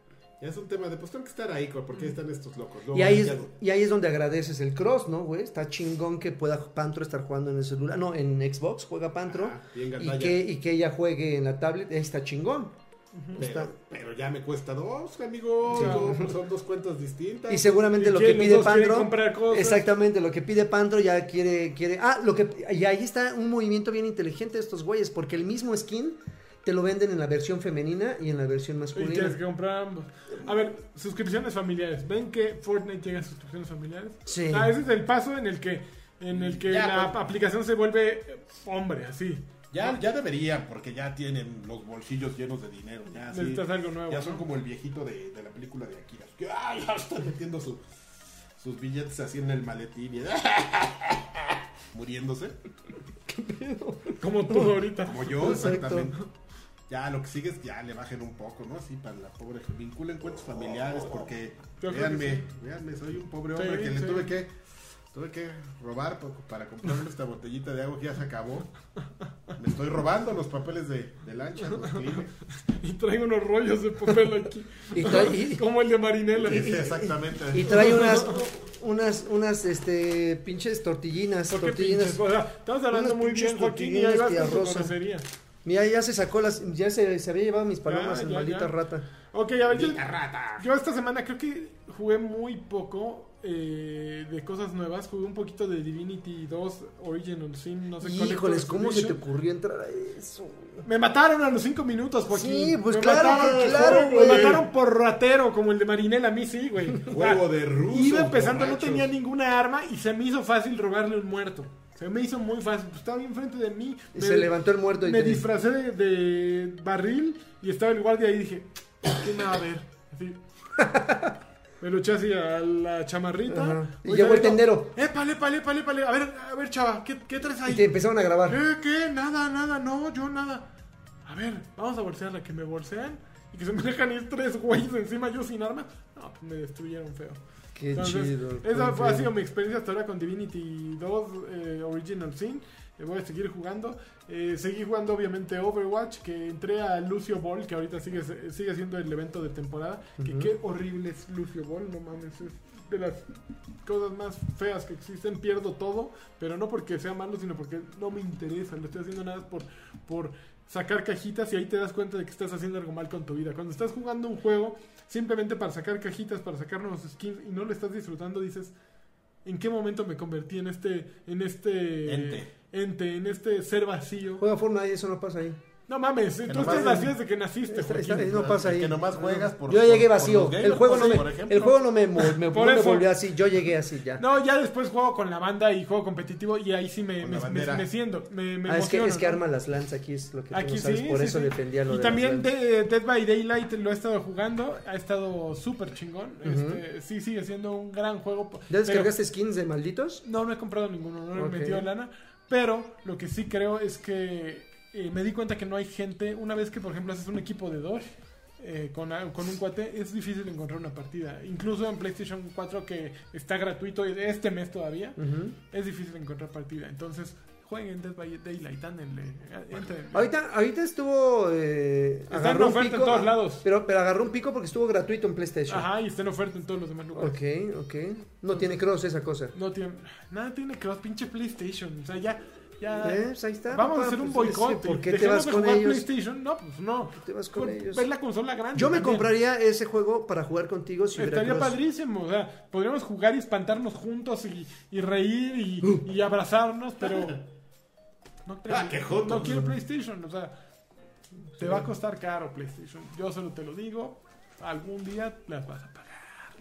Ya es un tema de pues tengo que estar ahí, co- porque están estos locos. Luego,
Y ahí,
ya
es,
no.
y ahí es donde agradeces el cross, ¿no, güey? Está chingón que pueda Pantro estar jugando en el celular. No, en Xbox juega Pantro.
Ajá, bien
y,
gandalla.
que, y que ella juegue en la tablet. ahí Está chingón. está-
Pero, pero ya me cuesta dos, amigo. Dos, pues, son dos cuentas distintas.
Y seguramente
Y
lo
que
que
los
pide
dos quieren
Pandro.
comprar cosas.
Exactamente, lo que pide Pandro ya quiere, quiere. Ah, lo que. Y ahí está un movimiento bien inteligente de estos güeyes, porque el mismo skin te lo venden en la versión femenina y en la versión
Y tienes que
masculina.
comprar ambos. A ver, suscripciones familiares. ¿Ven que Fortnite llega a suscripciones familiares?
Sí.
Ah, ese es el paso en el que, en el que
Ya,
la
pues.
aplicación se vuelve eh, hombre, así.
Ya, ya deberían, porque ya tienen los bolsillos llenos de dinero. Ya, sí.
Necesitas algo nuevo.
Ya son
¿no?
como el viejito de, de la película de Akira. Que, ¡ay! ya están metiendo su- sus billetes así en el maletín y muriéndose.
Como tú ahorita.
Como yo,
Exacto.
exactamente. Ya, lo que sigue es ya le bajen un poco, ¿no? Así para la pobre. Vinculen cuentos familiares porque,
Yo creo que
véanme,
sí.
véanme, soy un pobre
Sí,
hombre que le
sí.
tuve que tuve que robar po- para comprarme esta botellita de agua que ya se acabó. Me estoy robando los papeles de, de lancha, los Kleenex.
Y traigo unos rollos de papel aquí.
Y trae, y-
Como el de Marinela.
Sí, sí, exactamente.
y trae unas, unas, unas, este, pinches tortillinas.
¿Por qué
Tortillinas.
pinches? O sea, estamos hablando
unas
muy bien,
pinches
Joaquín, y ahí vas con
tortillinas
tu
tía Rosa.
grosería.
Mira, ya se sacó las. Ya se, se había llevado mis palomas,
Ya,
el
Ah, ya,
maldita
ya.
rata.
Ok, a ver, yo,
Maldita rata.
yo esta semana creo que jugué muy poco eh, de cosas nuevas. Jugué un poquito de Divinity 2, Origin on Sin, no sé cuál es.
Híjoles, ¿cómo se te ocurrió entrar a eso? güey?
Me mataron a los 5 minutos, Joaquín.
Sí, pues
Me
claro,
mataron,
claro,
me
güey.
mataron por ratero, como el de Marinela, a mí sí, güey.
Juego de rusos,
Iba empezando, no
borrachos.
tenía ninguna arma y se me hizo fácil robarle un muerto. Se me hizo muy fácil. Pues estaba bien frente de mí.
Y
me-
se levantó el muerto y
me
te-
disfracé de, de barril y estaba el guardia ahí y dije, ¿qué me va a ver? Así. Me lo eché así a la chamarrita.
Ajá. Y
Oye,
llegó el
le digo,
tendero.
Épale, épale, épale, épale. A ver, a ver, chava, ¿qué, qué traes ahí?
Y te empezaron a grabar.
¿Qué? ¿Qué? Nada, nada, no, yo nada. A ver, vamos a bolsearla, que me bolsean y que se me dejan ir tres güeyes encima yo sin armas. No, pues me destruyeron feo.
Qué
Entonces,
chido.
Esa
qué
fue- ha
chido.
sido mi experiencia hasta ahora con Divinity 2 eh, Original Sin. Le voy a seguir jugando. Eh, seguí jugando obviamente Overwatch, que entré a Lucio Ball, que ahorita sigue, sigue siendo el evento de temporada. Que
Ujú.
qué horrible es Lucio Ball, no mames. Es de las cosas más feas que existen. Pierdo todo, pero no porque sea malo, sino porque no me interesa. Lo estoy haciendo nada más por, por sacar cajitas y ahí te das cuenta de que estás haciendo algo mal con tu vida. Cuando estás jugando un juego simplemente para sacar cajitas, para sacar nuevos skins y no lo estás disfrutando, dices... ¿En qué momento me convertí en este, en este
Ente.
ente, en este ser vacío?
Juega Fortnite, eso no pasa ahí.
No mames, tú
nomás
estás
es-
vacío desde que naciste,
Está- está-
Joaquín.
no pasa ahí.
Que nomás juegas por
Yo
por-
llegué
por
vacío.
los gamers,
El juego no
sí,
me,
por ejemplo.
el juego no me, mo- me-
Por
no me
eso.
volvió así. Yo llegué así ya.
No, ya después juego con la banda y juego competitivo y ahí sí me,
Con
me,
la
me,
bandera.
me siento, me, me
Ah, es que,
emociono,
es que
¿no?
arma las lanzas aquí es lo que tú
Aquí
no sabes,
sí,
por
sí,
eso
sí.
defendía lo
Y
de
también
las lanzas.
de- Dead by Daylight lo he estado jugando, ha estado súper chingón. este, sí, sigue siendo un gran juego.
¿Ya
pero-
descargaste skins de malditos?
No, no he comprado ninguno, no le
Ok.
he metido lana. Pero lo que sí creo es que eh, me di cuenta que no hay gente. Una vez que, por ejemplo, haces un equipo de dos eh, con, a- con un cuate, es difícil encontrar una partida. Incluso en PlayStation 4, que está gratuito este mes todavía,
Ujú.
es difícil encontrar partida. Entonces, jueguen Dead by Daylight, eh, ándenle. entren.
Ahorita, ahorita estuvo. eh,
Está en
agarró un
oferta
pico,
en todos lados.
Pero, pero agarró un pico porque estuvo gratuito en PlayStation.
Ajá, y está en oferta en todos los demás lugares.
Ok, ok. No tiene cross esa cosa.
No tiene. Nada tiene que ver, pinche PlayStation. O sea, ya. ya
Eh, pues ahí está.
Vamos
papá,
a hacer un
pues,
boicot.
¿Por qué te
Dejemos
vas
de
con
jugar
ellos?
PlayStation? No, pues no.
Te vas con
Por-
ellos.
Es la consola grande.
Yo me
también.
compraría ese juego para jugar contigo si hubiera
Estaría
cross.
padrísimo. O sea, podríamos jugar y espantarnos juntos y, y reír y,
Uh.
y abrazarnos, pero. No, creo-
Ah, qué joto.
no quiero PlayStation. O sea, te va a costar caro PlayStation. Yo solo te lo digo. Algún día las vas a pagar.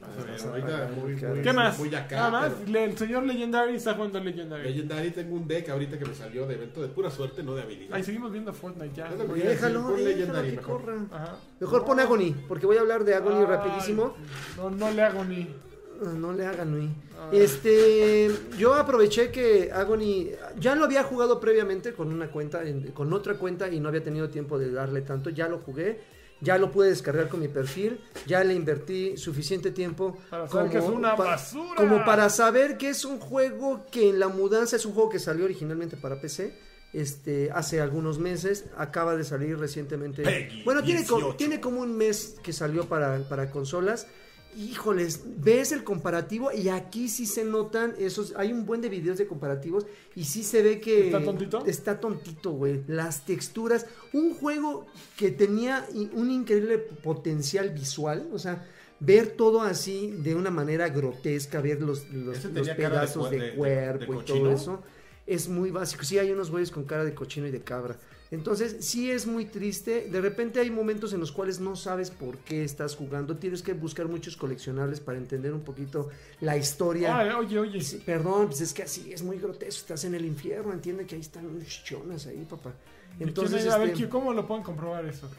Vamos a ver, ahorita muy- muy-
Ah, ¿Qué más?
muy acá,
Nada más.
pero-
le- El señor Legendary está jugando Legendary.
Legendary, tengo un deck ahorita que me salió de evento de pura suerte, no de habilidad.
Ahí seguimos viendo Fortnite ya.
Es lo que-
Déjalo,
Pon
déjalo
Legendary
que
mejor.
corra.
Ajá.
Mejor pon Agony, porque voy a hablar de Agony
Ay,
rapidísimo.
No, no le hago ni.
Ah, No le hagan, Nui. Este, yo aproveché que Agony ya lo había jugado previamente con una cuenta, en- con otra cuenta y no había tenido tiempo de darle tanto. Ya lo jugué, ya lo pude descargar con mi perfil, ya le invertí suficiente tiempo
Para saber que es una basura.
como para saber que es un juego que en la mudanza es un juego que salió originalmente para PC. Este, hace algunos meses, acaba de salir recientemente.
Peggy
bueno, tiene, co-
18.
tiene como un mes que salió para, para consolas. Híjoles, ves el comparativo y aquí sí se notan esos. Hay un buen de videos de comparativos y sí se ve que.
¿Está tontito?
Está tontito, güey. Las texturas. Un juego que tenía i- un increíble potencial visual. O sea, ver todo así de una manera grotesca, ver los, los, los
Ese Este tenía cara de
pedazos
cua-
de,
de- de-
cuerpo
de
y todo
cochino.
eso. Es muy básico. Sí, hay unos güeyes con cara de cochino y de cabra. Entonces, sí es muy triste. De repente hay momentos en los cuales no sabes por qué estás jugando. Tienes que buscar muchos coleccionables para entender un poquito la historia.
Ah, oye, oye.
Sí, perdón, pues es que así es muy grotesco. Estás en el infierno, entiende que ahí están unos chonas ahí, papá. Entonces,
Entonces, a ver,
este,
¿qué- ¿cómo lo pueden comprobar eso?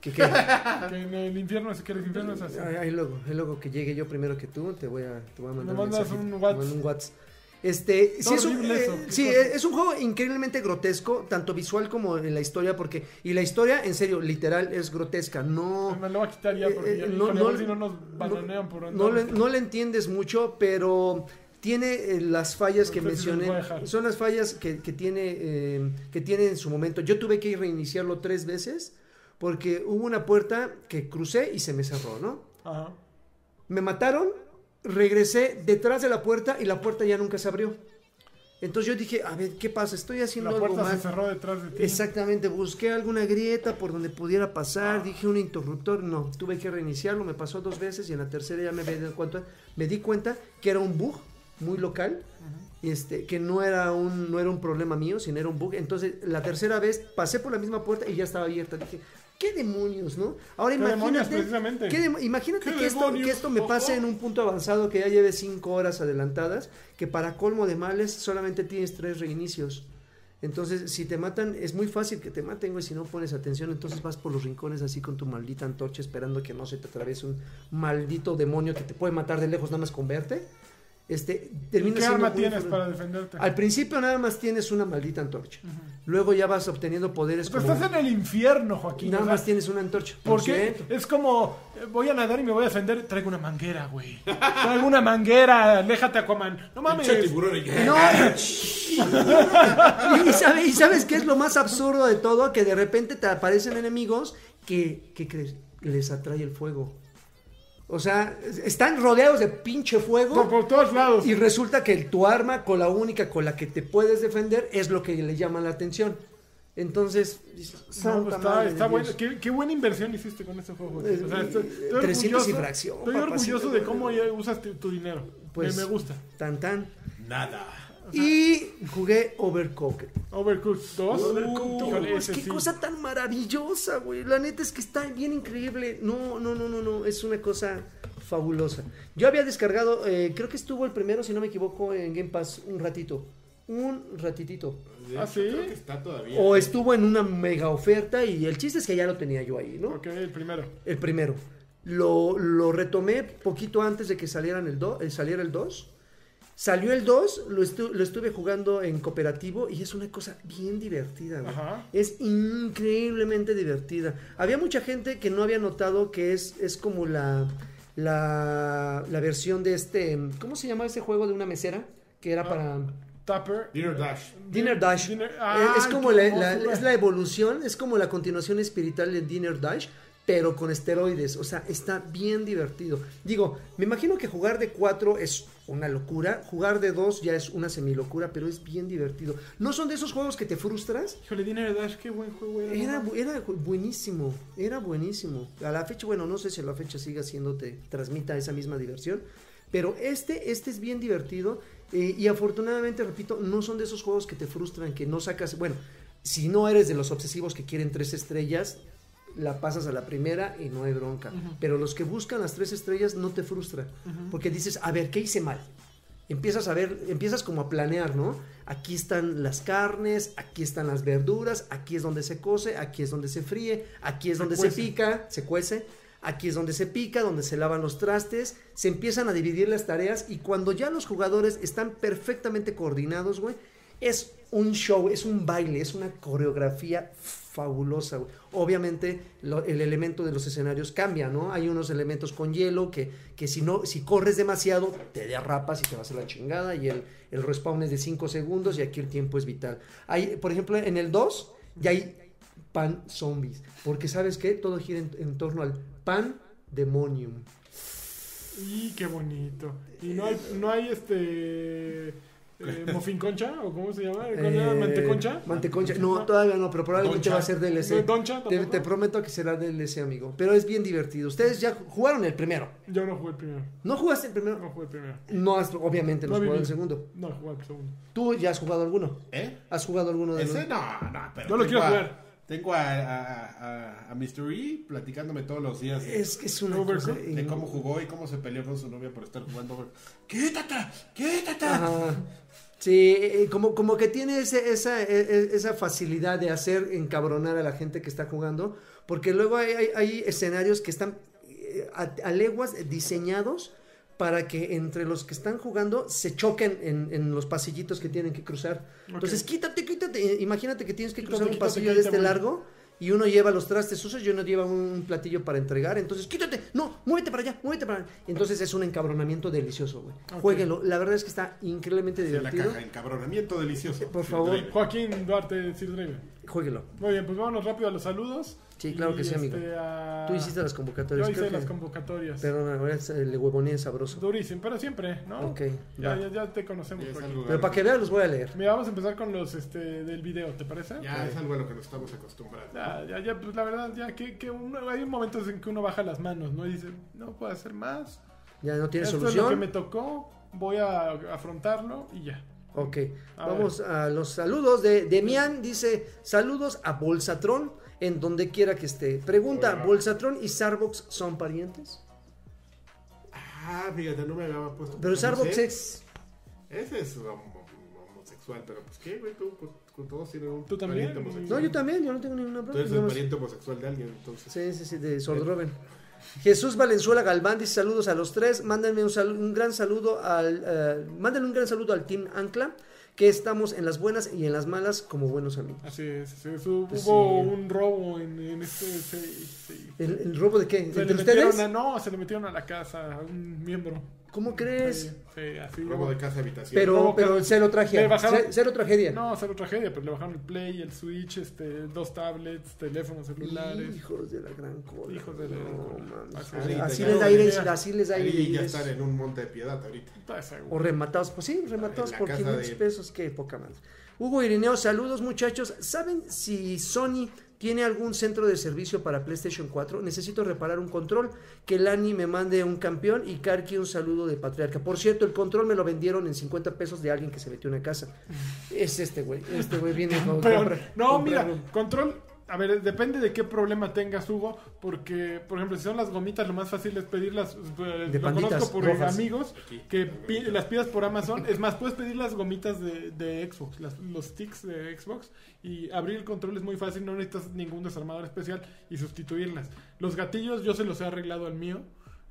que- que- ahí,
Que en el infierno, si quieres infierno, es así.
ahí luego, ahí luego que llegue yo primero que tú, te voy a, te voy a mandar
Me mandas
mensajito,
un
te
WhatsApp.
mando un WhatsApp. Este, sí,
Está
es un,
horrible
eh,
eso, qué
sí,
cosa.
es es un juego increíblemente grotesco, tanto visual como en la historia, porque, y la historia, en serio, literal, es grotesca, no...
Me lo voy a quitar ya porque
Eh, eh,
ya,
no-
híjole,
no-
a ver si no nos bananean por andar.
no le, no le entiendes mucho, pero tiene eh, las fallas que
Entonces,
mencioné.
los voy a dejar.
Son las fallas que, que tiene, eh, que tiene en su momento. Yo tuve que reiniciarlo tres veces porque hubo una puerta que crucé y se me cerró, ¿no?
Ajá.
Me mataron, regresé detrás de la puerta y la puerta ya nunca se abrió. Entonces yo dije, a ver, ¿qué pasa? Estoy haciendo
La
algo
puerta se
mal.
cerró detrás de ti.
Exactamente, busqué alguna grieta por donde pudiera pasar, dije un interruptor, no, tuve que reiniciarlo, me pasó dos veces y en la tercera ya me, había dado cuenta, me di cuenta que era un bug muy local, este, que no era, un, no era un problema mío, sino era un bug. Entonces la tercera vez pasé por la misma puerta y ya estaba abierta, dije, ¿qué demonios, no? Ahora
¿Qué demonios,
imagínate,
precisamente?
¿qué dem- imagínate
¿Qué
que esto,
demonios?
que esto me pase en un punto avanzado que ya lleve cinco horas adelantadas, que para colmo de males solamente tienes tres reinicios. Entonces, si te matan, es muy fácil que te maten, güey, si no pones atención, entonces vas por los rincones así con tu maldita antorcha esperando que no se te atraviese un maldito demonio que te puede matar de lejos nada más con verte. Este,
¿Y
termina
qué
siendo
arma
muy
tienes
fuerte.
para defenderte?
Al principio nada más tienes una maldita antorcha.
Ujú.
Luego ya vas obteniendo poderes
Pero
como-
Pues estás en el infierno, Joaquín.
Nada
o sea,
más tienes una antorcha. Por
Porque
cierto.
es como, eh, voy a nadar y me voy a defender. Traigo una manguera, güey. Traigo una manguera. Aléjate, Aquaman. No mames.
Pinche tiburón y-
No. y, y sabe- y sabes qué es lo más absurdo de todo, que de repente te aparecen enemigos que, que crees? les atrae el fuego. O sea, es- están rodeados de pinche
Por,
fuego
por todos lados.
y resulta que tu arma con la única con la que te puedes defender es lo que le llama la atención. Entonces, dices,
No,
santa
pues, está,
madre de
está
Dios.
bueno. Qué, qué buena inversión hiciste con ese juego. güey. O sea, estoy, estoy
300 y
orgulloso-
fracción,
Estoy
papacito.
orgulloso de cómo ya usas tu, tu dinero.
Pues-
me, me gusta.
Tan tan.
Nada.
Y jugué Overcooked.
Overcooked 2.
Overcooked
Híjole,
No, es
ese
que
sí.
cosa tan maravillosa, güey. La neta es que está bien increíble. No, no, no, no, no. Es una cosa fabulosa. Yo había descargado, eh, creo que estuvo el primero, si no me equivoco, en Game Pass un ratito. Un ratitito.
¿Ah, sí?
Creo que está todavía.
O estuvo en una mega oferta y el chiste es que ya lo tenía yo ahí, ¿no?
Ok, el primero.
El primero. Lo, lo retomé poquito antes de que salieran el do- eh, saliera el 2. Salió el 2, lo, estu- lo estuve jugando en cooperativo y es una cosa bien divertida. güey.
Ajá.
Es increíblemente divertida. Había mucha gente que no había notado que es, es como la, la, la versión de este... ¿Cómo se llama ese juego de una mesera? Que era para...
Tupper.
Dinner Dash.
Dinner Dash.
Dinner-
Eh,
¡Ay,
es como
qué
la,
hermoso,
la-
güey!
es la evolución, es como la continuación espiritual de Dinner Dash, pero con esteroides. O sea, está bien divertido. Digo, me imagino que jugar de cuatro es una locura, jugar de dos ya es una semilocura, pero es bien divertido. No son de esos juegos que te frustras.
Híjole, Dinner Dash, qué buen juego era.
Era,
¿no?
bu- era bu- buenísimo, era buenísimo. A la fecha, bueno, no sé si a la fecha siga haciéndote, transmita esa misma diversión. Pero este, este es bien divertido. eh, y afortunadamente, repito, no son de esos juegos que te frustran, que no sacas. Bueno, si no eres de los obsesivos que quieren tres estrellas, la pasas a la primera y no hay bronca. Pero los que buscan las tres estrellas no te frustra. Porque dices, a ver, ¿qué hice mal? Empiezas a ver, empiezas como a planear, ¿no? Aquí están las carnes, aquí están las verduras, aquí es donde se cose, aquí es donde se fríe, aquí es donde se,
cuece.
pica, se cuece, aquí es donde se pica, donde se lavan los trastes, se empiezan a dividir las tareas y cuando ya los jugadores están perfectamente coordinados, güey, es un show, es un baile, es una coreografía fabulosa, güey. Obviamente lo- el elemento de los escenarios cambia, ¿no? Hay unos elementos con hielo que, que si no, si corres demasiado, te derrapas y te vas a la chingada y el, el respawn es de 5 segundos y aquí el tiempo es vital. Hay, por ejemplo, en el 2 ya hay pan zombies, porque ¿sabes qué? Todo gira en, en torno al pan demonium.
Y qué bonito. Y no hay, no hay este. eh, ¿Mofín concha? ¿O cómo se llama? ¿Cuál era?
Eh,
¿Manteconcha?
Manteconcha. No, todavía no, pero probablemente
Doncha.
va a ser DLC.
¿Doncha?
Te,
tampoco?
te prometo que será DLC, amigo. Pero es bien divertido. Ustedes ya jugaron el primero.
Yo no jugué el primero.
¿No jugaste el primero?
No jugué el primero.
No, has- obviamente no,
No
has jugado
viví.
el segundo.
No jugué el segundo.
¿Tú ya has jugado alguno?
¿Eh?
¿Has jugado alguno de
Ese
los
no, no, pero.
Yo lo
tengo
quiero
a-
jugar.
Tengo a, a, a, a Mr. E platicándome todos los días.
Es que eh, es una
Overcooked,
cosa
De
in-
cómo jugó y cómo se peleó con su novia por estar jugando. Over- ¡Quítate! ¡Quítate!
Ajá. Sí, eh, como, como que tiene ese- esa, e- e- esa facilidad de hacer encabronar a la gente que está jugando, porque luego hay, hay- hay escenarios que están eh, a, a leguas diseñados para que entre los que están jugando se choquen en, en los pasillitos que tienen que cruzar. Entonces, quítate, quítate. Eh, Imagínate que tienes que
Quítate,
cruzar un
quítate,
pasillo de
quítate,
este
voy.
largo y uno lleva los trastes sucios y uno lleva un platillo para entregar. Entonces, quítate, no, muévete para allá, muévete para allá. Entonces es un encabronamiento delicioso, güey. Jueguenlo, la verdad es que está increíblemente
De la
divertido.
caja, encabronamiento delicioso.
Por
Sí,
favor.
traigo.
Joaquín Duarte, Sir Driver.
Jueguenlo.
Muy bien, pues vámonos rápido a los saludos. este,
Sí, claro que sí, amigo.
a-
Tú hiciste las
Ah. Yo
convocatorias.
hice
creo
las
que-
convocatorias.
Perdona, ahora es- eh, le huevoneé sabroso.
Durísimo, pero siempre, ¿no?
Ok,
Ya,
va.
ya, ya te conocemos,
Ya es
Joaquín.
algo-
Pero para que vean los voy a leer.
Mira, vamos a empezar con los este, del video, ¿te parece?
Ya es algo a lo que nos estamos acostumbrando.
Ya, ya, ya, pues la verdad, ya que, que uno- hay momentos en que uno baja las manos, ¿no? Y dice, no puedo hacer más.
Ya no tiene
Esto es lo que me
solución.
tocó, voy a afrontarlo y ya.
Ok,
A
vamos a los saludos de Demian. Dice, saludos a Bolsatrón en donde quiera que esté. Pregunta,
Hola.
¿Bolsatrón y Sarbox son parientes?
Ah, fíjate, no me había puesto.
Pero
no
Sarbox
sé.
es...
Ese es homo- homosexual, pero pues qué, güey, tú, con- con todos tienen un
¿Tú también?
pariente homosexual.
No, yo también, yo no tengo ninguna
Tú
bronca.
eres el
nada más-
pariente homosexual de alguien, entonces.
Sí, sí, sí, de Sordroven. Jesús Valenzuela Galván dice saludos a los tres. Mándenme un, salu- un gran saludo al eh, mándenle un gran saludo al Team Ancla, que estamos en las buenas y en las malas como buenos amigos.
Así es, así es. Hubo
Pues sí.
un robo en, en este... sí, sí.
¿El, el robo de qué?
Se
¿Entre
le metieron
ustedes?
a- no, se le metieron a la casa a un miembro.
¿Cómo crees?
Sí, así.
Robo de casa habitación.
Pero,
Robo,
pero
claro.
cero tragedia.
Le bajaron-
ce- Cero tragedia.
No, cero tragedia, pero le bajaron el Play, el Switch, este, dos tablets, teléfonos celulares.
Hijos de la gran cola.
Hijos de la gran
No,
cola.
mames.
Así
Así,
es.
así
Ya
les
no
da aire,
tenía-
así les da aire.
Ahí ya
es-
están en un monte de piedad ahorita.
Está seguro.
O rematados, pues sí, rematados
En la
por
casa
500
de-
pesos, qué poca madre. Hugo Irineo, saludos muchachos. ¿Saben si Sony tiene algún centro de servicio para PlayStation 4? Necesito reparar un control, que Lani me mande un campeón y Karki un saludo de patriarca. Por cierto, el control me lo vendieron en 50 pesos de alguien que se metió en una casa. Es este güey, este güey viene con
Pero-
compra-
no,
comprar
mira,
un-
control. A ver, depende de qué problema tengas, Hugo. Porque, por ejemplo, si son las gomitas, lo más fácil es pedirlas. eh,
De
lo
panditas
conozco por
rojas.
amigos
Aquí.
que pi- las pidas por Amazon. Es más, puedes pedir las gomitas de, de Xbox, las- los sticks de Xbox. Y abrir el control es muy fácil, no necesitas ningún desarmador especial y sustituirlas. Los gatillos, yo se los he arreglado al mío.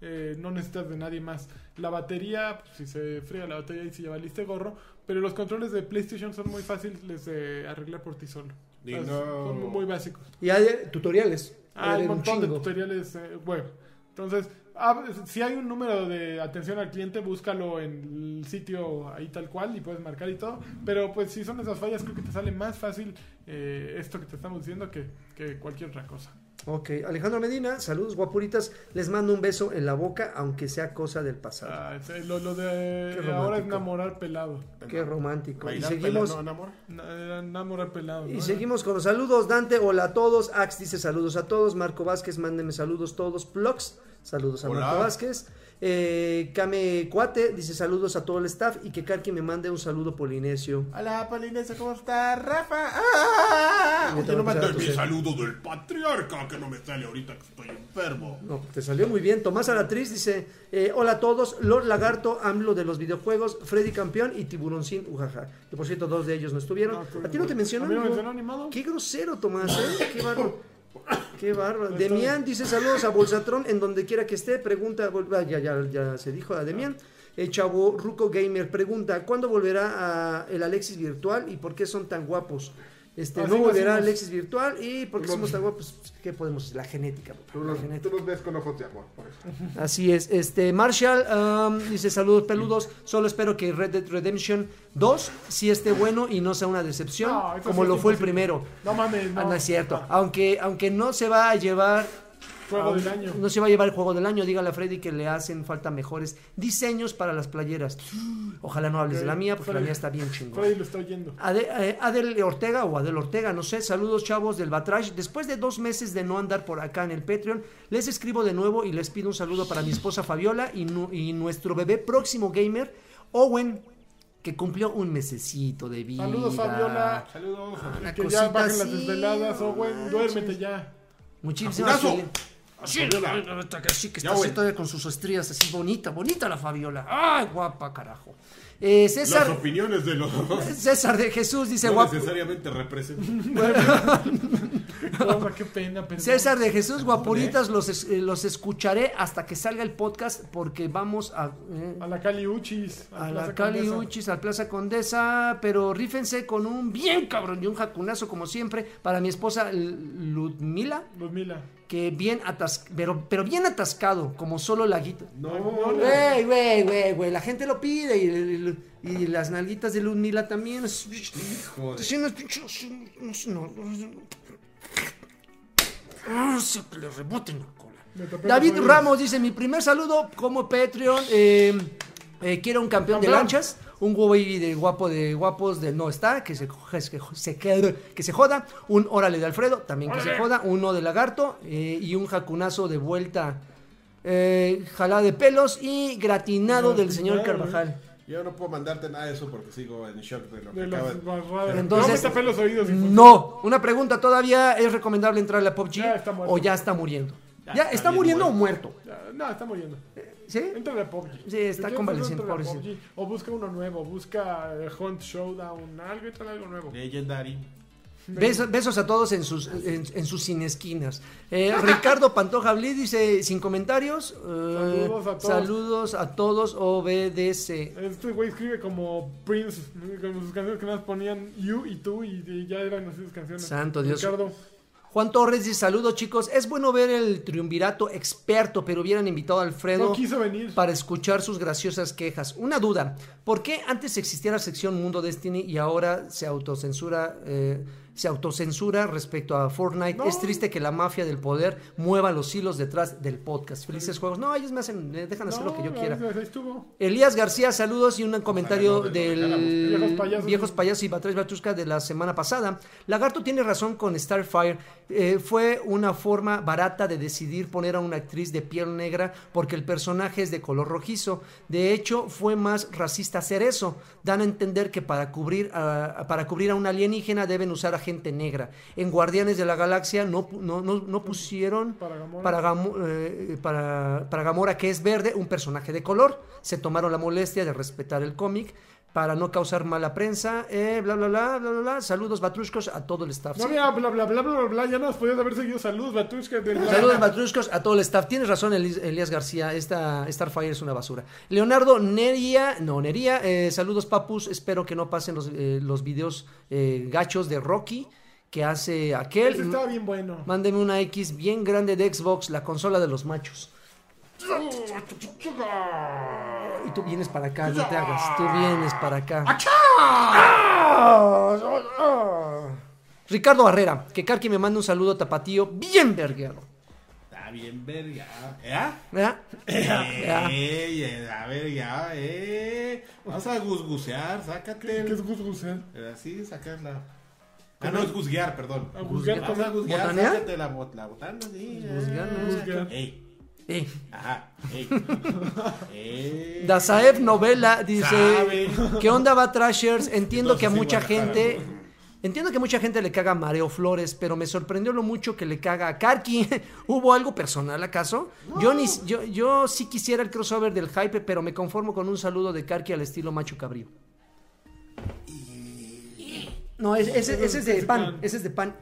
eh, no necesitas de nadie más. La batería, pues, si se fría la batería y si ya valiste gorro. Pero los controles de PlayStation son muy fáciles de arreglar por ti solo.
Y
Las-
no-
Son muy básicos.
Y hay eh, tutoriales.
Ah, hay
Hay
un montón de
chingo.
tutoriales eh, web. Entonces, ah, si hay un número de atención al cliente, búscalo en el sitio ahí tal cual y puedes marcar y todo. Pero pues si son esas fallas, creo que te sale más fácil eh, esto que te estamos diciendo que, que cualquier otra cosa.
Ok, Alejandro Medina, saludos guapuritas. Les mando un beso en la boca, aunque sea cosa del pasado.
Ah, es- lo, lo de
Qué
ahora es
romántico.
enamorar pelado.
Qué romántico. Y
Bailar,
seguimos,
pelar, no, amor.
Na- Enamorar pelado.
y
¿no?
seguimos con los saludos. Dante, hola a todos. Ax dice saludos a todos. Marco Vázquez, mándenme saludos todos. Plox, saludos a
Hola.
Marco Vázquez. Eh, Kame Cuate dice saludos a todo el staff y que Karki me mande un saludo polinesio.
Hola, Polinesia, ¿cómo estás? Rafa. ¡Ah!
Ya te
Oye, no
va a empezar
mandó
a
mi
toser.
saludo del patriarca que no me sale ahorita que estoy enfermo.
No, te salió muy bien. Tomás Aratriz dice eh, hola a todos. Lord Lagarto, AMLO de los videojuegos, Freddy Campeón y Tiburoncín, ujaja. Que por cierto, dos de ellos no estuvieron.
No, creo
¿A ti no
que-
te
A
mencionó?
mí no me
amigo?
mencionó ni modo.
Qué grosero, Tomás, ¿eh? Qué bárbaro. Qué bárbaro.
Pues Está bien.
Demián dice saludos a Bolsatrón en donde quiera que esté. Pregunta, vol- ah, ya, ya, ya se dijo a Demián. Eh, Chavo Ruco Gamer pregunta, ¿cuándo volverá a el Alexis Virtual y por qué son tan guapos? Este,
Ah,
no
sí,
volverá
hacemos.
Alexis Virtual y por qué
Lo-
somos tan guapos. Pues, ¿Qué podemos? La genética. papá,
Tú
la
los,
genética.
tú los ves con ojos de amor, por eso.
Así es, este Marshall um, dice saludos peludos, solo espero que Red Dead Redemption 2 sí esté bueno y no sea una decepción
No, eso sí
como
es
lo fue
imposible.
el primero.
No mames, no.
Ah, no es cierto.
Ah,
Aunque, aunque no se va a llevar.
Juego
aún-
del año.
Ah, No se va a llevar el juego del año. Dígale a Freddy que le hacen falta mejores diseños para las playeras. Ojalá no hables
Ok,
de la mía, porque la
Freddy.
mía está bien chingona.
Freddy lo está oyendo.
Ade- eh, Adel Ortega o Adel Ortega, no sé, saludos chavos del Batrash. Después de dos meses de no andar por acá en el Patreon, les escribo de nuevo y les pido un saludo para mi esposa Fabiola y, nu- y nuestro bebé próximo gamer, Owen, que cumplió un mesecito de vida.
Saludos, Fabiola. Saludos.
una
que ya
cosita
bajen las
así,
desveladas. O, güey,
no
duérmete ya.
Muchísimas
¡Apurazo!
fel- Sí, sí, que
Ya,
está
güey.
sentada con sus estrías así bonita, bonita la Fabiola. ¡Ay, guapa, carajo! Eh,
Las
César,
opiniones de los dos
César de Jesús dice
no
guapo.
necesariamente representan.
Toma, qué pena, perdón.
César de Jesús, guapuritas, los, es- eh, los escucharé hasta que salga el podcast porque vamos a, eh,
A la Cali Uchis.
a
Plaza
la Cali
Condesa.
Uchis, a Plaza Condesa, pero rífense con un bien cabrón y un jacunazo como siempre para mi esposa L- Ludmila,
Ludmila.
que bien atascado, pero, pero bien atascado, como solo laguito.
No,
Güey, güey, güey, güey, la gente lo pide y, y- y las nalguitas de Ludmila también.
joder.
Sí, unos pinches- unos- unos- unos- Ah, se que le rebote en la cola.
Me tapé
David
los oídos.
Ramos dice: Mi primer saludo como Patreon. eh, eh, quiero un campeón, de
Campeón.
lanchas. Un güey de guapo de guapos de no está, que se, que se, que, que se joda. Un órale de Alfredo, también que se joda. Uno de lagarto eh, y un jacunazo de vuelta. eh, jalá de pelos y gratinado del señor
Gratinado, eh.
Carvajal.
Yo no puedo mandarte nada de eso porque sigo en shock de lo que
De
acaba
las barradas.
Entonces-
no me tapé los oídos. hijo.
No, una pregunta, ¿todavía es recomendable entrar a la PUBG
Ya está muerto.
o ya está muriendo? Ya,
está
está,
bien
muriendo o muerto,
Ya, No, está muriendo.
¿sí?
Entra a PUBG.
Sí, está
Si quieres,
convaleciente,
entra a
pobrecito.
PUBG. O busca uno nuevo. Busca eh, Hunt Showdown. Algo y tal, algo nuevo.
Legendary.
Besos, besos a todos en sus, en, en sus sin esquinas. Eh, Ricardo Pantoja Blid dice, sin comentarios, eh,
Saludos a todos.
saludos a todos, obedece.
Este güey escribe como Prince, como sus canciones que nada más ponían You y Tú y, y ya eran así sus canciones.
Santo Dios.
Ricardo,
Juan Torres dice, saludos chicos, es bueno ver el triunvirato experto, pero hubieran invitado a Alfredo
no quiso venir.
para escuchar sus graciosas quejas. Una duda, ¿por qué antes existía la sección Mundo Destiny y ahora se autocensura, eh, se autocensura respecto a Fortnite?
No.
Es triste que la mafia del poder mueva los hilos detrás del podcast. Felices juegos. No, ellos me hacen, me dejan hacer lo que yo
No,
quiera.
Ahí estuvo.
Elías García, saludos y un comentario
no te lo dejáramos.
del
Viejos payasos.
Viejos Payasos y Batres Batusca de la semana pasada. Lagarto tiene razón con Starfire. Eh, fue una forma barata de decidir poner a una actriz de piel negra porque el personaje es de color rojizo. De hecho, fue más racista hacer eso. Dan a entender que para cubrir a, para cubrir a un alienígena deben usar a gente negra. En Guardianes de la Galaxia no, pu- no, no, no pusieron
Pues, Para Gamora.
para Gamo- eh, para, para Gamora, que es verde, un personaje de color. Se tomaron la molestia de respetar el cómic para no causar mala prensa. eh, bla, bla, bla, bla, bla, bla. Saludos, Batrushkos, a todo el staff.
No
Sí.
había bla bla bla bla bla, bla, ya nos podías haber seguido. Saludos, Batushka del
Saludos, Batrushkos, a todo el staff. Tienes razón, Eli- Elías García. Esta Starfire es una basura. Leonardo Neria, no, Neria, eh, saludos, papus. Espero que no pasen los, eh, los videos eh, gachos de Rocky que hace aquel.
Ese estaba bien bueno.
Mándeme una X bien grande de Xbox, la consola de los machos. Y tú vienes para acá, no te hagas. Tú vienes para acá. Ricardo Barrera, que Karki me manda un saludo tapatío bien verguero.
Está bien, verga. ¿Ya?
¿Verdad?
Eh.
Ey, eh, a ver, ya, eh. Vamos a guzgucear, sácate.
¿Qué es Gus Gus, eh?
Eh, Así, sacarla. Ah, no, es guzguear, perdón.
A juzgar
Vamos a
con-
guzguear,
¿Botanear?
sácate la, bot- la botana, sí. eh.
Guzguear, no,
juzgar.
Ey,
Eh.
ajá, ey. Ey.
Dazaev Novela dice,
Sabe.
¿qué onda va Trashers? Entiendo que a
Entonces, sí,
mucha
Guadalajara,
gente... Entiendo que a mucha gente le caga a Mareo Flores, pero me sorprendió lo mucho que le caga a Karki. ¿Hubo algo personal acaso? Yo, ni, yo, yo sí quisiera el crossover del hype, pero me conformo con un saludo de Karki al estilo macho cabrío. No, ese, ese- ese es de pan, ese es de pan.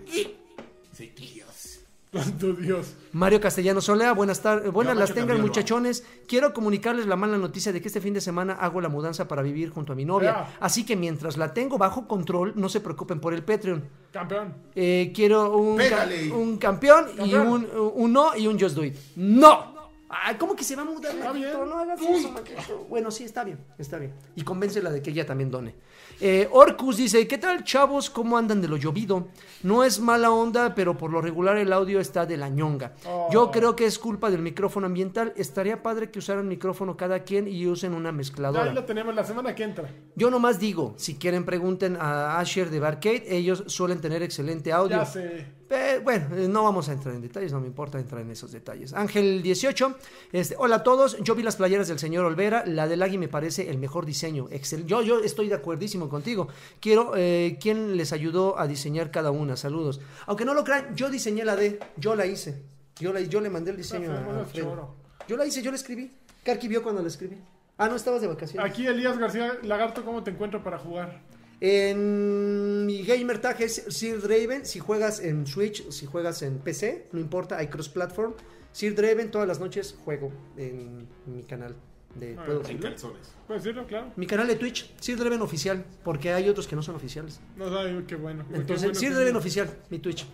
Sí, Dios.
Santo Dios.
Mario Castellano Solea, buenas tardes. Buenas
Yo,
las
Macho
tengan,
Cabrillo, lo
muchachones. Quiero comunicarles la mala noticia de que este fin de semana hago la mudanza para vivir junto a mi novia.
Ah.
Así que mientras la tengo bajo control, no se preocupen por el Patreon.
Campeón.
Eh, quiero un, ca-
Pégale.
un campeón, y
Campeón.
un, un no y un just do it. ¡No! Ay, ¿Cómo que se va a mudar, Maquito?
bien.
No hagas eso, Maquito. Bueno, sí, está bien, está bien. Y convéncela de que ella también done. Eh, Orcus dice, ¿qué tal, chavos? ¿Cómo andan de lo llovido? No es mala onda, pero por lo regular el audio está de la ñonga.
Oh.
Yo creo que es culpa del micrófono ambiental. Estaría padre que usaran micrófono cada quien y usen una
Ya
mezcladora.
ahí lo tenemos la semana que entra.
Yo nomás digo, si quieren pregunten a Asher de Barcade, ellos suelen tener excelente audio.
Ya sé.
Eh, bueno, eh, no vamos a entrar en detalles, no me importa entrar en esos detalles. Ángel 18, este, hola a todos, yo vi las playeras del señor Olvera, la del Agui me parece el mejor diseño. Excel, yo, yo estoy de acuerdísimo contigo. Quiero, eh, ¿quién les ayudó a diseñar cada una? Saludos. Aunque no lo crean, yo diseñé la de, yo la hice. Yo, la, yo le mandé el diseño
No,
a
no,
Alfredo.
choro.
Yo la hice, yo la escribí. Karki vio cuando la escribí. Ah, no, estabas de vacaciones.
Aquí Elías García Lagarto, ¿cómo te encuentro para jugar?
En mi gamer tag es Sir Draven. Si juegas en Switch, si juegas en PC, no importa, hay cross platform. Sir Draven todas las noches juego en mi canal de
Ah,
¿puedo
sí.
En
decirlo?
calzones.
Puedes decirlo, claro.
Mi canal de Twitch, Sir Draven oficial, porque hay otros que no son oficiales.
No sabe qué bueno. Qué
Entonces,
bueno
Sir
que-
Draven oficial, mi Twitch.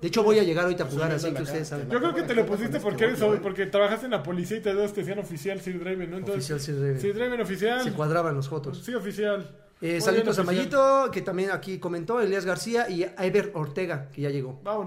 De hecho, voy a llegar ahorita a
Pues
jugar,
subiendo
así
la
que
cara,
ustedes
te
saben.
Yo creo que te lo pusiste porque eres
Oficial.
porque trabajaste en la policía y te das este oficial Sir Draven, ¿no? Entonces,
Oficial Sir Draven.
Sir Draven oficial.
Se cuadraban los fotos.
Sí, oficial. Muy
Eh,
bien,
saludos a
oficial.
Mayito, que también aquí comentó, Elias García y Ever Ortega, que ya llegó.
Vámonos.